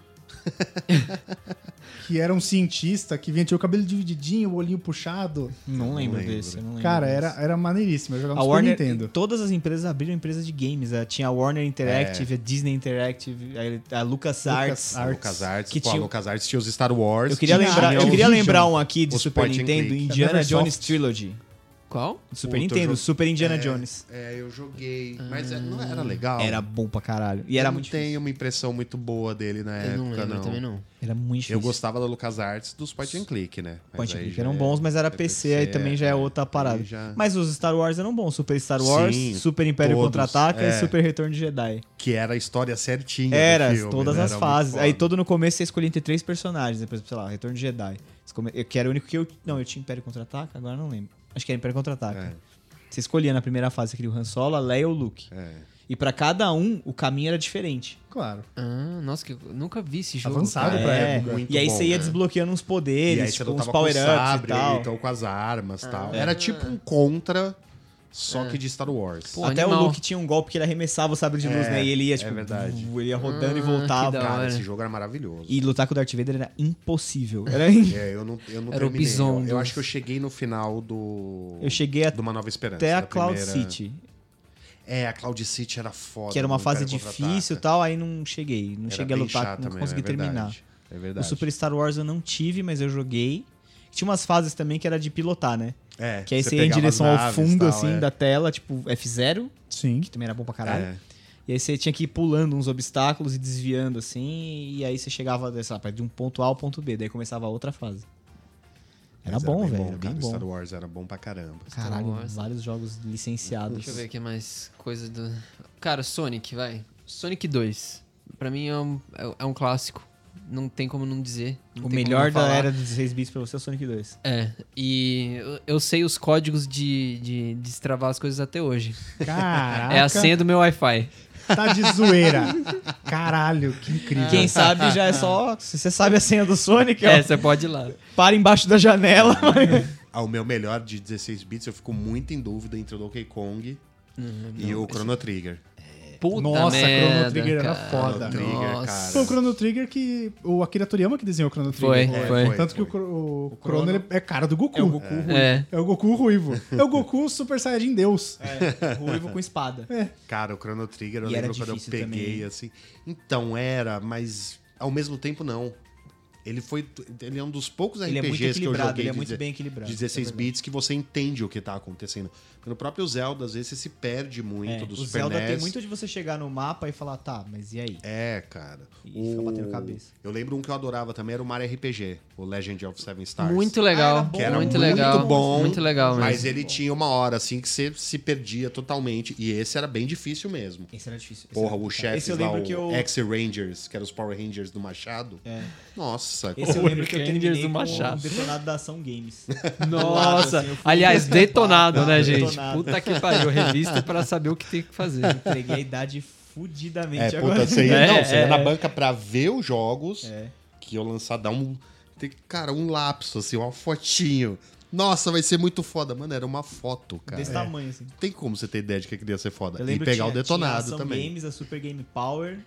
[SPEAKER 1] que era um cientista que vinha, tinha o cabelo divididinho, o olhinho puxado.
[SPEAKER 3] Não
[SPEAKER 2] Não
[SPEAKER 3] lembro
[SPEAKER 2] lembro.
[SPEAKER 3] desse. eu não lembro
[SPEAKER 1] Cara,
[SPEAKER 3] desse.
[SPEAKER 1] era, era maneiríssimo. Eu jogava
[SPEAKER 3] A
[SPEAKER 1] no Super
[SPEAKER 3] Warner,
[SPEAKER 1] Nintendo.
[SPEAKER 3] todas as empresas abriram empresas de games. né? Tinha a Warner
[SPEAKER 2] É.
[SPEAKER 3] Interactive, a Disney Interactive, a, a LucasArts.
[SPEAKER 2] A LucasArts.
[SPEAKER 3] que
[SPEAKER 2] Pô,
[SPEAKER 3] tinha-
[SPEAKER 2] a LucasArts tinha os Star Wars.
[SPEAKER 3] Eu queria,
[SPEAKER 2] tinha
[SPEAKER 3] lembrar,
[SPEAKER 2] os-
[SPEAKER 3] eu queria lembrar um aqui de
[SPEAKER 2] os
[SPEAKER 3] Super
[SPEAKER 2] point and
[SPEAKER 3] Nintendo,
[SPEAKER 2] click.
[SPEAKER 3] Indiana
[SPEAKER 1] Neversoft.
[SPEAKER 3] Jones Trilogy.
[SPEAKER 4] Qual?
[SPEAKER 3] Do Super
[SPEAKER 2] Puta,
[SPEAKER 3] Nintendo,
[SPEAKER 2] eu jo-
[SPEAKER 3] Super Indiana Jones.
[SPEAKER 2] É, eu joguei. Mas é, não era legal.
[SPEAKER 3] Ah, Era bom pra caralho. E
[SPEAKER 2] eu
[SPEAKER 3] era
[SPEAKER 2] não
[SPEAKER 3] muito difícil.
[SPEAKER 2] tenho uma impressão muito boa dele na
[SPEAKER 4] eu não
[SPEAKER 2] É, época,
[SPEAKER 4] lembro
[SPEAKER 2] não.
[SPEAKER 4] também não.
[SPEAKER 3] Era é muito difícil.
[SPEAKER 2] Eu gostava da LucasArts dos point and click, né? Mas
[SPEAKER 3] Point and
[SPEAKER 2] aí
[SPEAKER 3] click
[SPEAKER 2] já
[SPEAKER 3] eram
[SPEAKER 2] é-
[SPEAKER 3] bons, mas era
[SPEAKER 2] é
[SPEAKER 3] PC, aí também já é outra
[SPEAKER 2] aí
[SPEAKER 3] parada.
[SPEAKER 2] já-
[SPEAKER 3] Mas os Star Wars eram bons. Super Star Wars,
[SPEAKER 2] Sim,
[SPEAKER 3] Super Império
[SPEAKER 2] todos,
[SPEAKER 3] Contra-Ataca e
[SPEAKER 2] é.
[SPEAKER 3] Super Retorno de Jedi.
[SPEAKER 2] Que era a história certinha. do
[SPEAKER 3] Era,
[SPEAKER 2] filme,
[SPEAKER 3] todas
[SPEAKER 2] né?
[SPEAKER 3] as
[SPEAKER 2] Era muito
[SPEAKER 3] fases.
[SPEAKER 2] foda.
[SPEAKER 3] Aí todo no começo você escolhia entre três personagens. Depois, sei lá, Retorno de Jedi. Você come- Eu, que era o único que eu. Não, eu tinha Império Contra-Ataca, agora eu não lembro. Acho que era Império Contra-Ataca.
[SPEAKER 2] É.
[SPEAKER 3] Você escolhia na primeira fase, você queria o Han Solo, a Leia ou o Luke.
[SPEAKER 2] É.
[SPEAKER 3] E pra cada um, o caminho era diferente.
[SPEAKER 1] Claro.
[SPEAKER 4] Ah, nossa, que eu nunca vi esse jogo.
[SPEAKER 1] Avançado
[SPEAKER 4] cara.
[SPEAKER 1] pra
[SPEAKER 3] É,
[SPEAKER 1] época.
[SPEAKER 2] muito
[SPEAKER 3] e aí
[SPEAKER 2] bom,
[SPEAKER 3] você ia
[SPEAKER 2] né?
[SPEAKER 3] desbloqueando uns
[SPEAKER 2] E
[SPEAKER 3] poderes,
[SPEAKER 2] aí você
[SPEAKER 3] tipo,
[SPEAKER 2] não
[SPEAKER 3] uns
[SPEAKER 2] tava com o
[SPEAKER 3] power-ups e
[SPEAKER 2] sabre,
[SPEAKER 3] tal. É.
[SPEAKER 2] então com as armas e tal. Era tipo um contra, só que de Star Wars.
[SPEAKER 4] Pô,
[SPEAKER 3] Até
[SPEAKER 4] animal.
[SPEAKER 3] o Luke tinha um golpe que ele arremessava o sabre de luz,
[SPEAKER 2] É,
[SPEAKER 3] né? E ele ia,
[SPEAKER 2] é
[SPEAKER 3] tipo,
[SPEAKER 2] verdade.
[SPEAKER 3] vu- ele ia rodando e
[SPEAKER 4] Ah, que da
[SPEAKER 3] voltava.
[SPEAKER 4] hora.
[SPEAKER 2] Cara, esse jogo era maravilhoso.
[SPEAKER 3] E lutar com o Darth Vader era impossível. Era...
[SPEAKER 2] É, eu não, eu não
[SPEAKER 4] Era
[SPEAKER 2] terminei.
[SPEAKER 4] o Bison
[SPEAKER 2] Eu, eu
[SPEAKER 4] dos-
[SPEAKER 2] acho que eu cheguei no final do.
[SPEAKER 3] Eu cheguei
[SPEAKER 2] do Uma Nova Esperança.
[SPEAKER 3] até a
[SPEAKER 2] da
[SPEAKER 3] Cloud
[SPEAKER 2] é primeira-
[SPEAKER 3] City,
[SPEAKER 2] É, a Cloud City era foda.
[SPEAKER 3] que era uma
[SPEAKER 2] no
[SPEAKER 3] fase
[SPEAKER 2] Império
[SPEAKER 3] difícil e
[SPEAKER 2] Contra-Ataca.
[SPEAKER 3] tal, aí não cheguei. Não
[SPEAKER 2] Era
[SPEAKER 3] cheguei a
[SPEAKER 2] bem
[SPEAKER 3] lutar,
[SPEAKER 2] chato
[SPEAKER 3] não
[SPEAKER 2] também,
[SPEAKER 3] consegui
[SPEAKER 2] é verdade.
[SPEAKER 3] terminar.
[SPEAKER 2] É
[SPEAKER 3] O
[SPEAKER 2] verdade.
[SPEAKER 3] Super Star Wars eu não tive, mas eu joguei. Tinha umas fases também que era de pilotar, né?
[SPEAKER 2] É,
[SPEAKER 3] Que aí você,
[SPEAKER 2] você
[SPEAKER 3] ia em
[SPEAKER 2] pegava
[SPEAKER 3] direção
[SPEAKER 2] as
[SPEAKER 3] ao
[SPEAKER 2] naves
[SPEAKER 3] fundo,
[SPEAKER 2] e tal,
[SPEAKER 3] assim,
[SPEAKER 2] é.
[SPEAKER 3] da tela, tipo F0,
[SPEAKER 1] Sim.
[SPEAKER 3] que também era bom pra caralho.
[SPEAKER 2] É.
[SPEAKER 3] E aí você tinha que ir pulando uns obstáculos e desviando assim, e aí você chegava sei lá, de um ponto A ao ponto B, daí começava a outra fase. Era
[SPEAKER 2] Mas
[SPEAKER 3] bom,
[SPEAKER 2] bem
[SPEAKER 3] velho, era
[SPEAKER 2] cara.
[SPEAKER 3] bem bom.
[SPEAKER 2] Star Wars era bom pra caramba.
[SPEAKER 3] Caralho,
[SPEAKER 4] Wars.
[SPEAKER 3] vários jogos licenciados.
[SPEAKER 4] Deixa eu ver aqui mais coisa do. Cara, Sonic, vai. Sonic 2. Pra mim é um, é- é um clássico. Não tem como não
[SPEAKER 3] O
[SPEAKER 4] dizer. não tem como
[SPEAKER 3] melhor
[SPEAKER 4] não
[SPEAKER 3] da
[SPEAKER 4] falar.
[SPEAKER 3] era dos 16 bits pra você é o Sonic 2.
[SPEAKER 4] É, e eu- eu sei os códigos de, de destravar as coisas até hoje.
[SPEAKER 1] Caraca.
[SPEAKER 4] É a senha do meu Wi-Fi.
[SPEAKER 1] Tá de zoeira. Caralho, que incrível.
[SPEAKER 3] Quem sabe já é só. Se você sabe a senha do Sonic, ó,
[SPEAKER 4] É, você pode ir lá.
[SPEAKER 3] para embaixo da janela.
[SPEAKER 2] Ah, o meu melhor de 16 bits, eu fico muito em dúvida entre o Donkey Kong
[SPEAKER 4] Uhum,
[SPEAKER 2] e o Chrono Trigger.
[SPEAKER 4] Puta
[SPEAKER 1] Nossa,
[SPEAKER 4] merda,
[SPEAKER 1] Chrono Trigger era
[SPEAKER 4] cara.
[SPEAKER 1] foda.
[SPEAKER 2] Chrono Trigger, cara.
[SPEAKER 1] Foi o Chrono Trigger que. O Akira Toriyama que desenhou o Chrono
[SPEAKER 4] Foi,
[SPEAKER 1] Trigger.
[SPEAKER 4] foi.
[SPEAKER 1] Tanto que o, Cro- o Chrono ele é cara do Goku. É o Goku,
[SPEAKER 4] É.
[SPEAKER 1] ruivo. É o Goku Super Saiyajin Deus.
[SPEAKER 3] É, ruivo com espada.
[SPEAKER 2] Cara, o Chrono Trigger, eu
[SPEAKER 3] E era
[SPEAKER 2] lembro quando eu
[SPEAKER 3] difícil
[SPEAKER 2] peguei,
[SPEAKER 3] também.
[SPEAKER 2] assim. Então, era, mas ao mesmo tempo não. Ele foi. Ele é um dos poucos
[SPEAKER 3] Ele é muito
[SPEAKER 2] RPGs que eu
[SPEAKER 3] equilibrado,
[SPEAKER 2] joguei.
[SPEAKER 3] ele é
[SPEAKER 2] de
[SPEAKER 3] muito
[SPEAKER 2] deze-
[SPEAKER 3] bem equilibrado. É
[SPEAKER 2] De 16 bits que você entende o que tá acontecendo. Porque no próprio Zelda, às vezes, você se perde muito
[SPEAKER 3] É,
[SPEAKER 2] do
[SPEAKER 3] o
[SPEAKER 2] Super
[SPEAKER 3] Zelda tem
[SPEAKER 2] NES.
[SPEAKER 3] muito de você chegar no mapa e falar, tá, mas e aí?
[SPEAKER 2] É, cara.
[SPEAKER 3] E fica batendo cabeça.
[SPEAKER 2] Eu lembro um que eu adorava também, era o Mario RPG, o Legend of Seven Stars.
[SPEAKER 4] Muito
[SPEAKER 3] Ah, era
[SPEAKER 4] legal.
[SPEAKER 3] bom,
[SPEAKER 2] que era
[SPEAKER 4] muito
[SPEAKER 2] muito
[SPEAKER 4] legal.
[SPEAKER 2] bom,
[SPEAKER 4] Muito legal mesmo.
[SPEAKER 2] Mas ele tinha uma hora assim que você se perdia totalmente. E esse era bem difícil mesmo.
[SPEAKER 3] Esse era difícil. esse
[SPEAKER 2] Porra,
[SPEAKER 3] era
[SPEAKER 2] o
[SPEAKER 3] complicado. Esse
[SPEAKER 2] chefe
[SPEAKER 3] eu
[SPEAKER 2] lá,
[SPEAKER 3] lembro
[SPEAKER 2] o
[SPEAKER 3] que eu.
[SPEAKER 2] X-Rangers, que eram os Power Rangers do Machado.
[SPEAKER 3] É.
[SPEAKER 2] Nossa,
[SPEAKER 3] Esse eu
[SPEAKER 4] Power
[SPEAKER 3] lembro que eu
[SPEAKER 4] Rangers
[SPEAKER 3] terminei
[SPEAKER 4] do
[SPEAKER 3] com o
[SPEAKER 4] Machado.
[SPEAKER 3] detonado da Ação Games.
[SPEAKER 4] Nossa.
[SPEAKER 3] Assim, eu fui
[SPEAKER 4] Aliás, detonado, né, gente?
[SPEAKER 3] Detonado.
[SPEAKER 4] Puta que pariu. Revista pra saber o que tem que fazer.
[SPEAKER 3] Peguei a idade fudidamente
[SPEAKER 2] É,
[SPEAKER 3] agora.
[SPEAKER 2] puta, você ia,
[SPEAKER 4] É,
[SPEAKER 2] não, você ia
[SPEAKER 4] é.
[SPEAKER 2] na banca pra ver os jogos
[SPEAKER 3] É.
[SPEAKER 2] que eu lançar, dar um. tem- Cara, um lapso, assim, uma fotinho. Nossa, vai ser muito foda. Mano, era uma foto, cara.
[SPEAKER 3] Desse tamanho, assim.
[SPEAKER 2] Não tem como você ter ideia de que aquilo ia ser foda.
[SPEAKER 3] Eu
[SPEAKER 2] E
[SPEAKER 3] lembro
[SPEAKER 2] é. pegar
[SPEAKER 3] tinha-
[SPEAKER 2] o detonado
[SPEAKER 3] tinha a Ação
[SPEAKER 2] também.
[SPEAKER 3] Games, a Super Game Power.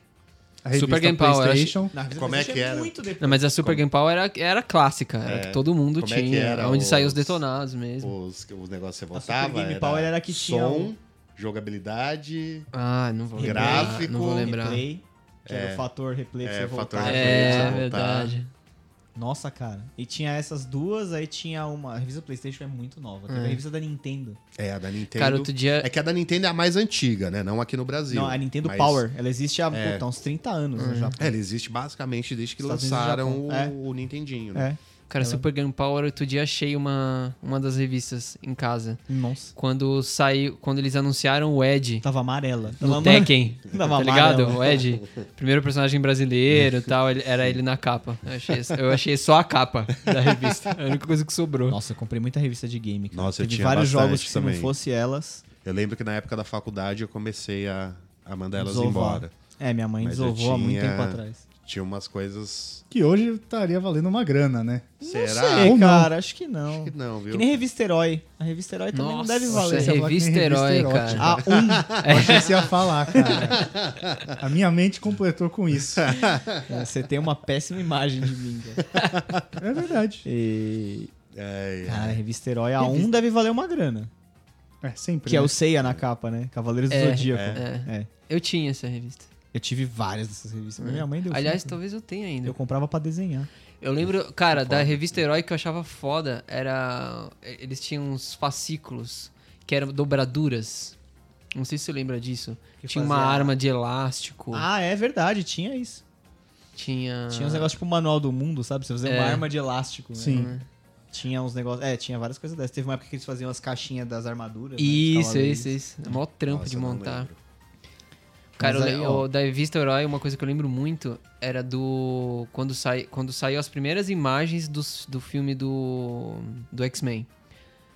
[SPEAKER 1] A revista
[SPEAKER 4] Super Game Power,
[SPEAKER 1] PlayStation.
[SPEAKER 3] Na revista
[SPEAKER 2] Como é
[SPEAKER 3] PlayStation
[SPEAKER 2] que era?
[SPEAKER 3] Muito depois.
[SPEAKER 4] Não, mas a Super Game Power era, era clássica. Era que todo mundo
[SPEAKER 2] Como é que
[SPEAKER 4] tinha.
[SPEAKER 2] era
[SPEAKER 4] onde saíam
[SPEAKER 2] os-
[SPEAKER 4] os detonados mesmo.
[SPEAKER 2] Os, os negócios que você
[SPEAKER 3] A
[SPEAKER 2] votava.
[SPEAKER 3] Super Game Power era que tinha
[SPEAKER 2] som,
[SPEAKER 3] o-
[SPEAKER 2] jogabilidade.
[SPEAKER 4] Ah, não vou lembrar.
[SPEAKER 2] Gráfico,
[SPEAKER 4] não vou lembrar.
[SPEAKER 3] Replay, que era o fator replay pra
[SPEAKER 2] É,
[SPEAKER 3] você
[SPEAKER 2] fator
[SPEAKER 3] voltar.
[SPEAKER 2] replay. né?
[SPEAKER 4] É,
[SPEAKER 2] Voltar.
[SPEAKER 4] verdade.
[SPEAKER 3] Nossa, cara. E tinha essas duas, aí tinha uma. A revista PlayStation é muito nova. Teve a revista da Nintendo.
[SPEAKER 2] É, a da Nintendo.
[SPEAKER 4] Cara, outro dia.
[SPEAKER 2] É que a da Nintendo é a mais antiga, né? Não aqui no Brasil.
[SPEAKER 3] Não, a Nintendo
[SPEAKER 2] Mas-
[SPEAKER 3] Power. Ela existe há puta, uns 30 anos
[SPEAKER 4] Uhum.
[SPEAKER 3] no Japão.
[SPEAKER 2] É, ela existe basicamente desde que
[SPEAKER 3] Estados Unidos e
[SPEAKER 2] lançaram o,
[SPEAKER 3] Japão. É.
[SPEAKER 2] o Nintendinho, né?
[SPEAKER 3] É.
[SPEAKER 4] Cara,
[SPEAKER 3] Ela-
[SPEAKER 4] Super Game Power, outro dia achei uma, uma das revistas em casa.
[SPEAKER 3] Nossa.
[SPEAKER 4] Quando saiu. Quando eles anunciaram o Ed
[SPEAKER 3] Tava amarela. Tava
[SPEAKER 4] no
[SPEAKER 3] amarela.
[SPEAKER 4] Tekken.
[SPEAKER 3] Tava
[SPEAKER 4] Tá ligado?
[SPEAKER 3] amarela.
[SPEAKER 4] O Ed, primeiro personagem brasileiro e tal, ele- era ele na capa. Eu achei, eu achei só a capa da revista. A única coisa que sobrou.
[SPEAKER 3] Nossa, eu comprei muita revista de game. Cara.
[SPEAKER 2] Nossa, eu
[SPEAKER 3] Teve
[SPEAKER 2] tinha
[SPEAKER 3] vários
[SPEAKER 2] bastante
[SPEAKER 3] jogos que se não
[SPEAKER 2] também.
[SPEAKER 3] fosse elas.
[SPEAKER 2] Eu lembro que na época da faculdade eu comecei a, a mandar elas
[SPEAKER 3] Desovar.
[SPEAKER 2] embora.
[SPEAKER 3] É, minha mãe
[SPEAKER 2] Mas eu
[SPEAKER 3] desovou há muito
[SPEAKER 2] tinha-
[SPEAKER 3] tempo atrás.
[SPEAKER 2] Tinha umas coisas.
[SPEAKER 1] Que hoje estaria valendo uma grana, né?
[SPEAKER 2] Será?
[SPEAKER 3] Não sei,
[SPEAKER 1] Ou não.
[SPEAKER 3] cara, acho que não.
[SPEAKER 2] Que
[SPEAKER 3] Que,
[SPEAKER 2] não, viu?
[SPEAKER 3] nem revista herói. A revista herói também não
[SPEAKER 4] Nossa,
[SPEAKER 3] deve valer.
[SPEAKER 1] Você ia falar que
[SPEAKER 3] é
[SPEAKER 4] revista é
[SPEAKER 1] nem
[SPEAKER 4] herói,
[SPEAKER 1] erótica.
[SPEAKER 4] cara.
[SPEAKER 3] A um.
[SPEAKER 4] É.
[SPEAKER 1] Eu achei que você ia falar, cara. A minha mente completou com isso.
[SPEAKER 3] É, Você tem uma péssima imagem de mim, cara.
[SPEAKER 1] É verdade.
[SPEAKER 3] E...
[SPEAKER 2] É, é.
[SPEAKER 3] Cara, a revista Herói A1 deve valer uma grana.
[SPEAKER 1] É, sempre.
[SPEAKER 3] Que é
[SPEAKER 1] né?
[SPEAKER 3] o Seiya na capa, né? Cavaleiros do
[SPEAKER 4] É,
[SPEAKER 3] Zodíaco.
[SPEAKER 4] é.
[SPEAKER 3] É.
[SPEAKER 4] Eu tinha essa revista.
[SPEAKER 3] Eu tive várias dessas revistas. mas Minha mãe deu.
[SPEAKER 4] Aliás,
[SPEAKER 3] sempre.
[SPEAKER 4] talvez eu tenha ainda.
[SPEAKER 3] eu comprava pra desenhar.
[SPEAKER 4] Eu lembro, cara, da revista Herói que eu achava foda era. Eles tinham uns fascículos que eram dobraduras. Não sei se você lembra disso.
[SPEAKER 3] Que
[SPEAKER 4] tinha uma
[SPEAKER 3] fazia-
[SPEAKER 4] arma de elástico.
[SPEAKER 3] Ah, é verdade, tinha isso.
[SPEAKER 4] Tinha.
[SPEAKER 3] Tinha uns negócios tipo o Manual do Mundo, sabe? Você fazia
[SPEAKER 4] É.
[SPEAKER 3] uma arma de elástico. né?
[SPEAKER 1] Sim.
[SPEAKER 3] Tinha uns negócios. É, tinha várias coisas dessas. Teve uma época que eles faziam as caixinhas das armaduras. né, dos
[SPEAKER 4] Isso,
[SPEAKER 3] cavaleiros.
[SPEAKER 4] isso, isso. É mó trampo
[SPEAKER 2] Nossa,
[SPEAKER 4] de
[SPEAKER 2] eu não
[SPEAKER 4] montar.
[SPEAKER 2] lembro.
[SPEAKER 4] Cara, eu
[SPEAKER 3] Mas aí,
[SPEAKER 4] le-
[SPEAKER 3] ó.
[SPEAKER 4] o- da revista Herói, uma coisa que eu lembro muito era do. Quando, sai, quando saiu as primeiras imagens dos, do filme do, do X-Men.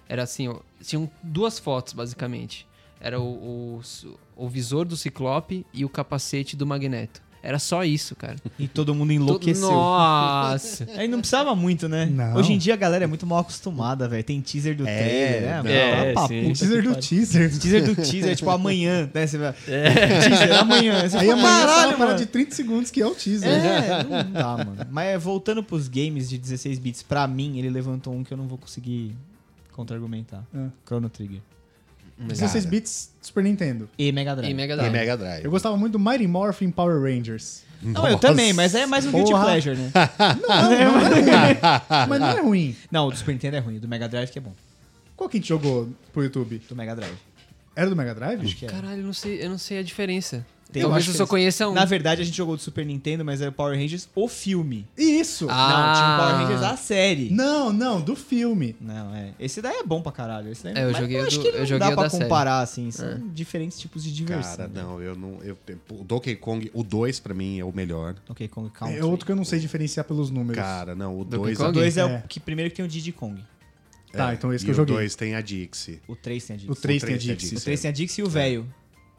[SPEAKER 4] Era assim, ó, tinham duas fotos, basicamente. Era o, o, su- o visor do Ciclope e o capacete do Magneto. Era só isso, cara.
[SPEAKER 3] E todo mundo
[SPEAKER 4] Todo-
[SPEAKER 3] enlouqueceu.
[SPEAKER 4] Nossa!
[SPEAKER 3] Aí não precisava muito, né?
[SPEAKER 1] Não.
[SPEAKER 3] Hoje em dia a galera é muito mal acostumada, velho. Tem teaser do
[SPEAKER 2] É,
[SPEAKER 3] trailer, né?
[SPEAKER 2] não.
[SPEAKER 3] Vai lá
[SPEAKER 4] É,
[SPEAKER 3] pra
[SPEAKER 4] sim.
[SPEAKER 3] puta que
[SPEAKER 1] Teaser do
[SPEAKER 3] pariu.
[SPEAKER 1] teaser.
[SPEAKER 3] Teaser do teaser, é tipo amanhã, né? Você vai. Teaser amanhã. Aí você
[SPEAKER 1] Aí
[SPEAKER 3] fala,
[SPEAKER 1] amanhã sai uma
[SPEAKER 3] caralho,
[SPEAKER 1] parada
[SPEAKER 3] mano.
[SPEAKER 1] de 30 segundos que é o teaser.
[SPEAKER 3] É, não dá, mano. Mas é, voltando pros games de 16 bits, pra mim, ele levantou um que eu não vou conseguir contra-argumentar.
[SPEAKER 1] É.
[SPEAKER 3] Chrono Trigger.
[SPEAKER 1] 16 bits Super Nintendo.
[SPEAKER 3] E Mega Drive.
[SPEAKER 4] E Mega
[SPEAKER 2] E
[SPEAKER 4] Drive.
[SPEAKER 2] Mega Drive.
[SPEAKER 1] Eu gostava muito do Mighty Morphin Power Rangers.
[SPEAKER 3] Não, eu também, mas é mais um guilty
[SPEAKER 1] Porra.
[SPEAKER 3] pleasure, né?
[SPEAKER 1] Não, não, não é ruim. Mas não é ruim.
[SPEAKER 3] Não, o do Super Nintendo é ruim, o do Mega Drive que é bom.
[SPEAKER 1] Qual que a gente jogou pro YouTube?
[SPEAKER 3] Do Mega Drive.
[SPEAKER 1] Era do Mega Drive?
[SPEAKER 3] Acho que é.
[SPEAKER 4] Caralho, eu não sei, eu não sei a diferença.
[SPEAKER 3] Tem uma
[SPEAKER 4] Talvez eu só
[SPEAKER 3] diferença.
[SPEAKER 4] conheça um.
[SPEAKER 3] Na verdade, a gente jogou do Super Nintendo, mas era o Power Rangers, o filme.
[SPEAKER 1] Isso!
[SPEAKER 4] Ah.
[SPEAKER 3] Não, tinha o Power Rangers a série.
[SPEAKER 1] Não, não, do filme.
[SPEAKER 3] Não, é. Esse daí é bom pra caralho. Esse daí
[SPEAKER 4] É, eu
[SPEAKER 3] mas
[SPEAKER 4] joguei o
[SPEAKER 3] acho
[SPEAKER 4] do-
[SPEAKER 3] que não
[SPEAKER 4] eu joguei
[SPEAKER 3] dá
[SPEAKER 4] o
[SPEAKER 3] pra
[SPEAKER 4] da série. É.
[SPEAKER 3] comparar, assim. São diferentes tipos de diversão.
[SPEAKER 2] Cara,
[SPEAKER 3] né?
[SPEAKER 2] não, eu não. Eu, o Donkey Kong, o 2 pra mim é o melhor.
[SPEAKER 3] Ah, Ok, Kong Country.
[SPEAKER 1] É outro que eu não sei diferenciar pelos números.
[SPEAKER 2] Cara, não, o
[SPEAKER 4] Donkey
[SPEAKER 2] 2
[SPEAKER 3] O
[SPEAKER 4] Kong?
[SPEAKER 3] dois é,
[SPEAKER 1] É.
[SPEAKER 3] o que primeiro que tem o Diddy Kong.
[SPEAKER 1] Tá,
[SPEAKER 3] é,
[SPEAKER 1] então esse
[SPEAKER 2] é, e
[SPEAKER 1] que eu joguei.
[SPEAKER 2] O 2 tem a Dixie.
[SPEAKER 3] O 3 tem a Dixie.
[SPEAKER 1] O 3 tem a
[SPEAKER 2] três tem a
[SPEAKER 1] Dixie.
[SPEAKER 3] O três tem a Dixie e o velho.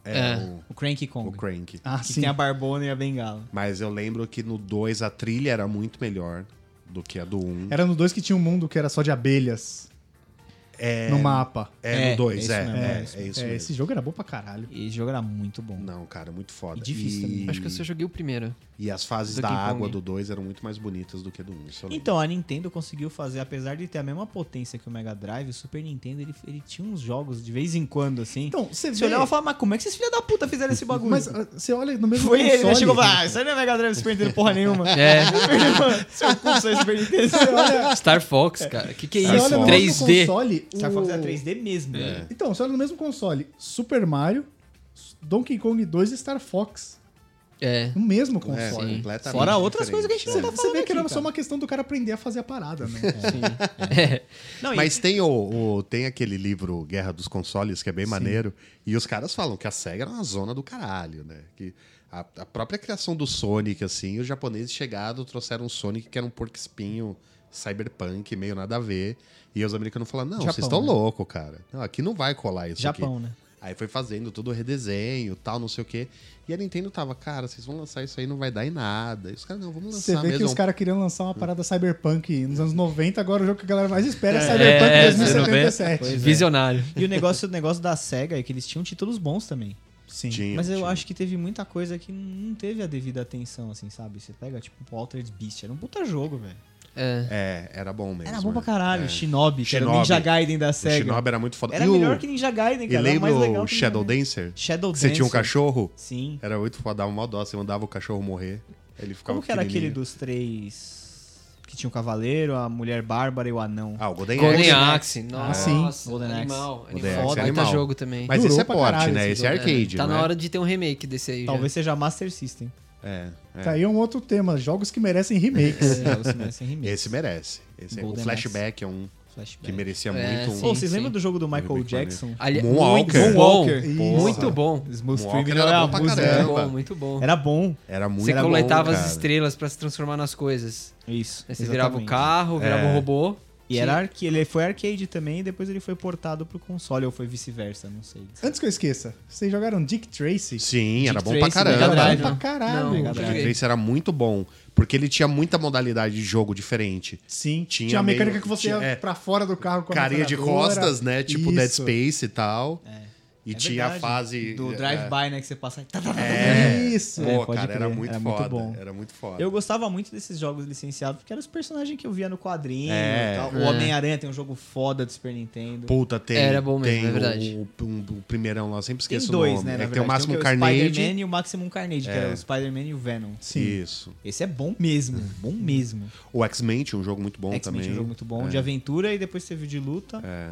[SPEAKER 2] É,
[SPEAKER 4] É.
[SPEAKER 2] o-
[SPEAKER 3] O Cranky Kong.
[SPEAKER 2] o Crank.
[SPEAKER 1] Ah,
[SPEAKER 3] que
[SPEAKER 1] sim.
[SPEAKER 3] tem a Barbona e a Bengala.
[SPEAKER 2] Mas eu lembro que no 2 a trilha era muito melhor do que a do 1. Um.
[SPEAKER 1] Era no 2 que tinha um mundo que era só de abelhas
[SPEAKER 2] É,
[SPEAKER 1] no mapa.
[SPEAKER 2] é,
[SPEAKER 3] É,
[SPEAKER 2] no 2,
[SPEAKER 3] é
[SPEAKER 2] é.
[SPEAKER 3] isso
[SPEAKER 2] É,
[SPEAKER 3] mesmo,
[SPEAKER 2] é,
[SPEAKER 3] é
[SPEAKER 2] isso
[SPEAKER 3] isso
[SPEAKER 1] É,
[SPEAKER 2] mesmo.
[SPEAKER 1] esse jogo era bom pra caralho.
[SPEAKER 3] E esse jogo era muito bom.
[SPEAKER 2] Não, cara, muito foda.
[SPEAKER 3] E difícil também.
[SPEAKER 4] Acho que eu só joguei o primeiro.
[SPEAKER 2] E as fases
[SPEAKER 4] Donkey
[SPEAKER 2] da água
[SPEAKER 4] Kong.
[SPEAKER 2] do 2 eram muito mais bonitas do que do 1. Um, isso eu lembro.
[SPEAKER 3] Então, a Nintendo conseguiu fazer, apesar de ter a mesma potência que o Mega Drive, o Super Nintendo, ele, ele tinha uns jogos de vez em quando, assim.
[SPEAKER 1] Então, você
[SPEAKER 3] você
[SPEAKER 1] vê...
[SPEAKER 3] olhava e falava, mas como é que vocês filha da puta fizeram esse bagulho?
[SPEAKER 1] Mas ah, você olha no mesmo
[SPEAKER 3] Foi ele, né?
[SPEAKER 1] console...
[SPEAKER 3] Chegou e falou, ah, isso aí não é Mega Drive, Super Nintendo, porra nenhuma.
[SPEAKER 4] É.
[SPEAKER 3] Super Nintendo, Seu cu, seu Super Nintendo.
[SPEAKER 4] Star Fox, cara. Que que é
[SPEAKER 1] Você
[SPEAKER 4] isso?
[SPEAKER 1] olha no
[SPEAKER 4] 3D.
[SPEAKER 1] mesmo console...
[SPEAKER 3] Star Fox era
[SPEAKER 1] o-
[SPEAKER 3] 3D mesmo. né?
[SPEAKER 1] Então, você olha no mesmo console Super Mario, Donkey Kong 2 e Star Fox.
[SPEAKER 4] É.
[SPEAKER 1] No mesmo
[SPEAKER 2] É,
[SPEAKER 1] console.
[SPEAKER 4] Sim.
[SPEAKER 2] completamente
[SPEAKER 3] Fora outras
[SPEAKER 2] diferente.
[SPEAKER 3] coisas que a gente
[SPEAKER 1] Você,
[SPEAKER 3] não tá
[SPEAKER 1] é você
[SPEAKER 3] falando
[SPEAKER 1] vê que era
[SPEAKER 3] aqui,
[SPEAKER 1] só
[SPEAKER 3] cara.
[SPEAKER 1] uma questão do cara aprender a fazer a parada, né?
[SPEAKER 3] Não, e-
[SPEAKER 2] Mas tem, o, o- tem aquele livro Guerra dos Consoles, que é bem maneiro, e os caras falam que a SEGA era uma zona do caralho, né? Que a, a própria criação do Sonic, assim, os japoneses chegaram, trouxeram um Sonic que era um porco espinho cyberpunk, meio nada a ver, e os americanos falaram, não, vocês estão
[SPEAKER 3] Japão, né?
[SPEAKER 2] loucos, cara. Não, aqui não vai colar isso aqui.
[SPEAKER 3] Japão, né?
[SPEAKER 2] Aí foi fazendo todo o redesenho, tal, não sei o quê. E a Nintendo tava, cara, vocês vão lançar isso aí, não vai dar em nada. E os caras, não, vamos lançar
[SPEAKER 1] Você vê
[SPEAKER 2] mesmo.
[SPEAKER 1] que os caras queriam lançar uma parada cyberpunk nos anos 90, agora o jogo que a galera mais espera é, Cyberpunk
[SPEAKER 4] É,
[SPEAKER 1] 2077.
[SPEAKER 4] Visionário.
[SPEAKER 3] E o negócio, o negócio da SEGA é que eles tinham títulos bons também.
[SPEAKER 1] Sim.
[SPEAKER 2] Tinha,
[SPEAKER 3] Mas eu
[SPEAKER 2] tinha.
[SPEAKER 3] acho que teve muita coisa que não teve a devida atenção, assim, sabe? Você pega, tipo, o Altered Beast, era um puta jogo, velho.
[SPEAKER 4] É.
[SPEAKER 2] É, era bom mesmo.
[SPEAKER 3] Era bom pra
[SPEAKER 2] né?
[SPEAKER 3] caralho.
[SPEAKER 2] É.
[SPEAKER 3] Shinobi, que era o
[SPEAKER 2] Shinobi.
[SPEAKER 3] Ninja Gaiden da
[SPEAKER 2] O
[SPEAKER 3] SEGA.
[SPEAKER 2] Shinobi era muito foda.
[SPEAKER 3] Era
[SPEAKER 2] E o-
[SPEAKER 3] melhor que Ninja Gaiden,
[SPEAKER 2] E
[SPEAKER 3] cara. era
[SPEAKER 2] lembra
[SPEAKER 3] mais legal
[SPEAKER 2] o
[SPEAKER 3] que
[SPEAKER 2] Shadow
[SPEAKER 3] Ninja Gaiden.
[SPEAKER 2] Dancer?
[SPEAKER 3] Shadow
[SPEAKER 2] Que você tinha um
[SPEAKER 3] Dancer.
[SPEAKER 2] cachorro?
[SPEAKER 3] Sim.
[SPEAKER 2] Era muito foda, dava uma dó, você mandava o cachorro morrer. Ele ficava
[SPEAKER 3] Como que era aquele
[SPEAKER 2] pequenininho.
[SPEAKER 3] dos três... que tinha o Cavaleiro, a Mulher Bárbara e o Anão.
[SPEAKER 2] Ah, o Golden,
[SPEAKER 4] É. Golden
[SPEAKER 2] Axe.
[SPEAKER 4] Axe. Nossa,
[SPEAKER 1] sim.
[SPEAKER 4] Golden
[SPEAKER 3] Golden
[SPEAKER 4] Axe.
[SPEAKER 3] Axe.
[SPEAKER 4] Animal.
[SPEAKER 2] Golden
[SPEAKER 4] animal.
[SPEAKER 2] Axe é
[SPEAKER 4] Baita
[SPEAKER 2] animal.
[SPEAKER 4] jogo também.
[SPEAKER 2] Mas
[SPEAKER 1] Durou
[SPEAKER 2] esse é
[SPEAKER 1] pra
[SPEAKER 2] porte,
[SPEAKER 1] caralho
[SPEAKER 2] né?
[SPEAKER 1] esse
[SPEAKER 2] Esse é
[SPEAKER 4] É,
[SPEAKER 2] arcade,
[SPEAKER 4] Tá
[SPEAKER 2] né?
[SPEAKER 4] na hora de ter um remake desse aí. já.
[SPEAKER 3] Talvez seja a Master System.
[SPEAKER 2] É, é.
[SPEAKER 1] Tá aí um outro tema, jogos que merecem remakes.
[SPEAKER 3] É, você merece remake.
[SPEAKER 2] Esse merece. Esse é- o
[SPEAKER 3] Golden
[SPEAKER 2] Flashback é um que
[SPEAKER 3] Flashback.
[SPEAKER 2] merecia
[SPEAKER 4] É,
[SPEAKER 2] muito. um
[SPEAKER 4] sim.
[SPEAKER 3] Pô, vocês lembram do jogo do Michael
[SPEAKER 2] Remake
[SPEAKER 3] Jackson?
[SPEAKER 4] Ali- é
[SPEAKER 2] Moonwalker.
[SPEAKER 4] Muito bom.
[SPEAKER 3] Moonwalker.
[SPEAKER 1] Isso.
[SPEAKER 4] Muito bom.
[SPEAKER 3] Smooth
[SPEAKER 2] Moonwalker
[SPEAKER 3] Criminal
[SPEAKER 2] era
[SPEAKER 3] era a
[SPEAKER 2] bom pra
[SPEAKER 3] música.
[SPEAKER 4] Muito
[SPEAKER 2] caramba.
[SPEAKER 3] Era,
[SPEAKER 4] bom, muito bom.
[SPEAKER 3] era bom.
[SPEAKER 2] Um, era muito
[SPEAKER 4] Você
[SPEAKER 2] bom,
[SPEAKER 4] coletava as
[SPEAKER 2] cara.
[SPEAKER 4] estrelas pra se transformar nas coisas.
[SPEAKER 3] Isso.
[SPEAKER 4] Aí Você virava o
[SPEAKER 3] exatamente.
[SPEAKER 4] carro, virava o robô.
[SPEAKER 3] E era arca- ele foi arcade também e depois ele foi portado pro console, ou foi vice-versa, não sei.
[SPEAKER 1] Antes que eu esqueça, vocês jogaram Dick Tracy?
[SPEAKER 2] Sim, era
[SPEAKER 3] Dick
[SPEAKER 2] bom pra
[SPEAKER 3] Tracy, Mega
[SPEAKER 2] caramba.
[SPEAKER 3] Drive.
[SPEAKER 1] Pra
[SPEAKER 4] não.
[SPEAKER 1] caralho.
[SPEAKER 4] Não,
[SPEAKER 3] Mega
[SPEAKER 4] nunca
[SPEAKER 3] Drive.
[SPEAKER 4] joguei.
[SPEAKER 2] Esse era muito bom, porque ele tinha muita modalidade de jogo diferente.
[SPEAKER 1] Sim,
[SPEAKER 2] Tinha
[SPEAKER 1] tinha, a mecânica
[SPEAKER 2] meio-
[SPEAKER 1] que você
[SPEAKER 2] tinha-
[SPEAKER 1] ia
[SPEAKER 2] é.
[SPEAKER 1] pra fora do carro com a
[SPEAKER 2] Carinha de
[SPEAKER 1] metralhadora.
[SPEAKER 2] costas, né? Tipo Dead
[SPEAKER 1] Isso.
[SPEAKER 2] Space e tal. E
[SPEAKER 3] É
[SPEAKER 2] tinha
[SPEAKER 3] verdade,
[SPEAKER 2] a fase.
[SPEAKER 3] Do
[SPEAKER 2] é,
[SPEAKER 3] drive-by, né? Que você passa.
[SPEAKER 2] É.
[SPEAKER 1] Isso.
[SPEAKER 2] Pô,
[SPEAKER 3] É, pode
[SPEAKER 2] cara, era
[SPEAKER 3] crer,
[SPEAKER 2] muito
[SPEAKER 3] era muito
[SPEAKER 2] foda.
[SPEAKER 3] bom.
[SPEAKER 2] Era muito foda.
[SPEAKER 3] Eu gostava muito desses jogos licenciados, porque eram os personagens que eu via no quadrinho.
[SPEAKER 2] É.
[SPEAKER 3] e tal.
[SPEAKER 4] É.
[SPEAKER 3] O Homem-Aranha tem um jogo foda do Super Nintendo.
[SPEAKER 2] Puta, tem.
[SPEAKER 4] Era bom mesmo,
[SPEAKER 2] tem
[SPEAKER 4] é verdade.
[SPEAKER 2] O, um- o primeirão lá, eu sempre
[SPEAKER 3] tem
[SPEAKER 2] esqueço
[SPEAKER 3] dois,
[SPEAKER 2] o nome.
[SPEAKER 3] né?
[SPEAKER 2] É
[SPEAKER 3] Na
[SPEAKER 2] que
[SPEAKER 3] verdade.
[SPEAKER 2] tem o Máximo
[SPEAKER 3] que é
[SPEAKER 2] Carnage. É.
[SPEAKER 3] Spider-Man e o Maximum Carnage, que era o Spider-Man e o Venom.
[SPEAKER 1] Sim.
[SPEAKER 2] Isso.
[SPEAKER 3] Esse é bom mesmo, bom mesmo.
[SPEAKER 2] O X-Men tinha um jogo muito bom
[SPEAKER 3] X-Men
[SPEAKER 2] também.
[SPEAKER 3] tinha um jogo muito bom, de aventura e depois teve o de luta.
[SPEAKER 2] É.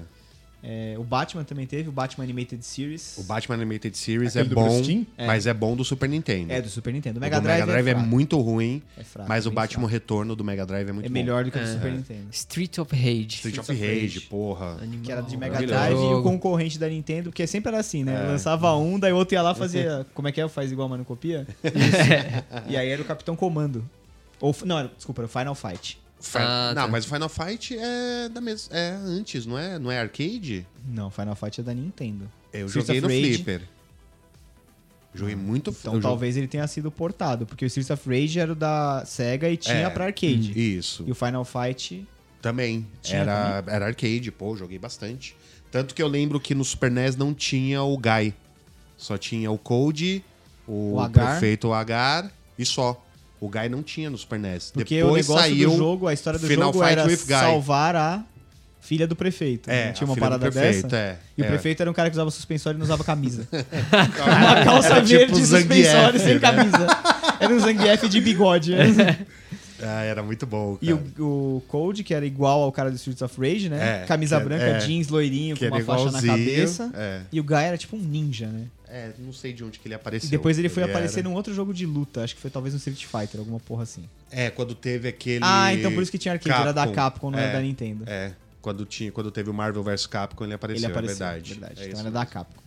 [SPEAKER 3] É, o Batman também teve, o Batman Animated Series.
[SPEAKER 2] O Batman Animated Series
[SPEAKER 1] Aquele
[SPEAKER 2] é
[SPEAKER 1] do
[SPEAKER 2] bom,
[SPEAKER 1] Bruce Timm?
[SPEAKER 2] mas é bom do Super Nintendo.
[SPEAKER 3] É, do Super Nintendo. O
[SPEAKER 2] O
[SPEAKER 3] Mega
[SPEAKER 2] do
[SPEAKER 3] Drive,
[SPEAKER 2] Mega Drive é,
[SPEAKER 3] fraco,
[SPEAKER 2] muito ruim,
[SPEAKER 3] é fraco,
[SPEAKER 2] mas o
[SPEAKER 3] bem
[SPEAKER 2] Batman
[SPEAKER 3] fraco.
[SPEAKER 2] Retorno do Mega Drive é muito
[SPEAKER 3] é
[SPEAKER 2] bom.
[SPEAKER 3] melhor do que o do Super Nintendo.
[SPEAKER 4] Street of Rage.
[SPEAKER 2] Street of
[SPEAKER 3] Streets of
[SPEAKER 2] Rage,
[SPEAKER 3] Rage.
[SPEAKER 2] porra.
[SPEAKER 4] Animal.
[SPEAKER 3] Que era de Mega
[SPEAKER 4] Maravilhoso.
[SPEAKER 3] Drive e o
[SPEAKER 4] Jogo.
[SPEAKER 3] concorrente da Nintendo, porque sempre era assim,
[SPEAKER 2] É.
[SPEAKER 3] né? Lançava um, daí o outro ia lá e fazia. Como é que é? Faz igual, mas não copia? Isso. e aí era o Capitão Comando. Ou, f- não, era, desculpa, era o Final Fight.
[SPEAKER 2] Fi-
[SPEAKER 4] Ah,
[SPEAKER 2] não,
[SPEAKER 4] tá.
[SPEAKER 2] mas o Final Fight é da mes... é antes, não é? Não é arcade?
[SPEAKER 3] Não, Final Fight é da Nintendo.
[SPEAKER 2] Eu
[SPEAKER 3] Streets
[SPEAKER 2] joguei
[SPEAKER 3] of
[SPEAKER 2] no
[SPEAKER 3] Rage.
[SPEAKER 2] Flipper. Joguei muito
[SPEAKER 3] Então
[SPEAKER 2] eu joguei-
[SPEAKER 3] talvez ele tenha sido portado, porque o Streets of Rage era o da Sega e tinha
[SPEAKER 2] É.
[SPEAKER 3] pra arcade.
[SPEAKER 2] Isso.
[SPEAKER 3] E o Final Fight.
[SPEAKER 2] Também.
[SPEAKER 3] Tinha
[SPEAKER 2] Era, era arcade, pô, joguei bastante. Tanto que eu lembro que no Super NES não tinha o Guy. Só tinha o Code, o,
[SPEAKER 3] O Agar.
[SPEAKER 2] prefeito Agar e só. O Guy não tinha no Super NES.
[SPEAKER 3] Porque
[SPEAKER 2] Depois
[SPEAKER 3] o negócio
[SPEAKER 2] saiu.
[SPEAKER 3] do jogo, a história do
[SPEAKER 2] Final
[SPEAKER 3] jogo
[SPEAKER 2] Fight
[SPEAKER 3] era
[SPEAKER 2] with Guy.
[SPEAKER 3] salvar a filha do prefeito.
[SPEAKER 2] É,
[SPEAKER 3] Não tinha
[SPEAKER 2] a
[SPEAKER 3] uma
[SPEAKER 2] filha do
[SPEAKER 3] parada
[SPEAKER 2] prefeito,
[SPEAKER 3] dessa.
[SPEAKER 2] é,
[SPEAKER 3] e o
[SPEAKER 2] é.
[SPEAKER 3] prefeito era um cara que usava suspensório e não usava camisa. Uma calça
[SPEAKER 2] tipo
[SPEAKER 3] verde e suspensório
[SPEAKER 2] né?
[SPEAKER 3] sem camisa. Era um Zangief de bigode.
[SPEAKER 2] Ah, era muito bom. Cara.
[SPEAKER 3] E o, o Cold, que era igual ao cara do Streets of Rage, né?
[SPEAKER 2] É,
[SPEAKER 3] Camisa
[SPEAKER 2] que é-
[SPEAKER 3] branca,
[SPEAKER 2] é.
[SPEAKER 3] jeans, loirinho,
[SPEAKER 2] Que
[SPEAKER 3] com uma
[SPEAKER 2] era
[SPEAKER 3] faixa na
[SPEAKER 2] igualzinho,
[SPEAKER 3] cabeça.
[SPEAKER 2] é.
[SPEAKER 3] E o Guy era tipo um ninja, né?
[SPEAKER 2] É, não sei de onde que ele
[SPEAKER 3] E
[SPEAKER 2] apareceu.
[SPEAKER 3] depois ele foi aparecer
[SPEAKER 2] era-
[SPEAKER 3] num outro jogo de luta. Acho que foi talvez no Street Fighter, alguma porra assim.
[SPEAKER 2] É, quando teve aquele.
[SPEAKER 3] Ah, então por isso que tinha arcade. Era da
[SPEAKER 2] Capcom.
[SPEAKER 3] Capcom, não
[SPEAKER 2] É.
[SPEAKER 3] era da Nintendo.
[SPEAKER 2] É, quando, tinha, quando teve o Marvel vs Capcom, ele
[SPEAKER 3] Ele
[SPEAKER 2] apareceu,
[SPEAKER 3] apareceu,
[SPEAKER 2] é verdade. É
[SPEAKER 3] então
[SPEAKER 2] isso
[SPEAKER 3] era da Capcom.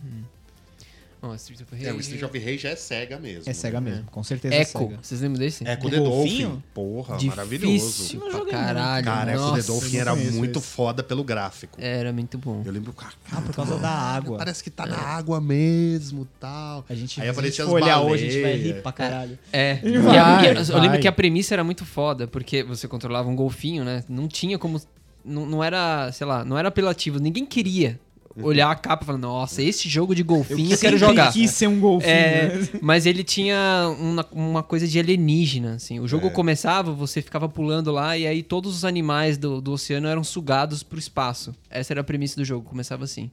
[SPEAKER 4] Ó, Street of Rage.
[SPEAKER 2] É, o Street of Rage é SEGA mesmo.
[SPEAKER 3] É Sega mesmo, com certeza é
[SPEAKER 4] Echo.
[SPEAKER 3] Sega.
[SPEAKER 4] Vocês lembram desse?
[SPEAKER 2] É com o
[SPEAKER 3] Do
[SPEAKER 2] The
[SPEAKER 3] golfinho?
[SPEAKER 2] Dolphin. Porra,
[SPEAKER 4] Difícil
[SPEAKER 2] maravilhoso.
[SPEAKER 4] pra
[SPEAKER 3] Não joguei
[SPEAKER 4] caralho.
[SPEAKER 2] Cara, é Echo
[SPEAKER 4] nossa.
[SPEAKER 2] The Dolphin
[SPEAKER 1] eu não
[SPEAKER 2] era
[SPEAKER 1] conheço
[SPEAKER 2] muito
[SPEAKER 1] esse.
[SPEAKER 2] foda pelo
[SPEAKER 3] É.
[SPEAKER 2] gráfico.
[SPEAKER 4] Era muito bom.
[SPEAKER 2] Eu lembro, cara,
[SPEAKER 3] Ah, por causa da água.
[SPEAKER 2] parece que tá
[SPEAKER 3] É.
[SPEAKER 2] na água mesmo tal.
[SPEAKER 3] A
[SPEAKER 2] Aí
[SPEAKER 3] gente, se a gente
[SPEAKER 2] aparecia as
[SPEAKER 3] for olhar hoje, a gente vai
[SPEAKER 2] baleias.
[SPEAKER 3] rir pra caralho.
[SPEAKER 4] É. E
[SPEAKER 1] vai,
[SPEAKER 4] a- e a- eu
[SPEAKER 1] vai.
[SPEAKER 4] lembro que a premissa era muito foda, porque você controlava um golfinho, né? Não tinha como. Não, não era, sei lá, não era apelativo. Ninguém queria olhar a capa e falar, nossa, esse jogo de golfinho eu, quero
[SPEAKER 3] Uhum. sempre
[SPEAKER 4] jogar.
[SPEAKER 3] quis ser um golfinho.
[SPEAKER 4] É,
[SPEAKER 3] né?
[SPEAKER 4] mas ele tinha uma, uma coisa de alienígena, assim. O jogo
[SPEAKER 3] É.
[SPEAKER 4] começava, você ficava pulando lá e aí todos os animais do, do oceano eram sugados pro espaço. Essa era a premissa do jogo, começava assim.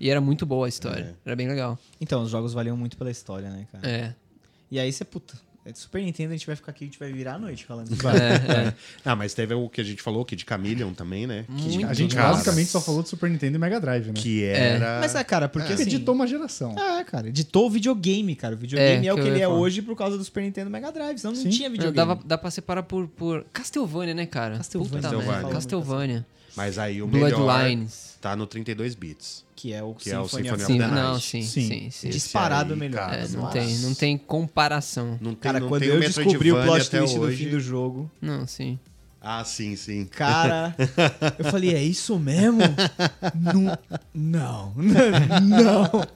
[SPEAKER 4] E era muito boa a
[SPEAKER 3] É.
[SPEAKER 4] história, era bem legal.
[SPEAKER 3] Então, os jogos valiam muito pela história, né, cara?
[SPEAKER 4] É,
[SPEAKER 3] E aí você, puta, é de Super Nintendo, a gente vai ficar aqui, a gente vai virar a noite falando isso.
[SPEAKER 4] é, é.
[SPEAKER 2] Ah, mas teve o que a gente falou, que de Chameleon também, né? Que,
[SPEAKER 1] A gente
[SPEAKER 2] cara,
[SPEAKER 1] basicamente só falou de Super Nintendo e Mega Drive, né?
[SPEAKER 2] Que era...
[SPEAKER 3] Mas é, cara, porque
[SPEAKER 1] Que
[SPEAKER 3] assim...
[SPEAKER 1] editou uma geração.
[SPEAKER 3] É, cara, editou o videogame, cara. O videogame
[SPEAKER 4] É,
[SPEAKER 3] é, o
[SPEAKER 4] que
[SPEAKER 3] que,
[SPEAKER 4] eu
[SPEAKER 3] ele
[SPEAKER 4] ia
[SPEAKER 3] é
[SPEAKER 4] falar.
[SPEAKER 3] hoje por causa do Super Nintendo Mega Drive, senão
[SPEAKER 1] Sim.
[SPEAKER 3] não tinha videogame.
[SPEAKER 4] Dava, dá pra separar por, por. Castlevania, né, cara?
[SPEAKER 3] Castlevania.
[SPEAKER 4] Puta
[SPEAKER 2] Castlevania.
[SPEAKER 4] merda, Castlevania.
[SPEAKER 2] Mas aí o melhor
[SPEAKER 4] Bloodlines.
[SPEAKER 2] tá no 32 bits.
[SPEAKER 3] Que é o
[SPEAKER 2] Que é o
[SPEAKER 3] Symphony of
[SPEAKER 2] Symphony
[SPEAKER 3] the
[SPEAKER 4] Sim,
[SPEAKER 2] Night.
[SPEAKER 4] não, sim,
[SPEAKER 1] Sim.
[SPEAKER 4] sim, sim.
[SPEAKER 2] Esse
[SPEAKER 3] Disparado
[SPEAKER 2] aí,
[SPEAKER 3] melhor.
[SPEAKER 2] cara,
[SPEAKER 4] É, não
[SPEAKER 2] nossa.
[SPEAKER 4] tem, não tem comparação.
[SPEAKER 2] Não tem,
[SPEAKER 3] Cara,
[SPEAKER 2] não
[SPEAKER 3] quando
[SPEAKER 2] tem
[SPEAKER 3] eu
[SPEAKER 2] o
[SPEAKER 3] descobri o
[SPEAKER 2] Metroidvania
[SPEAKER 3] plot
[SPEAKER 2] até
[SPEAKER 3] twist do
[SPEAKER 2] hoje.
[SPEAKER 3] fim do jogo,
[SPEAKER 4] Não, sim.
[SPEAKER 2] Ah, sim, sim.
[SPEAKER 3] cara, eu falei, é isso mesmo? não, não, não.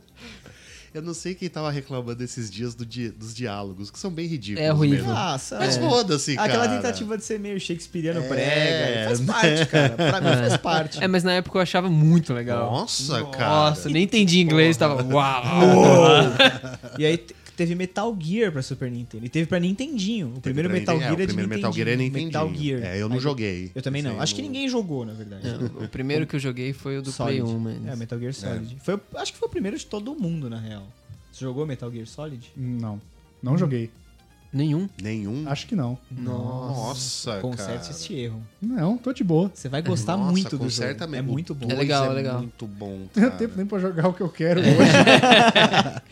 [SPEAKER 2] Eu não sei quem tava reclamando esses dias do di- dos diálogos, que são bem ridículos.
[SPEAKER 4] É horrível.
[SPEAKER 2] mesmo. Ah,
[SPEAKER 3] Nossa,
[SPEAKER 2] Mas
[SPEAKER 3] é.
[SPEAKER 2] foda-se, cara.
[SPEAKER 3] Aquela tentativa de ser meio shakespeariano
[SPEAKER 2] É.
[SPEAKER 3] prega. Faz parte, cara. Pra mim faz parte.
[SPEAKER 4] É, mas na época eu achava muito legal.
[SPEAKER 2] Nossa, cara.
[SPEAKER 4] Nossa, nem entendi inglês, tava. Uau!
[SPEAKER 3] E aí te- teve Metal Gear pra Super Nintendo. E teve pra Nintendinho. O primeiro
[SPEAKER 2] pra
[SPEAKER 3] Metal
[SPEAKER 2] Nintendo-
[SPEAKER 3] Gear é,
[SPEAKER 2] é, o
[SPEAKER 3] de
[SPEAKER 2] primeiro
[SPEAKER 3] Nintendinho.
[SPEAKER 2] Metal Gear é Nintendinho.
[SPEAKER 3] Metal Gear.
[SPEAKER 2] É, eu não
[SPEAKER 3] Aí-
[SPEAKER 2] joguei.
[SPEAKER 3] Eu também não.
[SPEAKER 2] Sei,
[SPEAKER 3] Acho que
[SPEAKER 2] não-
[SPEAKER 3] ninguém jogou, na verdade.
[SPEAKER 4] Não, o primeiro que eu joguei foi o do
[SPEAKER 3] Solid.
[SPEAKER 4] Play 1,
[SPEAKER 3] É,
[SPEAKER 4] mas.
[SPEAKER 3] Metal Gear Solid. Foi, o- acho que foi o primeiro de todo mundo, na real. Você jogou Metal Gear Solid?
[SPEAKER 1] Não. Não joguei.
[SPEAKER 4] Nenhum.
[SPEAKER 2] Nenhum?
[SPEAKER 3] Ah,
[SPEAKER 1] Acho que não.
[SPEAKER 2] Nossa, Ah, cara. É.
[SPEAKER 3] Conserte este erro.
[SPEAKER 1] Não, tô de boa.
[SPEAKER 3] Você vai gostar
[SPEAKER 2] Nossa,
[SPEAKER 3] muito do jogo.
[SPEAKER 2] conserta
[SPEAKER 3] É
[SPEAKER 2] mesmo.
[SPEAKER 3] muito bom.
[SPEAKER 4] É legal.
[SPEAKER 2] muito bom,
[SPEAKER 1] Não
[SPEAKER 2] cara.
[SPEAKER 1] tenho tempo nem pra jogar o que eu quero
[SPEAKER 4] É,
[SPEAKER 1] hoje.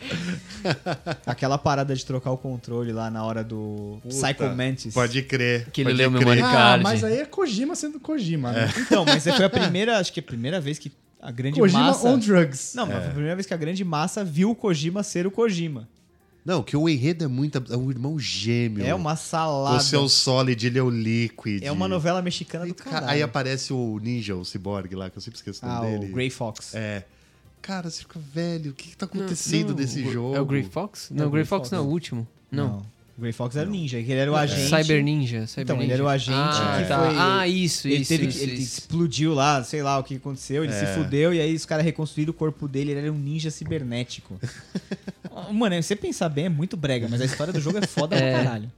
[SPEAKER 3] Aquela parada de trocar o controle lá na hora do Psycho Mantis.
[SPEAKER 2] Pode crer.
[SPEAKER 4] Que ele
[SPEAKER 2] pode
[SPEAKER 4] leu
[SPEAKER 2] crer.
[SPEAKER 4] memória.
[SPEAKER 1] ah,
[SPEAKER 4] Card.
[SPEAKER 1] mas aí é Kojima sendo Kojima, né?
[SPEAKER 3] Então, mas foi a primeira, acho que é a primeira vez que a grande
[SPEAKER 1] Kojima
[SPEAKER 3] massa...
[SPEAKER 1] on drugs.
[SPEAKER 2] É.
[SPEAKER 3] Não, mas foi a primeira vez que a grande massa viu o Kojima ser o Kojima.
[SPEAKER 2] Não, que o enredo é muito... ab- É o irmão gêmeo.
[SPEAKER 3] É uma salada.
[SPEAKER 2] O seu Solid, ele é o Liquid.
[SPEAKER 3] É uma novela mexicana
[SPEAKER 2] Aí,
[SPEAKER 3] do
[SPEAKER 2] ca-
[SPEAKER 3] caralho.
[SPEAKER 2] Aí aparece o Ninja, o Cyborg lá, que eu sempre esqueço o
[SPEAKER 3] ah,
[SPEAKER 2] nome
[SPEAKER 3] o
[SPEAKER 2] dele.
[SPEAKER 3] Grey Fox.
[SPEAKER 2] É. Cara, você fica velho. O que, que tá acontecendo
[SPEAKER 4] Não,
[SPEAKER 2] desse
[SPEAKER 4] o-
[SPEAKER 2] jogo?
[SPEAKER 4] É o Grey Fox? Não,
[SPEAKER 3] É
[SPEAKER 4] o Grey Fox, não, o último. Não.
[SPEAKER 3] O Grey Fox era o ninja, que ele era o agente.
[SPEAKER 2] é.
[SPEAKER 4] Cyber Ninja. Cyber
[SPEAKER 3] Então, ele
[SPEAKER 4] Ninja.
[SPEAKER 3] era o agente
[SPEAKER 4] ah,
[SPEAKER 3] que
[SPEAKER 4] tá.
[SPEAKER 3] foi-
[SPEAKER 4] Ah, isso,
[SPEAKER 3] Ele,
[SPEAKER 4] isso,
[SPEAKER 3] teve, que-
[SPEAKER 4] isso,
[SPEAKER 3] ele
[SPEAKER 4] isso.
[SPEAKER 3] explodiu lá, sei lá o que aconteceu, ele se fudeu e aí os caras reconstruíram o corpo dele, ele era um ninja cibernético. Mano, se você pensar bem, é muito brega, mas a história do jogo é foda
[SPEAKER 4] É.
[SPEAKER 3] pra caralho.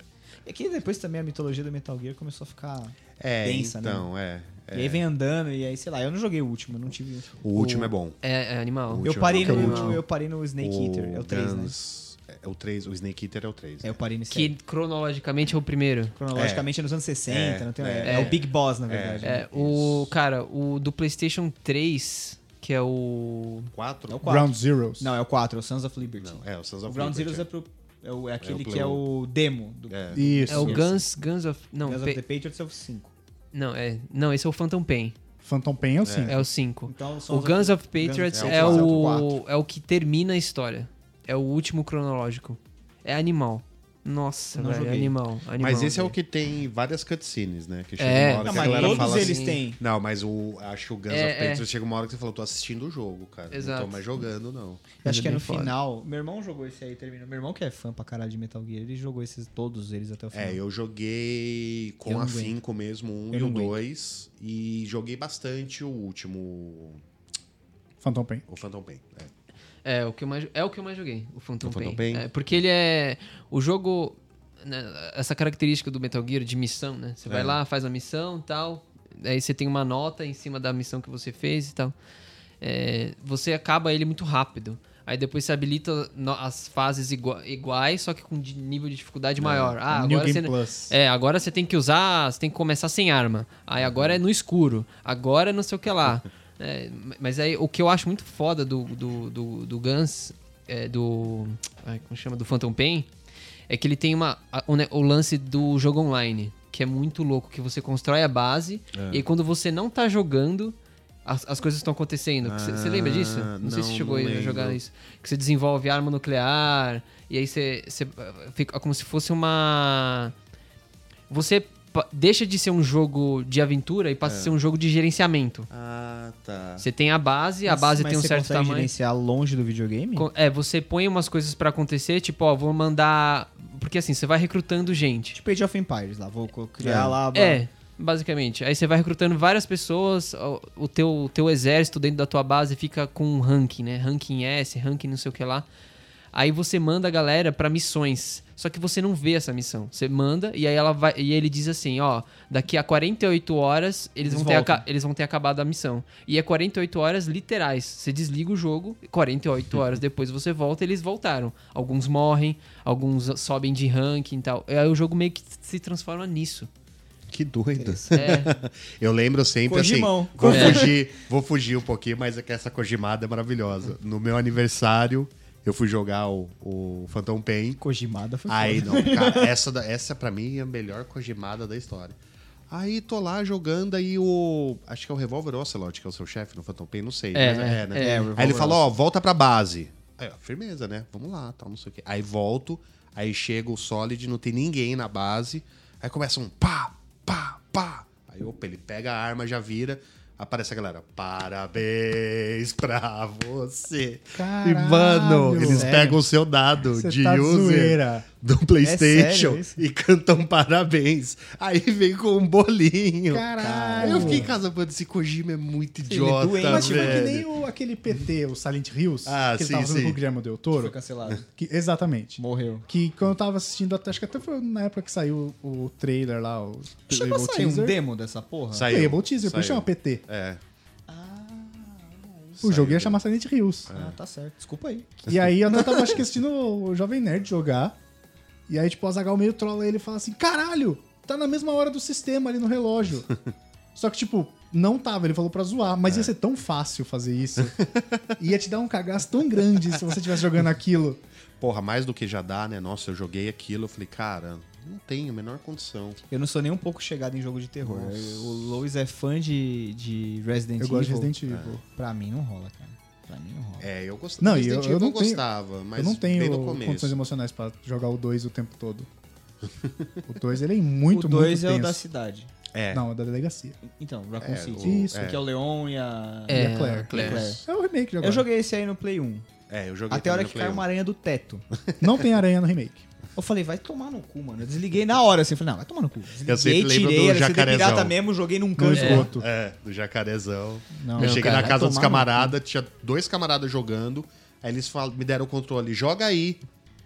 [SPEAKER 3] E aqui depois também a mitologia do Metal Gear começou a ficar.
[SPEAKER 2] É,
[SPEAKER 3] densa, né?
[SPEAKER 2] então, é.
[SPEAKER 3] E aí vem andando, e aí, sei lá, eu não joguei o último, eu não tive.
[SPEAKER 2] O último é bom.
[SPEAKER 4] É, é animal.
[SPEAKER 2] O
[SPEAKER 3] Eu
[SPEAKER 2] último
[SPEAKER 3] parei
[SPEAKER 2] é
[SPEAKER 3] no
[SPEAKER 2] bom.
[SPEAKER 3] último, eu parei no Snake Eater, é o 3, né?
[SPEAKER 2] Guns- É o 3, o Snake Eater é o 3.
[SPEAKER 3] É, eu parei nesse aí.
[SPEAKER 4] Que cronologicamente é o primeiro.
[SPEAKER 3] Cronologicamente é, nos anos 60,
[SPEAKER 2] É,
[SPEAKER 3] não tem, é,
[SPEAKER 2] é,
[SPEAKER 3] é o Big Boss, na verdade. né?
[SPEAKER 4] É, o. Cara, o do PlayStation 3, que é o.
[SPEAKER 2] 4?
[SPEAKER 3] É o 4.
[SPEAKER 1] Ground Zeroes.
[SPEAKER 3] Não, é o 4, é o Sons of Liberty.
[SPEAKER 2] É, o Sons
[SPEAKER 3] o
[SPEAKER 2] of
[SPEAKER 3] Ground
[SPEAKER 2] Liberty,
[SPEAKER 3] Zeroes é, pro, é, o- é aquele
[SPEAKER 2] É o
[SPEAKER 3] que é o demo do
[SPEAKER 2] É.
[SPEAKER 1] Isso.
[SPEAKER 4] É o
[SPEAKER 3] Sim.
[SPEAKER 4] Guns, Guns of. Não,
[SPEAKER 3] Guns
[SPEAKER 4] Pe-
[SPEAKER 3] of the Patriots é o 5.
[SPEAKER 4] não, é, não, esse é o Phantom Pain.
[SPEAKER 1] Phantom Pain é o 5.
[SPEAKER 4] É o 5.
[SPEAKER 3] Então, Sons
[SPEAKER 4] O Guns of Patriots
[SPEAKER 3] Guns-
[SPEAKER 4] é,
[SPEAKER 3] é o
[SPEAKER 4] o,
[SPEAKER 3] quatro.
[SPEAKER 4] é o que termina a história. É o último cronológico. É animal. Nossa,
[SPEAKER 3] Não
[SPEAKER 4] velho,
[SPEAKER 3] joguei.
[SPEAKER 4] animal, animal.
[SPEAKER 2] Mas esse é o
[SPEAKER 4] velho.
[SPEAKER 2] que tem várias cutscenes, né? Que
[SPEAKER 4] É.
[SPEAKER 2] uma hora
[SPEAKER 3] Não,
[SPEAKER 2] que a
[SPEAKER 3] mas
[SPEAKER 2] galera
[SPEAKER 3] todos
[SPEAKER 2] fala
[SPEAKER 3] eles
[SPEAKER 2] assim...
[SPEAKER 3] têm.
[SPEAKER 2] Não, mas o, acho que o Guns of
[SPEAKER 4] É, é.
[SPEAKER 2] Patriots chega uma hora que você falou, tô assistindo o jogo, cara.
[SPEAKER 4] Exato.
[SPEAKER 2] Não tô mais jogando, não.
[SPEAKER 3] Acho
[SPEAKER 4] é
[SPEAKER 3] que é
[SPEAKER 4] bem
[SPEAKER 3] no
[SPEAKER 4] foda.
[SPEAKER 3] final. Meu irmão jogou esse aí, terminou. Meu irmão que é fã pra caralho de Metal Gear, ele jogou esses, todos eles até o final.
[SPEAKER 2] É, eu joguei
[SPEAKER 3] Eu
[SPEAKER 2] com
[SPEAKER 3] não aguento.
[SPEAKER 2] afinco mesmo, um
[SPEAKER 3] Eu
[SPEAKER 2] e
[SPEAKER 3] não
[SPEAKER 2] o
[SPEAKER 3] aguento.
[SPEAKER 2] dois. E joguei bastante o último,
[SPEAKER 1] Phantom Pain.
[SPEAKER 2] o Phantom Pain. É.
[SPEAKER 4] É, o que eu mais, é o que eu mais joguei, o Phantom,
[SPEAKER 2] O Phantom
[SPEAKER 4] Pain.
[SPEAKER 2] Pain.
[SPEAKER 4] É, porque ele é. O jogo. né, essa característica do Metal Gear de missão, né? Você vai
[SPEAKER 2] É.
[SPEAKER 4] lá, faz a missão tal. Aí você tem uma nota em cima da missão que você fez e tal. É, você acaba ele muito rápido. Aí depois você habilita no- as fases igua- iguais, só que com de- nível de dificuldade
[SPEAKER 2] É.
[SPEAKER 4] maior. Ah,
[SPEAKER 1] New
[SPEAKER 4] agora
[SPEAKER 1] Game
[SPEAKER 4] você,
[SPEAKER 1] Plus.
[SPEAKER 4] é, agora você tem que usar, você tem que começar sem arma. Aí agora é no escuro, agora é não sei o que lá. É, mas aí o que eu acho muito foda do, do, do, do Guns, é, do. ai, como chama? Do Phantom Pain, é que ele tem uma, a- o, ne- o lance do jogo online, que é muito louco, que você constrói a base e aí quando você não tá jogando. As, as coisas estão acontecendo. Você você lembra disso? Não,
[SPEAKER 2] Ah,
[SPEAKER 4] sei se
[SPEAKER 2] não,
[SPEAKER 4] chegou
[SPEAKER 2] não
[SPEAKER 4] a jogar
[SPEAKER 2] lembro.
[SPEAKER 4] isso. Que você desenvolve arma nuclear, e aí você, você ah, fica como se fosse uma você pa- deixa de ser um jogo de aventura e
[SPEAKER 2] É.
[SPEAKER 4] passa a ser um jogo de gerenciamento.
[SPEAKER 2] Ah, tá.
[SPEAKER 4] Você tem a base, a
[SPEAKER 3] Mas-
[SPEAKER 4] base
[SPEAKER 3] mas
[SPEAKER 4] tem um
[SPEAKER 3] você
[SPEAKER 4] certo
[SPEAKER 3] consegue
[SPEAKER 4] tamanho.
[SPEAKER 3] gerenciar longe do videogame?
[SPEAKER 4] Co- É, você põe umas coisas pra acontecer, tipo, ó, vou mandar. Porque assim, você vai recrutando gente.
[SPEAKER 3] Tipo Age of Empires lá, vou co-
[SPEAKER 2] É.
[SPEAKER 3] criar lá...
[SPEAKER 4] É, basicamente. Aí você vai recrutando várias pessoas, ó, o teu, o teu exército dentro da tua base fica com um ranking, né? Ranking S, ranking não sei o que lá. Aí você manda a galera pra missões. Só que você não vê essa missão. Você manda e aí ela vai e ele diz assim, ó, daqui a 48 horas
[SPEAKER 3] Eles
[SPEAKER 4] eles, vão ter
[SPEAKER 3] voltam.
[SPEAKER 4] aca- eles vão ter acabado a missão. E é 48 horas literais. Você desliga o jogo, 48 horas depois você volta, eles voltaram. Alguns morrem, alguns sobem de ranking e tal. Aí o jogo meio que se transforma nisso.
[SPEAKER 2] Que doido.
[SPEAKER 4] É.
[SPEAKER 2] Eu lembro sempre
[SPEAKER 3] Cojimão.
[SPEAKER 2] assim. Vou
[SPEAKER 4] É.
[SPEAKER 2] fugir, vou fugir um pouquinho, mas é que essa cojimada é maravilhosa. No meu aniversário, eu fui jogar o, o Phantom Pain.
[SPEAKER 3] Kojimada foi
[SPEAKER 2] Aí
[SPEAKER 3] foda.
[SPEAKER 2] não, cara, essa, da- essa pra mim é a melhor cojimada da história. Aí tô lá jogando, aí o. Acho que é o Revolver Ocelot, que é o seu chefe no Phantom Pain, não sei.
[SPEAKER 4] É,
[SPEAKER 2] mas é, né?
[SPEAKER 4] é, é, o
[SPEAKER 2] aí
[SPEAKER 3] Revolver
[SPEAKER 2] ele falou: ó, volta pra base. Aí, ó, firmeza, né? Vamos lá, tal, não sei o quê. Aí volto, aí chega o Solid, não tem ninguém na base. Aí começa um pá, pá, pá. Aí, opa, ele pega a arma, já vira. Aparece a galera, parabéns pra você.
[SPEAKER 1] Caralho,
[SPEAKER 2] e, mano, eles
[SPEAKER 1] sério?
[SPEAKER 2] pegam o seu dado
[SPEAKER 1] Você
[SPEAKER 2] de
[SPEAKER 1] tá
[SPEAKER 2] user
[SPEAKER 1] zoeira. É
[SPEAKER 2] do PlayStation
[SPEAKER 3] sério isso?
[SPEAKER 2] e cantam parabéns. Aí vem com um bolinho.
[SPEAKER 1] Caralho.
[SPEAKER 2] Eu fiquei em casa, mano, esse Kojima é muito
[SPEAKER 3] é
[SPEAKER 2] idiota,
[SPEAKER 3] doente.
[SPEAKER 1] Mas tipo, é que
[SPEAKER 2] velho.
[SPEAKER 1] nem o, aquele PT, o Silent Hills,
[SPEAKER 2] Tá Ah,
[SPEAKER 1] que ele
[SPEAKER 2] sim,
[SPEAKER 1] tava fazendo
[SPEAKER 2] sim.
[SPEAKER 1] com o Guilherme Del
[SPEAKER 3] Foi
[SPEAKER 1] Toro.
[SPEAKER 3] cancelado.
[SPEAKER 1] que- exatamente.
[SPEAKER 3] Morreu.
[SPEAKER 1] Que quando eu tava assistindo, até, acho que até foi na época que saiu o trailer lá, o
[SPEAKER 3] Chegou a
[SPEAKER 1] Playable
[SPEAKER 3] sair um
[SPEAKER 1] Teaser.
[SPEAKER 3] demo dessa porra?
[SPEAKER 2] Saiu.
[SPEAKER 1] Playable é Teaser, por isso
[SPEAKER 2] Saiu.
[SPEAKER 1] chama PT.
[SPEAKER 2] É.
[SPEAKER 1] Ah, O jogo
[SPEAKER 2] Saiu.
[SPEAKER 1] ia chamar Silent Hills.
[SPEAKER 2] É.
[SPEAKER 3] Ah, tá certo. Desculpa aí.
[SPEAKER 1] E aí eu não tava acho que assistindo o Jovem Nerd jogar. E aí, tipo, o Azagal meio trola ele e fala assim: caralho, tá na mesma hora do sistema ali no relógio. Só que, tipo, não tava, ele falou pra zoar, mas
[SPEAKER 2] É.
[SPEAKER 1] ia ser tão fácil fazer isso. ia te dar um cagaço tão grande se você estivesse jogando aquilo.
[SPEAKER 2] Porra, mais do que já dá, né? Nossa, eu joguei aquilo, eu falei, cara, não tenho a menor condição.
[SPEAKER 3] Eu não sou nem um pouco chegado em jogo de terror. Eu- O Lois é fã de, de Resident
[SPEAKER 1] Eu
[SPEAKER 3] Evil.
[SPEAKER 1] gosto de Resident Evil.
[SPEAKER 3] Pra mim não rola, cara. Pra mim não rola.
[SPEAKER 2] É, eu gostava.
[SPEAKER 1] Não, e
[SPEAKER 2] Resident
[SPEAKER 1] eu- eu
[SPEAKER 2] Evil
[SPEAKER 1] não tenho-
[SPEAKER 2] gostava, mas
[SPEAKER 1] eu não
[SPEAKER 2] bem
[SPEAKER 1] tenho
[SPEAKER 2] no começo.
[SPEAKER 1] condições emocionais pra jogar o 2 o tempo todo. o 2 ele é muito,
[SPEAKER 3] o 2
[SPEAKER 1] muito
[SPEAKER 3] é
[SPEAKER 1] tenso.
[SPEAKER 3] o da cidade.
[SPEAKER 2] É,
[SPEAKER 1] Não, é da delegacia.
[SPEAKER 3] Então, Raccoon
[SPEAKER 2] É,
[SPEAKER 3] City.
[SPEAKER 2] o-
[SPEAKER 1] Isso.
[SPEAKER 2] é.
[SPEAKER 3] Que é o Leon e a...
[SPEAKER 1] É,
[SPEAKER 4] É,
[SPEAKER 1] Claire.
[SPEAKER 4] Claire.
[SPEAKER 3] Claire.
[SPEAKER 1] É o remake de agora.
[SPEAKER 3] Eu joguei esse aí no Play 1.
[SPEAKER 2] é, eu joguei
[SPEAKER 3] Até a hora
[SPEAKER 2] também no
[SPEAKER 3] que
[SPEAKER 2] Play
[SPEAKER 3] caiu
[SPEAKER 2] um.
[SPEAKER 3] uma aranha do teto.
[SPEAKER 1] Não tem aranha no remake.
[SPEAKER 3] Eu falei, vai tomar no cu, mano. Eu desliguei na hora, assim. Falei, não, vai tomar no cu. Desliguei,
[SPEAKER 2] sempre lembro do
[SPEAKER 3] tirei, era CD
[SPEAKER 2] jacarezão.
[SPEAKER 3] pirata mesmo, joguei num
[SPEAKER 1] No
[SPEAKER 3] canto.
[SPEAKER 1] esgoto.
[SPEAKER 2] É, do jacarezão.
[SPEAKER 3] Não,
[SPEAKER 2] eu cheguei
[SPEAKER 4] cara,
[SPEAKER 2] na
[SPEAKER 3] vai
[SPEAKER 2] casa dos
[SPEAKER 3] tomar no
[SPEAKER 2] camaradas, tinha dois camaradas jogando. Aí eles fal- me deram o controle, joga aí.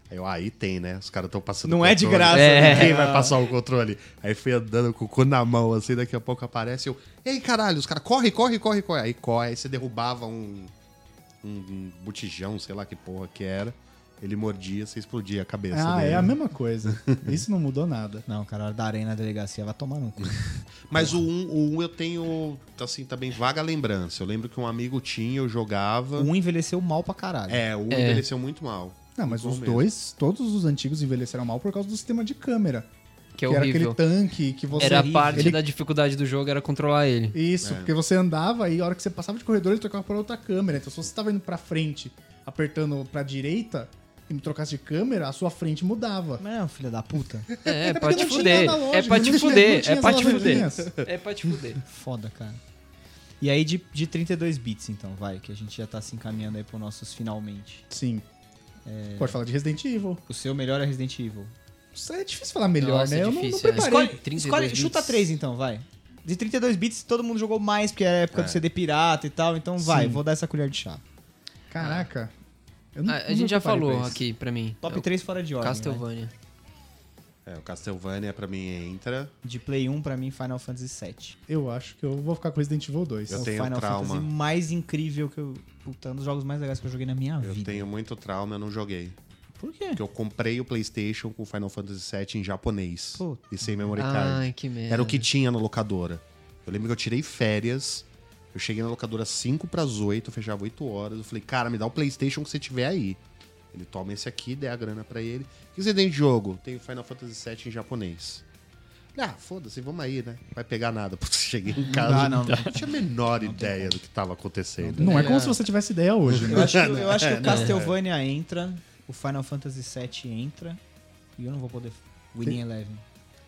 [SPEAKER 2] Aí eu, "Ah, aí tem, né? Os caras estão passando
[SPEAKER 3] Não
[SPEAKER 2] o
[SPEAKER 3] é de
[SPEAKER 2] controle.
[SPEAKER 3] graça,
[SPEAKER 4] É.
[SPEAKER 3] né?
[SPEAKER 2] Quem vai passar o controle? Aí fui andando com o cu na mão, assim, daqui a pouco aparece eu. Ei, caralho, os caras, corre, corre, corre, corre. Aí corre, aí você derrubava um, um, um botijão, sei lá que porra que era. Ele mordia, você explodia a cabeça
[SPEAKER 1] Ah,
[SPEAKER 2] dele.
[SPEAKER 1] é a mesma coisa. Isso não mudou nada.
[SPEAKER 3] É. Não, cara, a hora da aranha na delegacia vai tomar no cu.
[SPEAKER 2] Mas o 1 um, o um eu tenho, assim, também vaga lembrança. Eu lembro que um amigo tinha, eu jogava.
[SPEAKER 3] O 1 envelheceu mal pra caralho.
[SPEAKER 2] É, o 1
[SPEAKER 4] É.
[SPEAKER 2] envelheceu muito mal.
[SPEAKER 1] Não, mas
[SPEAKER 2] Muito
[SPEAKER 1] os
[SPEAKER 2] mal mesmo.
[SPEAKER 1] dois, todos os antigos envelheceram mal por causa do sistema de câmera.
[SPEAKER 4] Que é
[SPEAKER 1] que era aquele
[SPEAKER 4] horrível.
[SPEAKER 1] tanque que você.
[SPEAKER 4] Era a
[SPEAKER 1] Ele-
[SPEAKER 4] parte da É. dificuldade do jogo, era controlar ele.
[SPEAKER 1] Isso, porque você andava e a hora que você passava de corredor, ele trocava pra outra câmera. Então, se você tava indo pra frente, apertando pra direita e me trocasse de câmera, a sua frente mudava.
[SPEAKER 3] Mas não, filha da puta.
[SPEAKER 4] É, é pra
[SPEAKER 1] porque
[SPEAKER 4] te
[SPEAKER 1] não tinha
[SPEAKER 4] fuder.
[SPEAKER 1] analógico, né?
[SPEAKER 4] É
[SPEAKER 1] não
[SPEAKER 4] pra te
[SPEAKER 1] tinha- não
[SPEAKER 4] fuder.
[SPEAKER 1] tinha
[SPEAKER 4] É pra
[SPEAKER 1] as
[SPEAKER 4] te fuder.
[SPEAKER 1] alavanquinhas.
[SPEAKER 4] É pra te fuder.
[SPEAKER 3] Foda, cara. E aí de, de 32 bits, então, vai, que a gente já tá se encaminhando aí pros nossos finalmente.
[SPEAKER 1] Sim.
[SPEAKER 4] É.
[SPEAKER 1] Pode falar de Resident Evil.
[SPEAKER 3] O seu melhor é Resident Evil.
[SPEAKER 1] Isso é difícil falar melhor,
[SPEAKER 4] Nossa,
[SPEAKER 1] né?
[SPEAKER 4] é
[SPEAKER 1] Eu não-
[SPEAKER 4] difícil, é.
[SPEAKER 1] não, preparei.
[SPEAKER 3] Escolhe,
[SPEAKER 4] 32
[SPEAKER 3] escolhe-
[SPEAKER 4] bits.
[SPEAKER 3] chuta 3 então, vai. De 32 bits todo mundo jogou mais, porque era a
[SPEAKER 2] É.
[SPEAKER 3] época do CD pirata e tal, então vai,
[SPEAKER 1] Sim.
[SPEAKER 3] vou dar essa colher de chá.
[SPEAKER 1] Caraca. Eu não-
[SPEAKER 4] A, a
[SPEAKER 1] Hum? não
[SPEAKER 4] gente já
[SPEAKER 1] preparei pra
[SPEAKER 4] falou
[SPEAKER 1] isso.
[SPEAKER 4] aqui pra mim.
[SPEAKER 3] Top né?
[SPEAKER 4] É o
[SPEAKER 3] 3 fora de ordem. vai.
[SPEAKER 4] Castlevania.
[SPEAKER 2] É, o Castlevania pra mim entra.
[SPEAKER 3] De Play 1 pra mim Final Fantasy VII.
[SPEAKER 1] Eu acho que eu vou ficar com Resident Evil 2.
[SPEAKER 2] Eu
[SPEAKER 3] é o
[SPEAKER 2] tenho
[SPEAKER 3] Final
[SPEAKER 2] trauma.
[SPEAKER 3] Fantasy mais incrível que eu. Puta, um dos jogos mais legais que eu joguei na minha
[SPEAKER 2] Eu
[SPEAKER 3] vida.
[SPEAKER 2] tenho muito trauma, eu não joguei.
[SPEAKER 3] Por quê?
[SPEAKER 2] Porque eu comprei o PlayStation com Final Fantasy VII em japonês.
[SPEAKER 3] Puta.
[SPEAKER 2] E sem memory card.
[SPEAKER 4] Ai, que merda.
[SPEAKER 2] Era o que tinha na locadora. Eu lembro que eu tirei férias. Eu cheguei na locadora 5 pras 8, eu fechava 8 horas. Eu falei, cara, me dá o PlayStation que você tiver aí. Ele toma esse aqui, dê a grana pra ele. O que você tem de jogo? Tenho Final Fantasy VII em japonês. Ah, foda-se, vamos aí, né? Não vai pegar nada. Putz, cheguei em casa.
[SPEAKER 3] Ah, não, não.
[SPEAKER 2] tinha a menor ideia do que tava acontecendo. né?
[SPEAKER 1] Não é como
[SPEAKER 4] É.
[SPEAKER 1] se você tivesse ideia hoje,
[SPEAKER 3] Eu
[SPEAKER 1] né?
[SPEAKER 3] acho que, eu
[SPEAKER 2] É.
[SPEAKER 3] acho que o Castlevania entra, o Final Fantasy VII entra, e eu não vou poder. Winning Eleven.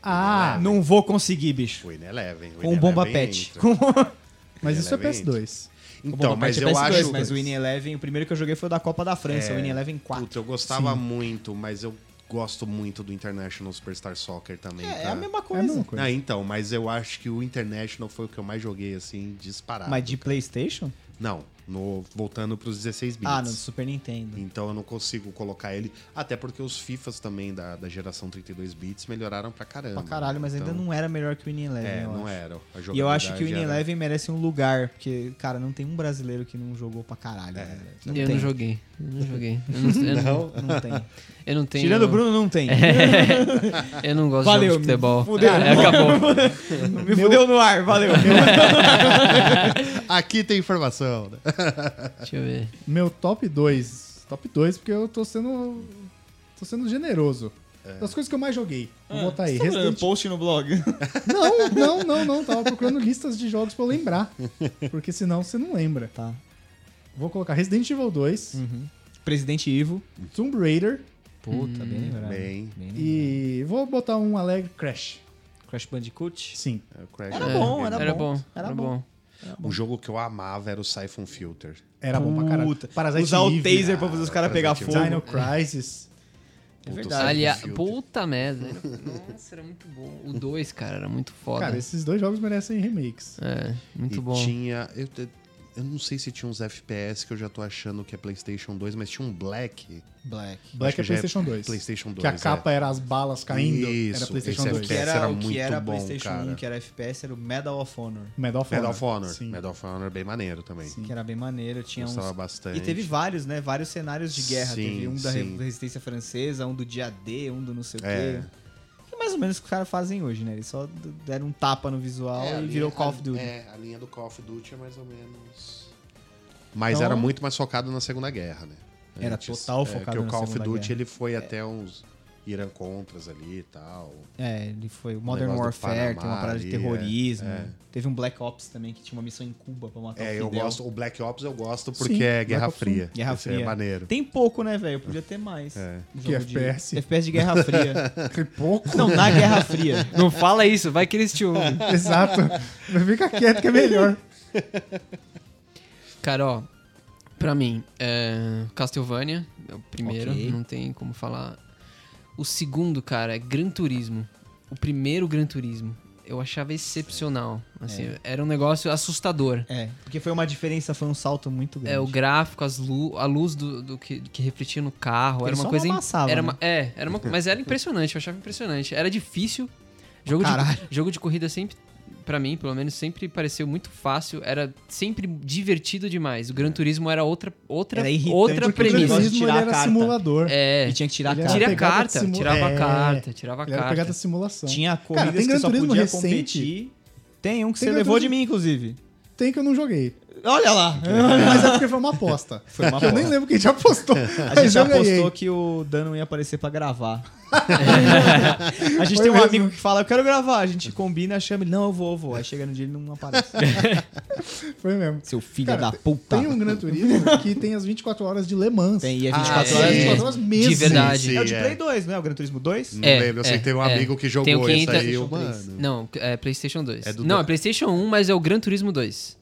[SPEAKER 1] Ah,
[SPEAKER 3] Não vou conseguir, bicho.
[SPEAKER 2] Foi na Eleven.
[SPEAKER 3] Com o Bomba Pet. Com...
[SPEAKER 1] mas isso é
[SPEAKER 2] Eleven
[SPEAKER 1] PS2.
[SPEAKER 3] o
[SPEAKER 2] Então,
[SPEAKER 3] Bomba
[SPEAKER 2] mas
[SPEAKER 3] Pet
[SPEAKER 2] eu
[SPEAKER 3] é PS2,
[SPEAKER 2] acho.
[SPEAKER 3] Mas o Winning Eleven, o primeiro que eu joguei foi o da Copa da França,
[SPEAKER 2] É.
[SPEAKER 3] o Winning Eleven 4.
[SPEAKER 2] Puta, eu gostava muito, mas eu gosto muito do International Superstar Soccer também.
[SPEAKER 3] É, é
[SPEAKER 2] cara.
[SPEAKER 3] a
[SPEAKER 1] É
[SPEAKER 3] mesma
[SPEAKER 1] a
[SPEAKER 3] coisa.
[SPEAKER 1] mesma coisa.
[SPEAKER 2] Ah, então, mas eu acho que o International foi o que eu mais joguei, assim, disparado.
[SPEAKER 3] Ah, mas de PlayStation?
[SPEAKER 2] Não, no, voltando pros 16 bits.
[SPEAKER 3] Ah, no Super Nintendo.
[SPEAKER 2] Então eu não consigo colocar ele. Até porque os FIFAs também da, da geração 32 bits melhoraram pra caramba.
[SPEAKER 3] Pra caralho, mas ainda
[SPEAKER 2] Então,
[SPEAKER 3] não era melhor que o Winning Eleven.
[SPEAKER 2] É,
[SPEAKER 3] eu
[SPEAKER 2] não
[SPEAKER 3] acho.
[SPEAKER 2] era. A
[SPEAKER 3] E eu acho que
[SPEAKER 2] jogabilidade é
[SPEAKER 3] o Winning
[SPEAKER 2] era-
[SPEAKER 3] Eleven merece um lugar, porque, cara, não tem um brasileiro que não jogou pra caralho.
[SPEAKER 2] É.
[SPEAKER 3] né? Não
[SPEAKER 4] Eu
[SPEAKER 3] tem.
[SPEAKER 4] não joguei. Eu não joguei. Eu não, eu não,
[SPEAKER 3] Não tem.
[SPEAKER 4] eu não tenho.
[SPEAKER 3] Tirando o Bruno, não tem.
[SPEAKER 4] Eu não gosto
[SPEAKER 3] Valeu,
[SPEAKER 4] de jogo de futebol.
[SPEAKER 3] me fudeu.
[SPEAKER 4] É, acabou.
[SPEAKER 3] Me fudeu no ar, valeu.
[SPEAKER 2] Aqui tem informação. né?
[SPEAKER 4] Deixa eu ver.
[SPEAKER 1] Meu top 2. Top 2, porque eu tô sendo. tô sendo generoso. Das coisas que eu mais joguei. Vou botar
[SPEAKER 3] tá
[SPEAKER 1] aí. Resident...
[SPEAKER 3] post no blog.
[SPEAKER 1] Não, não, não, não. Tava procurando listas de jogos pra eu lembrar. Porque senão você não lembra.
[SPEAKER 3] Tá.
[SPEAKER 1] Vou colocar Resident Evil 2,
[SPEAKER 2] Uhum.
[SPEAKER 3] Presidente Ivo.
[SPEAKER 1] Tomb Raider
[SPEAKER 3] Puta, bem lembrado.
[SPEAKER 2] Bem.
[SPEAKER 3] lembrado.
[SPEAKER 1] e. Vou botar um alegre Crash.
[SPEAKER 3] Crash Bandicoot.
[SPEAKER 1] Sim.
[SPEAKER 2] É, o Crash
[SPEAKER 3] Era
[SPEAKER 4] É,
[SPEAKER 3] bom, era
[SPEAKER 4] era
[SPEAKER 3] bom.
[SPEAKER 4] bom.
[SPEAKER 3] Era
[SPEAKER 4] Era
[SPEAKER 3] bom. É
[SPEAKER 4] bom.
[SPEAKER 2] O Um jogo que eu amava era o Siphon Filter.
[SPEAKER 1] Era bom pra caralho.
[SPEAKER 3] Puta.
[SPEAKER 1] Parasite
[SPEAKER 3] Usar o
[SPEAKER 1] Eve,
[SPEAKER 3] taser pra fazer os caras
[SPEAKER 2] Parasite
[SPEAKER 3] pegar
[SPEAKER 2] Eve.
[SPEAKER 1] Dino
[SPEAKER 3] fogo.
[SPEAKER 1] Crisis.
[SPEAKER 3] É
[SPEAKER 2] Tá,
[SPEAKER 3] verdade.
[SPEAKER 4] Aliás,
[SPEAKER 2] filtro.
[SPEAKER 4] puta merda. Nossa, era muito bom. O 2, cara, era muito foda.
[SPEAKER 1] Cara, esses dois jogos merecem remakes.
[SPEAKER 4] É, muito
[SPEAKER 2] e
[SPEAKER 4] bom.
[SPEAKER 2] tinha. Eu, te- Eu não sei se tinha uns FPS que eu já tô achando que é PlayStation 2, mas tinha um Black.
[SPEAKER 3] Black.
[SPEAKER 2] Acho
[SPEAKER 1] Black
[SPEAKER 2] que
[SPEAKER 1] é
[SPEAKER 2] já é
[SPEAKER 1] PlayStation 2.
[SPEAKER 2] PlayStation 2,
[SPEAKER 1] Que a
[SPEAKER 2] é.
[SPEAKER 1] capa era as balas caindo.
[SPEAKER 2] Isso,
[SPEAKER 1] era PlayStation
[SPEAKER 2] esse é
[SPEAKER 1] 2.
[SPEAKER 2] FPS era
[SPEAKER 3] o que
[SPEAKER 2] muito
[SPEAKER 3] era
[SPEAKER 2] bom,
[SPEAKER 3] PlayStation
[SPEAKER 2] cara.
[SPEAKER 3] 1, que era FPS, era o Medal of Honor.
[SPEAKER 1] Medal of
[SPEAKER 2] é Medal of Honor.
[SPEAKER 1] Sim.
[SPEAKER 2] Medal of Honor é bem maneiro também.
[SPEAKER 3] Que era bem maneiro, tinha
[SPEAKER 2] Gostava
[SPEAKER 3] uns...
[SPEAKER 2] bastante.
[SPEAKER 3] E teve vários, né? Vários cenários de guerra.
[SPEAKER 2] Sim,
[SPEAKER 3] teve um da re-
[SPEAKER 2] sim.
[SPEAKER 3] da Resistência Francesa, um do dia D, um do não sei o
[SPEAKER 2] É.
[SPEAKER 3] quê. Que é mais ou menos o que os caras fazem hoje, né? Eles só d- deram um tapa no visual
[SPEAKER 2] É, a
[SPEAKER 3] e
[SPEAKER 2] linha-
[SPEAKER 3] virou Call of Duty.
[SPEAKER 2] A, é, a linha do Call of Duty é mais ou menos. Mas
[SPEAKER 3] Então-
[SPEAKER 2] era muito mais focado na Segunda Guerra, né?
[SPEAKER 3] Era total focado
[SPEAKER 2] porque
[SPEAKER 3] na
[SPEAKER 2] o Call of
[SPEAKER 3] Segunda
[SPEAKER 2] Duty
[SPEAKER 3] Guerra.
[SPEAKER 2] ele foi até uns Irã contras ali e tal.
[SPEAKER 3] É, ele foi o Modern
[SPEAKER 2] Um negócio do
[SPEAKER 3] Warfare, tem uma
[SPEAKER 2] Panamá
[SPEAKER 3] parada de
[SPEAKER 2] ali,
[SPEAKER 3] terrorismo.
[SPEAKER 2] é, é.
[SPEAKER 3] Teve um Black Ops também, que tinha uma missão em Cuba pra matar o
[SPEAKER 2] É,
[SPEAKER 3] Fidel.
[SPEAKER 2] eu gosto. O Black Ops eu gosto porque
[SPEAKER 1] Sim,
[SPEAKER 2] é Guerra
[SPEAKER 1] Black Ops
[SPEAKER 2] Fria.
[SPEAKER 3] Guerra
[SPEAKER 2] Esse
[SPEAKER 3] Fria.
[SPEAKER 2] É maneiro.
[SPEAKER 3] Tem pouco, né, velho? Podia ter mais.
[SPEAKER 2] É.
[SPEAKER 3] Um
[SPEAKER 1] Que
[SPEAKER 3] jogo de-
[SPEAKER 1] FPS?
[SPEAKER 3] FPS de Guerra Fria.
[SPEAKER 1] Que pouco.
[SPEAKER 3] Não, na Guerra Fria.
[SPEAKER 4] Não fala isso, vai que eles te ouvem.
[SPEAKER 1] Exato. Mas Fica quieto que é melhor.
[SPEAKER 4] Cara, ó, pra mim, é Castlevania é o primeiro,
[SPEAKER 3] Ok.
[SPEAKER 4] não tem como falar. O segundo, cara, é Gran Turismo. O primeiro Gran Turismo. Eu achava excepcional. Assim, Era um negócio assustador.
[SPEAKER 3] É, porque foi uma diferença, foi um salto muito grande.
[SPEAKER 4] É, o gráfico, as lu a luz do, do que, que refletia no carro,
[SPEAKER 3] Ele
[SPEAKER 4] era
[SPEAKER 3] só
[SPEAKER 4] uma
[SPEAKER 3] não
[SPEAKER 4] coisa. im-
[SPEAKER 3] amassava,
[SPEAKER 4] era
[SPEAKER 3] né?
[SPEAKER 4] uma, é, era uma, mas era impressionante, eu achava impressionante. Era difícil. Jogo,
[SPEAKER 3] Caralho.
[SPEAKER 4] de, jogo de corrida sempre, pra mim, pelo menos, sempre pareceu muito fácil. Era sempre divertido demais. O Gran
[SPEAKER 1] É.
[SPEAKER 4] Turismo era outra, outra,
[SPEAKER 3] Era irritante porque
[SPEAKER 4] outra
[SPEAKER 3] o
[SPEAKER 1] O
[SPEAKER 4] premissa.
[SPEAKER 3] negócio-
[SPEAKER 1] turismo
[SPEAKER 3] tirar
[SPEAKER 1] ele
[SPEAKER 3] a
[SPEAKER 1] era
[SPEAKER 3] carta.
[SPEAKER 1] simulador.
[SPEAKER 4] É.
[SPEAKER 3] E tinha que tirar a
[SPEAKER 1] Ele
[SPEAKER 3] carta.
[SPEAKER 1] era
[SPEAKER 4] Tira a
[SPEAKER 1] pegada de
[SPEAKER 4] carta,
[SPEAKER 1] simu-
[SPEAKER 4] tirava a
[SPEAKER 1] é.
[SPEAKER 4] carta, tirava a
[SPEAKER 1] Ele era
[SPEAKER 4] carta.
[SPEAKER 1] pegada de simulação.
[SPEAKER 3] Tinha
[SPEAKER 1] Cara,
[SPEAKER 3] corridas
[SPEAKER 1] tem
[SPEAKER 3] que
[SPEAKER 1] Gran
[SPEAKER 3] só
[SPEAKER 1] Turismo
[SPEAKER 3] podia
[SPEAKER 1] recente?
[SPEAKER 3] competir. Tem um que
[SPEAKER 1] Tem
[SPEAKER 3] você
[SPEAKER 1] Gran
[SPEAKER 3] levou de
[SPEAKER 1] Turismo-
[SPEAKER 3] mim, inclusive.
[SPEAKER 1] Tem que eu não joguei.
[SPEAKER 3] Olha lá.
[SPEAKER 1] Mas é porque foi uma aposta.
[SPEAKER 3] Foi uma
[SPEAKER 1] Que eu nem
[SPEAKER 3] bosta.
[SPEAKER 1] lembro quem já apostou.
[SPEAKER 3] A
[SPEAKER 1] mas
[SPEAKER 3] gente já
[SPEAKER 1] eu ganhei.
[SPEAKER 3] apostou que o Dano ia aparecer pra gravar. a gente
[SPEAKER 1] Foi
[SPEAKER 3] tem um
[SPEAKER 1] mesmo.
[SPEAKER 3] amigo que fala, eu quero gravar. A gente combina, chama ele, não, eu vou, eu vou. Aí chega no dia ele não aparece.
[SPEAKER 1] Foi mesmo.
[SPEAKER 3] Seu filho
[SPEAKER 1] Cara,
[SPEAKER 3] da puta.
[SPEAKER 1] Tem um Gran Turismo que tem as 24 horas de Le Mans.
[SPEAKER 3] Tá. Tem, e é
[SPEAKER 4] Ah,
[SPEAKER 3] 24
[SPEAKER 4] é.
[SPEAKER 3] horas.
[SPEAKER 4] É.
[SPEAKER 1] 24 horas mesmo.
[SPEAKER 4] De verdade.
[SPEAKER 2] Sim,
[SPEAKER 3] É o de
[SPEAKER 2] é.
[SPEAKER 3] Play 2, não é? O Gran Turismo 2?
[SPEAKER 2] Não
[SPEAKER 4] É,
[SPEAKER 2] lembro, eu sei
[SPEAKER 4] é,
[SPEAKER 2] que teve um
[SPEAKER 4] é.
[SPEAKER 2] amigo que
[SPEAKER 4] Tem o
[SPEAKER 2] jogou
[SPEAKER 4] que
[SPEAKER 2] esse
[SPEAKER 4] entra-
[SPEAKER 2] aí, eu,
[SPEAKER 3] PlayStation três.
[SPEAKER 2] mano.
[SPEAKER 4] Não, é PlayStation 2.
[SPEAKER 2] É do
[SPEAKER 4] não,
[SPEAKER 2] do-
[SPEAKER 4] é PlayStation 1, mas é o Gran Turismo 2.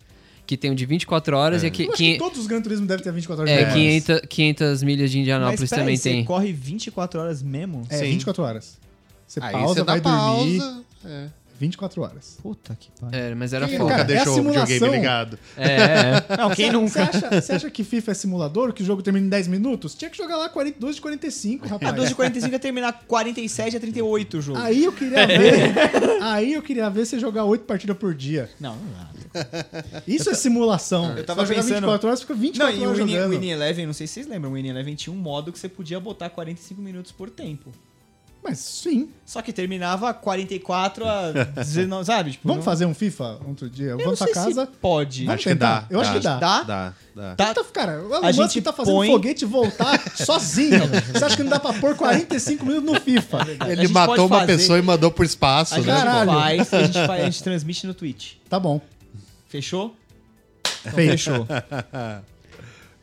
[SPEAKER 4] Que tem o de 24 horas e
[SPEAKER 2] É.
[SPEAKER 4] é que,
[SPEAKER 1] Eu acho
[SPEAKER 4] que-
[SPEAKER 1] que todos os Gran Turismo devem ter 24 horas
[SPEAKER 4] é,
[SPEAKER 1] de Le Mans.
[SPEAKER 4] 500, 500 milhas de
[SPEAKER 3] Mas
[SPEAKER 4] Indianápolis
[SPEAKER 3] peraí,
[SPEAKER 4] também
[SPEAKER 3] você
[SPEAKER 4] tem.
[SPEAKER 3] corre 24 horas mesmo?
[SPEAKER 1] É,
[SPEAKER 2] Sim.
[SPEAKER 1] 24 horas. Você
[SPEAKER 2] Aí
[SPEAKER 1] pausa,
[SPEAKER 2] você dá
[SPEAKER 1] vai dormir.
[SPEAKER 2] pausa. É.
[SPEAKER 1] 24 horas.
[SPEAKER 3] Puta que pariu.
[SPEAKER 4] É, mas era
[SPEAKER 1] Que-
[SPEAKER 4] foda.
[SPEAKER 2] Nunca
[SPEAKER 1] cara, é
[SPEAKER 2] deixou o
[SPEAKER 1] simulação.
[SPEAKER 2] videogame ligado.
[SPEAKER 4] É, é.
[SPEAKER 3] Não, quem
[SPEAKER 1] Você-
[SPEAKER 3] nunca?
[SPEAKER 1] Você acha, você acha que FIFA é simulador, que o jogo termina em 10 minutos? Tinha que jogar lá 42 de 45,
[SPEAKER 3] A 12
[SPEAKER 1] rapaz.
[SPEAKER 3] Ah, de 45 ia é terminar 47 a 38 o jogo.
[SPEAKER 1] Aí eu queria ver. aí eu queria ver você jogar 8 partidas por dia.
[SPEAKER 3] Não, não dá.
[SPEAKER 1] Isso é simulação.
[SPEAKER 3] Eu tava
[SPEAKER 1] Você vai jogar
[SPEAKER 3] pensando-
[SPEAKER 1] 24 horas, fica
[SPEAKER 3] Não,
[SPEAKER 1] 24
[SPEAKER 3] e o
[SPEAKER 1] horas
[SPEAKER 3] Winnie,
[SPEAKER 1] jogando.
[SPEAKER 3] Winnie Eleven, não sei se vocês lembram, o Winnie Eleven tinha um modo que você podia botar 45 minutos por tempo.
[SPEAKER 1] Mas sim.
[SPEAKER 3] Só que terminava 44 a 19, sabe? Tipo,
[SPEAKER 1] Vamos
[SPEAKER 3] não-
[SPEAKER 1] fazer um FIFA outro dia?
[SPEAKER 3] Eu não
[SPEAKER 1] Vamos
[SPEAKER 3] sei
[SPEAKER 1] pra
[SPEAKER 3] se
[SPEAKER 1] casa.
[SPEAKER 3] pode.
[SPEAKER 1] Vamos
[SPEAKER 2] Acho que
[SPEAKER 1] tentar.
[SPEAKER 2] dá,
[SPEAKER 1] Eu acho que dá.
[SPEAKER 3] Dá?
[SPEAKER 2] Dá, dá.
[SPEAKER 3] Tá.
[SPEAKER 1] Então, cara, o
[SPEAKER 3] A
[SPEAKER 1] Elon
[SPEAKER 3] gente
[SPEAKER 1] Musk tá fazendo
[SPEAKER 3] põe-
[SPEAKER 1] foguete voltar sozinho. Você acha que não dá pra pôr 45 minutos no FIFA?
[SPEAKER 3] A
[SPEAKER 2] Ele
[SPEAKER 3] gente pode
[SPEAKER 2] matou uma
[SPEAKER 3] fazer. Ah,
[SPEAKER 2] pessoa e mandou pro espaço,
[SPEAKER 3] A gente
[SPEAKER 2] né?
[SPEAKER 1] Caralho.
[SPEAKER 3] faz, a gente, faz, a gente transmite no Twitch.
[SPEAKER 1] Tá bom.
[SPEAKER 3] Fechou? Então
[SPEAKER 1] Feito.
[SPEAKER 3] fechou.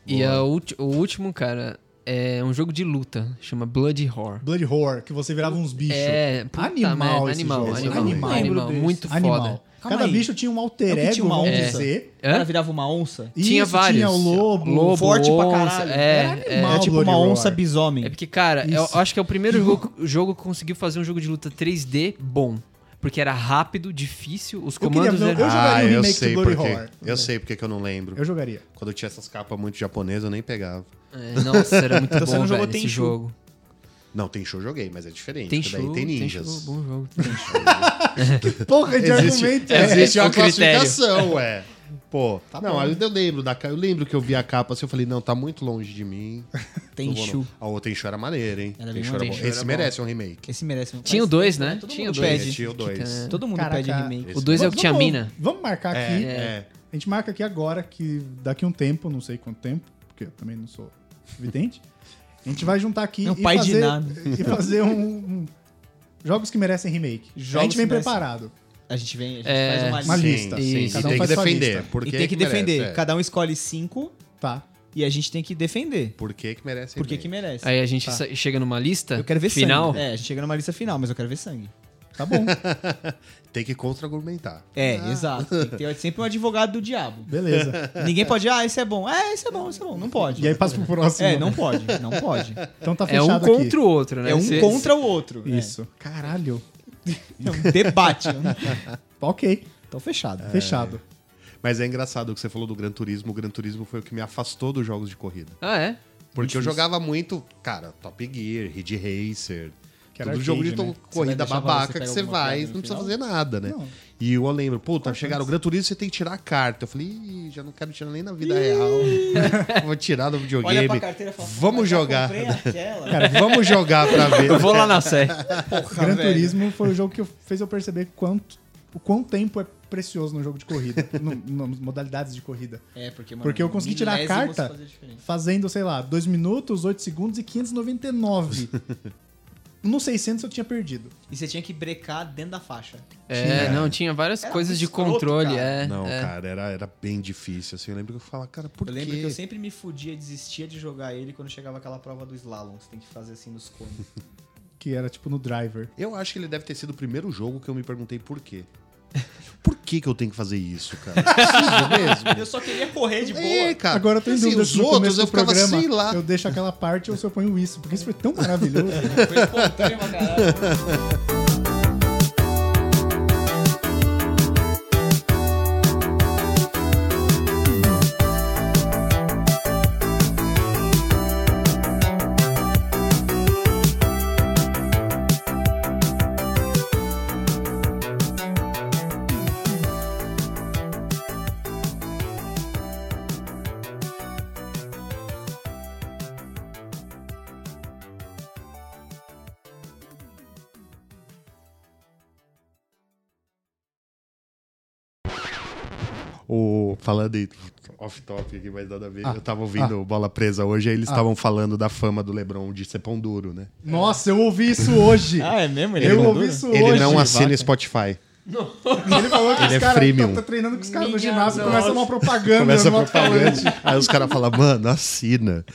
[SPEAKER 4] E a ulti- o último, cara, é um jogo de luta. Chama Bloody Horror.
[SPEAKER 1] Blood Horror, que você virava uns bichos.
[SPEAKER 4] É, puta
[SPEAKER 1] Animal
[SPEAKER 4] merda,
[SPEAKER 1] esse
[SPEAKER 4] animal,
[SPEAKER 1] jogo. é
[SPEAKER 4] animal,
[SPEAKER 1] Animal.
[SPEAKER 4] animal,
[SPEAKER 3] Lembro desse.
[SPEAKER 4] muito
[SPEAKER 1] Animal.
[SPEAKER 4] foda.
[SPEAKER 3] Calma
[SPEAKER 1] Cada
[SPEAKER 3] aí.
[SPEAKER 1] bicho tinha um
[SPEAKER 3] Eu
[SPEAKER 1] alter
[SPEAKER 3] É que tinha
[SPEAKER 1] ego,
[SPEAKER 3] uma
[SPEAKER 1] vamos
[SPEAKER 4] onça.
[SPEAKER 1] dizer.
[SPEAKER 3] O cara
[SPEAKER 4] Hã?
[SPEAKER 3] virava uma onça.
[SPEAKER 1] Isso,
[SPEAKER 4] Tinha vários.
[SPEAKER 1] Tinha o lobo.
[SPEAKER 4] Lobo,
[SPEAKER 3] Forte pra
[SPEAKER 4] onça,
[SPEAKER 3] caralho.
[SPEAKER 4] É,
[SPEAKER 1] Era
[SPEAKER 4] é.
[SPEAKER 1] animal.
[SPEAKER 3] Era
[SPEAKER 1] o
[SPEAKER 3] tipo uma
[SPEAKER 1] Bloody
[SPEAKER 3] onça
[SPEAKER 1] Roar.
[SPEAKER 3] bisomem.
[SPEAKER 4] É porque, cara, eu
[SPEAKER 1] Isso.
[SPEAKER 4] acho que é o primeiro jogo, jogo que conseguiu fazer um jogo de luta 3D bom. Porque era rápido, difícil, os
[SPEAKER 1] Eu queria
[SPEAKER 4] comandos
[SPEAKER 1] ver-
[SPEAKER 3] um-
[SPEAKER 4] eram.
[SPEAKER 1] Eu jogaria
[SPEAKER 2] ah,
[SPEAKER 1] o
[SPEAKER 2] eu
[SPEAKER 1] remake
[SPEAKER 2] sei
[SPEAKER 1] do Glory
[SPEAKER 2] porque.
[SPEAKER 1] Horror.
[SPEAKER 2] Eu sei porque que eu não lembro.
[SPEAKER 1] Eu jogaria.
[SPEAKER 2] Quando eu tinha essas capas muito japonesas, eu nem pegava.
[SPEAKER 4] É, nossa, era muito
[SPEAKER 3] Então
[SPEAKER 4] bom,
[SPEAKER 3] você não
[SPEAKER 4] velho,
[SPEAKER 3] jogou
[SPEAKER 4] esse
[SPEAKER 3] Tenchu.
[SPEAKER 4] jogo.
[SPEAKER 2] Não, tem show eu joguei, mas é diferente.
[SPEAKER 4] Tem
[SPEAKER 2] porque daí
[SPEAKER 4] show,
[SPEAKER 2] tem
[SPEAKER 4] tem
[SPEAKER 2] ninjas.
[SPEAKER 4] show, bom jogo.
[SPEAKER 1] Porra de
[SPEAKER 2] Existe,
[SPEAKER 1] argumento. é.
[SPEAKER 2] existe
[SPEAKER 4] É,
[SPEAKER 2] uma
[SPEAKER 4] o critério.
[SPEAKER 2] classificação, ué. Pô, não,
[SPEAKER 1] bom.
[SPEAKER 2] eu lembro da capa. Eu lembro que eu vi a capa assim, eu falei, não, tá muito longe de mim. Não vou,
[SPEAKER 3] Tenchu.
[SPEAKER 2] não. Ah, o Tenchu era maneiro, hein?
[SPEAKER 3] Era bem
[SPEAKER 2] Tenchu
[SPEAKER 3] maneiro.
[SPEAKER 2] bom.
[SPEAKER 3] Tenchu
[SPEAKER 2] Esse
[SPEAKER 3] era
[SPEAKER 2] merece um remake.
[SPEAKER 3] Esse merece um
[SPEAKER 4] Tinha o
[SPEAKER 3] faz-
[SPEAKER 4] 2, né?
[SPEAKER 3] Todo
[SPEAKER 4] Tinha o
[SPEAKER 3] mundo
[SPEAKER 4] 2.
[SPEAKER 3] pede. É.
[SPEAKER 2] Tinha o dois.
[SPEAKER 3] Todo mundo
[SPEAKER 1] Caraca.
[SPEAKER 3] pede remake.
[SPEAKER 4] O 2 é o que tinha
[SPEAKER 3] tá
[SPEAKER 1] Vamos-
[SPEAKER 4] mina.
[SPEAKER 1] Vamos marcar
[SPEAKER 2] É,
[SPEAKER 1] aqui.
[SPEAKER 2] é.
[SPEAKER 1] A gente marca aqui agora, que daqui um tempo, não sei quanto tempo, porque eu também não sou vidente. A gente vai juntar aqui
[SPEAKER 3] Não, é um
[SPEAKER 1] e,
[SPEAKER 3] pai de
[SPEAKER 1] fazer,
[SPEAKER 3] nada.
[SPEAKER 1] e fazer um, um- Jogos que merecem remake. a
[SPEAKER 3] Jogos
[SPEAKER 1] gente vem
[SPEAKER 3] que merecem.
[SPEAKER 1] preparado.
[SPEAKER 3] A gente vem, a gente
[SPEAKER 4] É,
[SPEAKER 3] faz uma
[SPEAKER 1] Uma
[SPEAKER 2] Sim,
[SPEAKER 1] lista.
[SPEAKER 3] lista.
[SPEAKER 2] Sim,
[SPEAKER 4] Isso.
[SPEAKER 2] E
[SPEAKER 1] Cada um
[SPEAKER 2] tem que
[SPEAKER 1] faz sua
[SPEAKER 2] defender.
[SPEAKER 1] lista.
[SPEAKER 2] Por
[SPEAKER 3] E
[SPEAKER 2] que
[SPEAKER 3] tem que
[SPEAKER 2] merece,
[SPEAKER 3] defender.
[SPEAKER 2] é.
[SPEAKER 3] Cada um escolhe 5
[SPEAKER 1] Tá.
[SPEAKER 3] e a gente tem que defender.
[SPEAKER 2] Por que que merece
[SPEAKER 3] Porque
[SPEAKER 2] remake?
[SPEAKER 3] que merece.
[SPEAKER 4] Aí a gente sa- chega numa lista
[SPEAKER 3] Tá. Eu quero ver
[SPEAKER 4] final.
[SPEAKER 3] sangue. É, a gente chega numa lista final, mas eu quero ver sangue.
[SPEAKER 1] Tá bom.
[SPEAKER 2] Tem que contra-argumentar.
[SPEAKER 3] É,
[SPEAKER 1] Ah.
[SPEAKER 3] exato. Tem que ter sempre um advogado do diabo.
[SPEAKER 1] Beleza.
[SPEAKER 3] Ninguém pode, ah, esse é bom. É, esse é bom, esse é bom. Não pode.
[SPEAKER 1] E aí passa pro próximo.
[SPEAKER 3] É, não pode, não pode.
[SPEAKER 1] Então tá
[SPEAKER 4] É
[SPEAKER 1] fechado
[SPEAKER 4] um
[SPEAKER 1] aqui.
[SPEAKER 4] contra o outro, né?
[SPEAKER 3] É um
[SPEAKER 4] Cê-
[SPEAKER 3] contra o outro. é.
[SPEAKER 1] Isso. Caralho. Tá
[SPEAKER 3] É um debate.
[SPEAKER 1] Ok. É.
[SPEAKER 3] Então fechado.
[SPEAKER 1] Fechado.
[SPEAKER 2] Mas é engraçado o que você falou do Gran Turismo. O Gran Turismo foi o que me afastou dos jogos de corrida.
[SPEAKER 4] Ah, é?
[SPEAKER 2] Porque eu
[SPEAKER 3] Difícil.
[SPEAKER 2] jogava muito, cara, Top Gear, Ridge Racer.
[SPEAKER 1] Que
[SPEAKER 2] todo
[SPEAKER 1] era
[SPEAKER 2] jogo de
[SPEAKER 1] arcade,
[SPEAKER 2] to-
[SPEAKER 1] né?
[SPEAKER 2] Você corrida
[SPEAKER 3] vai deixar rolar, você
[SPEAKER 2] babaca
[SPEAKER 3] pega
[SPEAKER 2] que você
[SPEAKER 3] alguma
[SPEAKER 2] vai,
[SPEAKER 3] pedra
[SPEAKER 2] não
[SPEAKER 3] no
[SPEAKER 2] precisa
[SPEAKER 3] final?
[SPEAKER 2] fazer nada, né?
[SPEAKER 1] Não.
[SPEAKER 2] E eu lembro, puta, chegaram o Gran Turismo, você tem que tirar a carta. Eu falei, Ih, já não quero tirar nem na vida real. Vou tirar do videogame. Vamos jogar.
[SPEAKER 3] É.
[SPEAKER 2] Cara, vamos jogar pra ver.
[SPEAKER 4] Eu vou lá na Sé.
[SPEAKER 1] Gran Turismo foi o jogo que eu- fez eu perceber quanto, o quão tempo é precioso no jogo de corrida, no- nas modalidades de corrida.
[SPEAKER 3] É, porque,
[SPEAKER 1] Porque eu consegui tirar a
[SPEAKER 3] milésimos
[SPEAKER 1] carta.
[SPEAKER 3] fazer diferença.
[SPEAKER 1] Fazendo, sei lá, 2 minutos, 8 segundos e 599. No 600 eu tinha perdido.
[SPEAKER 3] E você tinha que brecar dentro da faixa.
[SPEAKER 4] É, não, tinha várias
[SPEAKER 3] Era um
[SPEAKER 4] coisas de
[SPEAKER 3] escroto,
[SPEAKER 4] controle,
[SPEAKER 3] cara.
[SPEAKER 4] é.
[SPEAKER 2] Não, cara, era, era bem difícil, assim. Eu lembro que eu falava, cara, por
[SPEAKER 3] Eu
[SPEAKER 2] quê?
[SPEAKER 3] lembro que eu sempre me fudia, desistia de jogar ele quando chegava aquela prova do slalom. que Você tem que fazer assim nos cones.
[SPEAKER 1] Que era tipo no driver.
[SPEAKER 2] Eu acho que ele deve ter sido o primeiro jogo que eu me perguntei por quê. Por que que eu tenho que fazer isso, cara? Preciso mesmo?
[SPEAKER 3] eu só queria correr de boa.
[SPEAKER 2] É, cara.
[SPEAKER 1] Agora eu tô em
[SPEAKER 2] Assim,
[SPEAKER 1] dúvida
[SPEAKER 2] os
[SPEAKER 1] se no
[SPEAKER 2] outros
[SPEAKER 1] começo
[SPEAKER 2] eu
[SPEAKER 1] do
[SPEAKER 2] ficava,
[SPEAKER 1] programa
[SPEAKER 2] sei lá.
[SPEAKER 1] eu deixo aquela parte ou se eu ponho isso, porque isso foi tão maravilhoso. né?
[SPEAKER 3] Foi espontâneo pra caralho.
[SPEAKER 2] O, falando em off-topic aqui, mas nada a ver.
[SPEAKER 1] Ah,
[SPEAKER 2] eu tava ouvindo o Bola Presa hoje, aí eles estavam falando da fama do Lebron de ser pão duro, né?
[SPEAKER 1] Nossa, eu ouvi isso hoje.
[SPEAKER 3] é mesmo?
[SPEAKER 1] eu ouvi isso
[SPEAKER 2] Ah, Ele
[SPEAKER 1] hoje.
[SPEAKER 2] não assina
[SPEAKER 3] vaca.
[SPEAKER 2] Spotify.
[SPEAKER 1] Ele falou que
[SPEAKER 2] Ele
[SPEAKER 1] os
[SPEAKER 2] é
[SPEAKER 1] caras
[SPEAKER 2] freemium.
[SPEAKER 1] tá, tá treinando com os caras no
[SPEAKER 4] Minha
[SPEAKER 1] ginásio,
[SPEAKER 4] nossa.
[SPEAKER 1] começa uma propaganda
[SPEAKER 2] Começa a
[SPEAKER 1] no alto-falante.
[SPEAKER 2] propaganda. Aí os caras falam, mano, assina.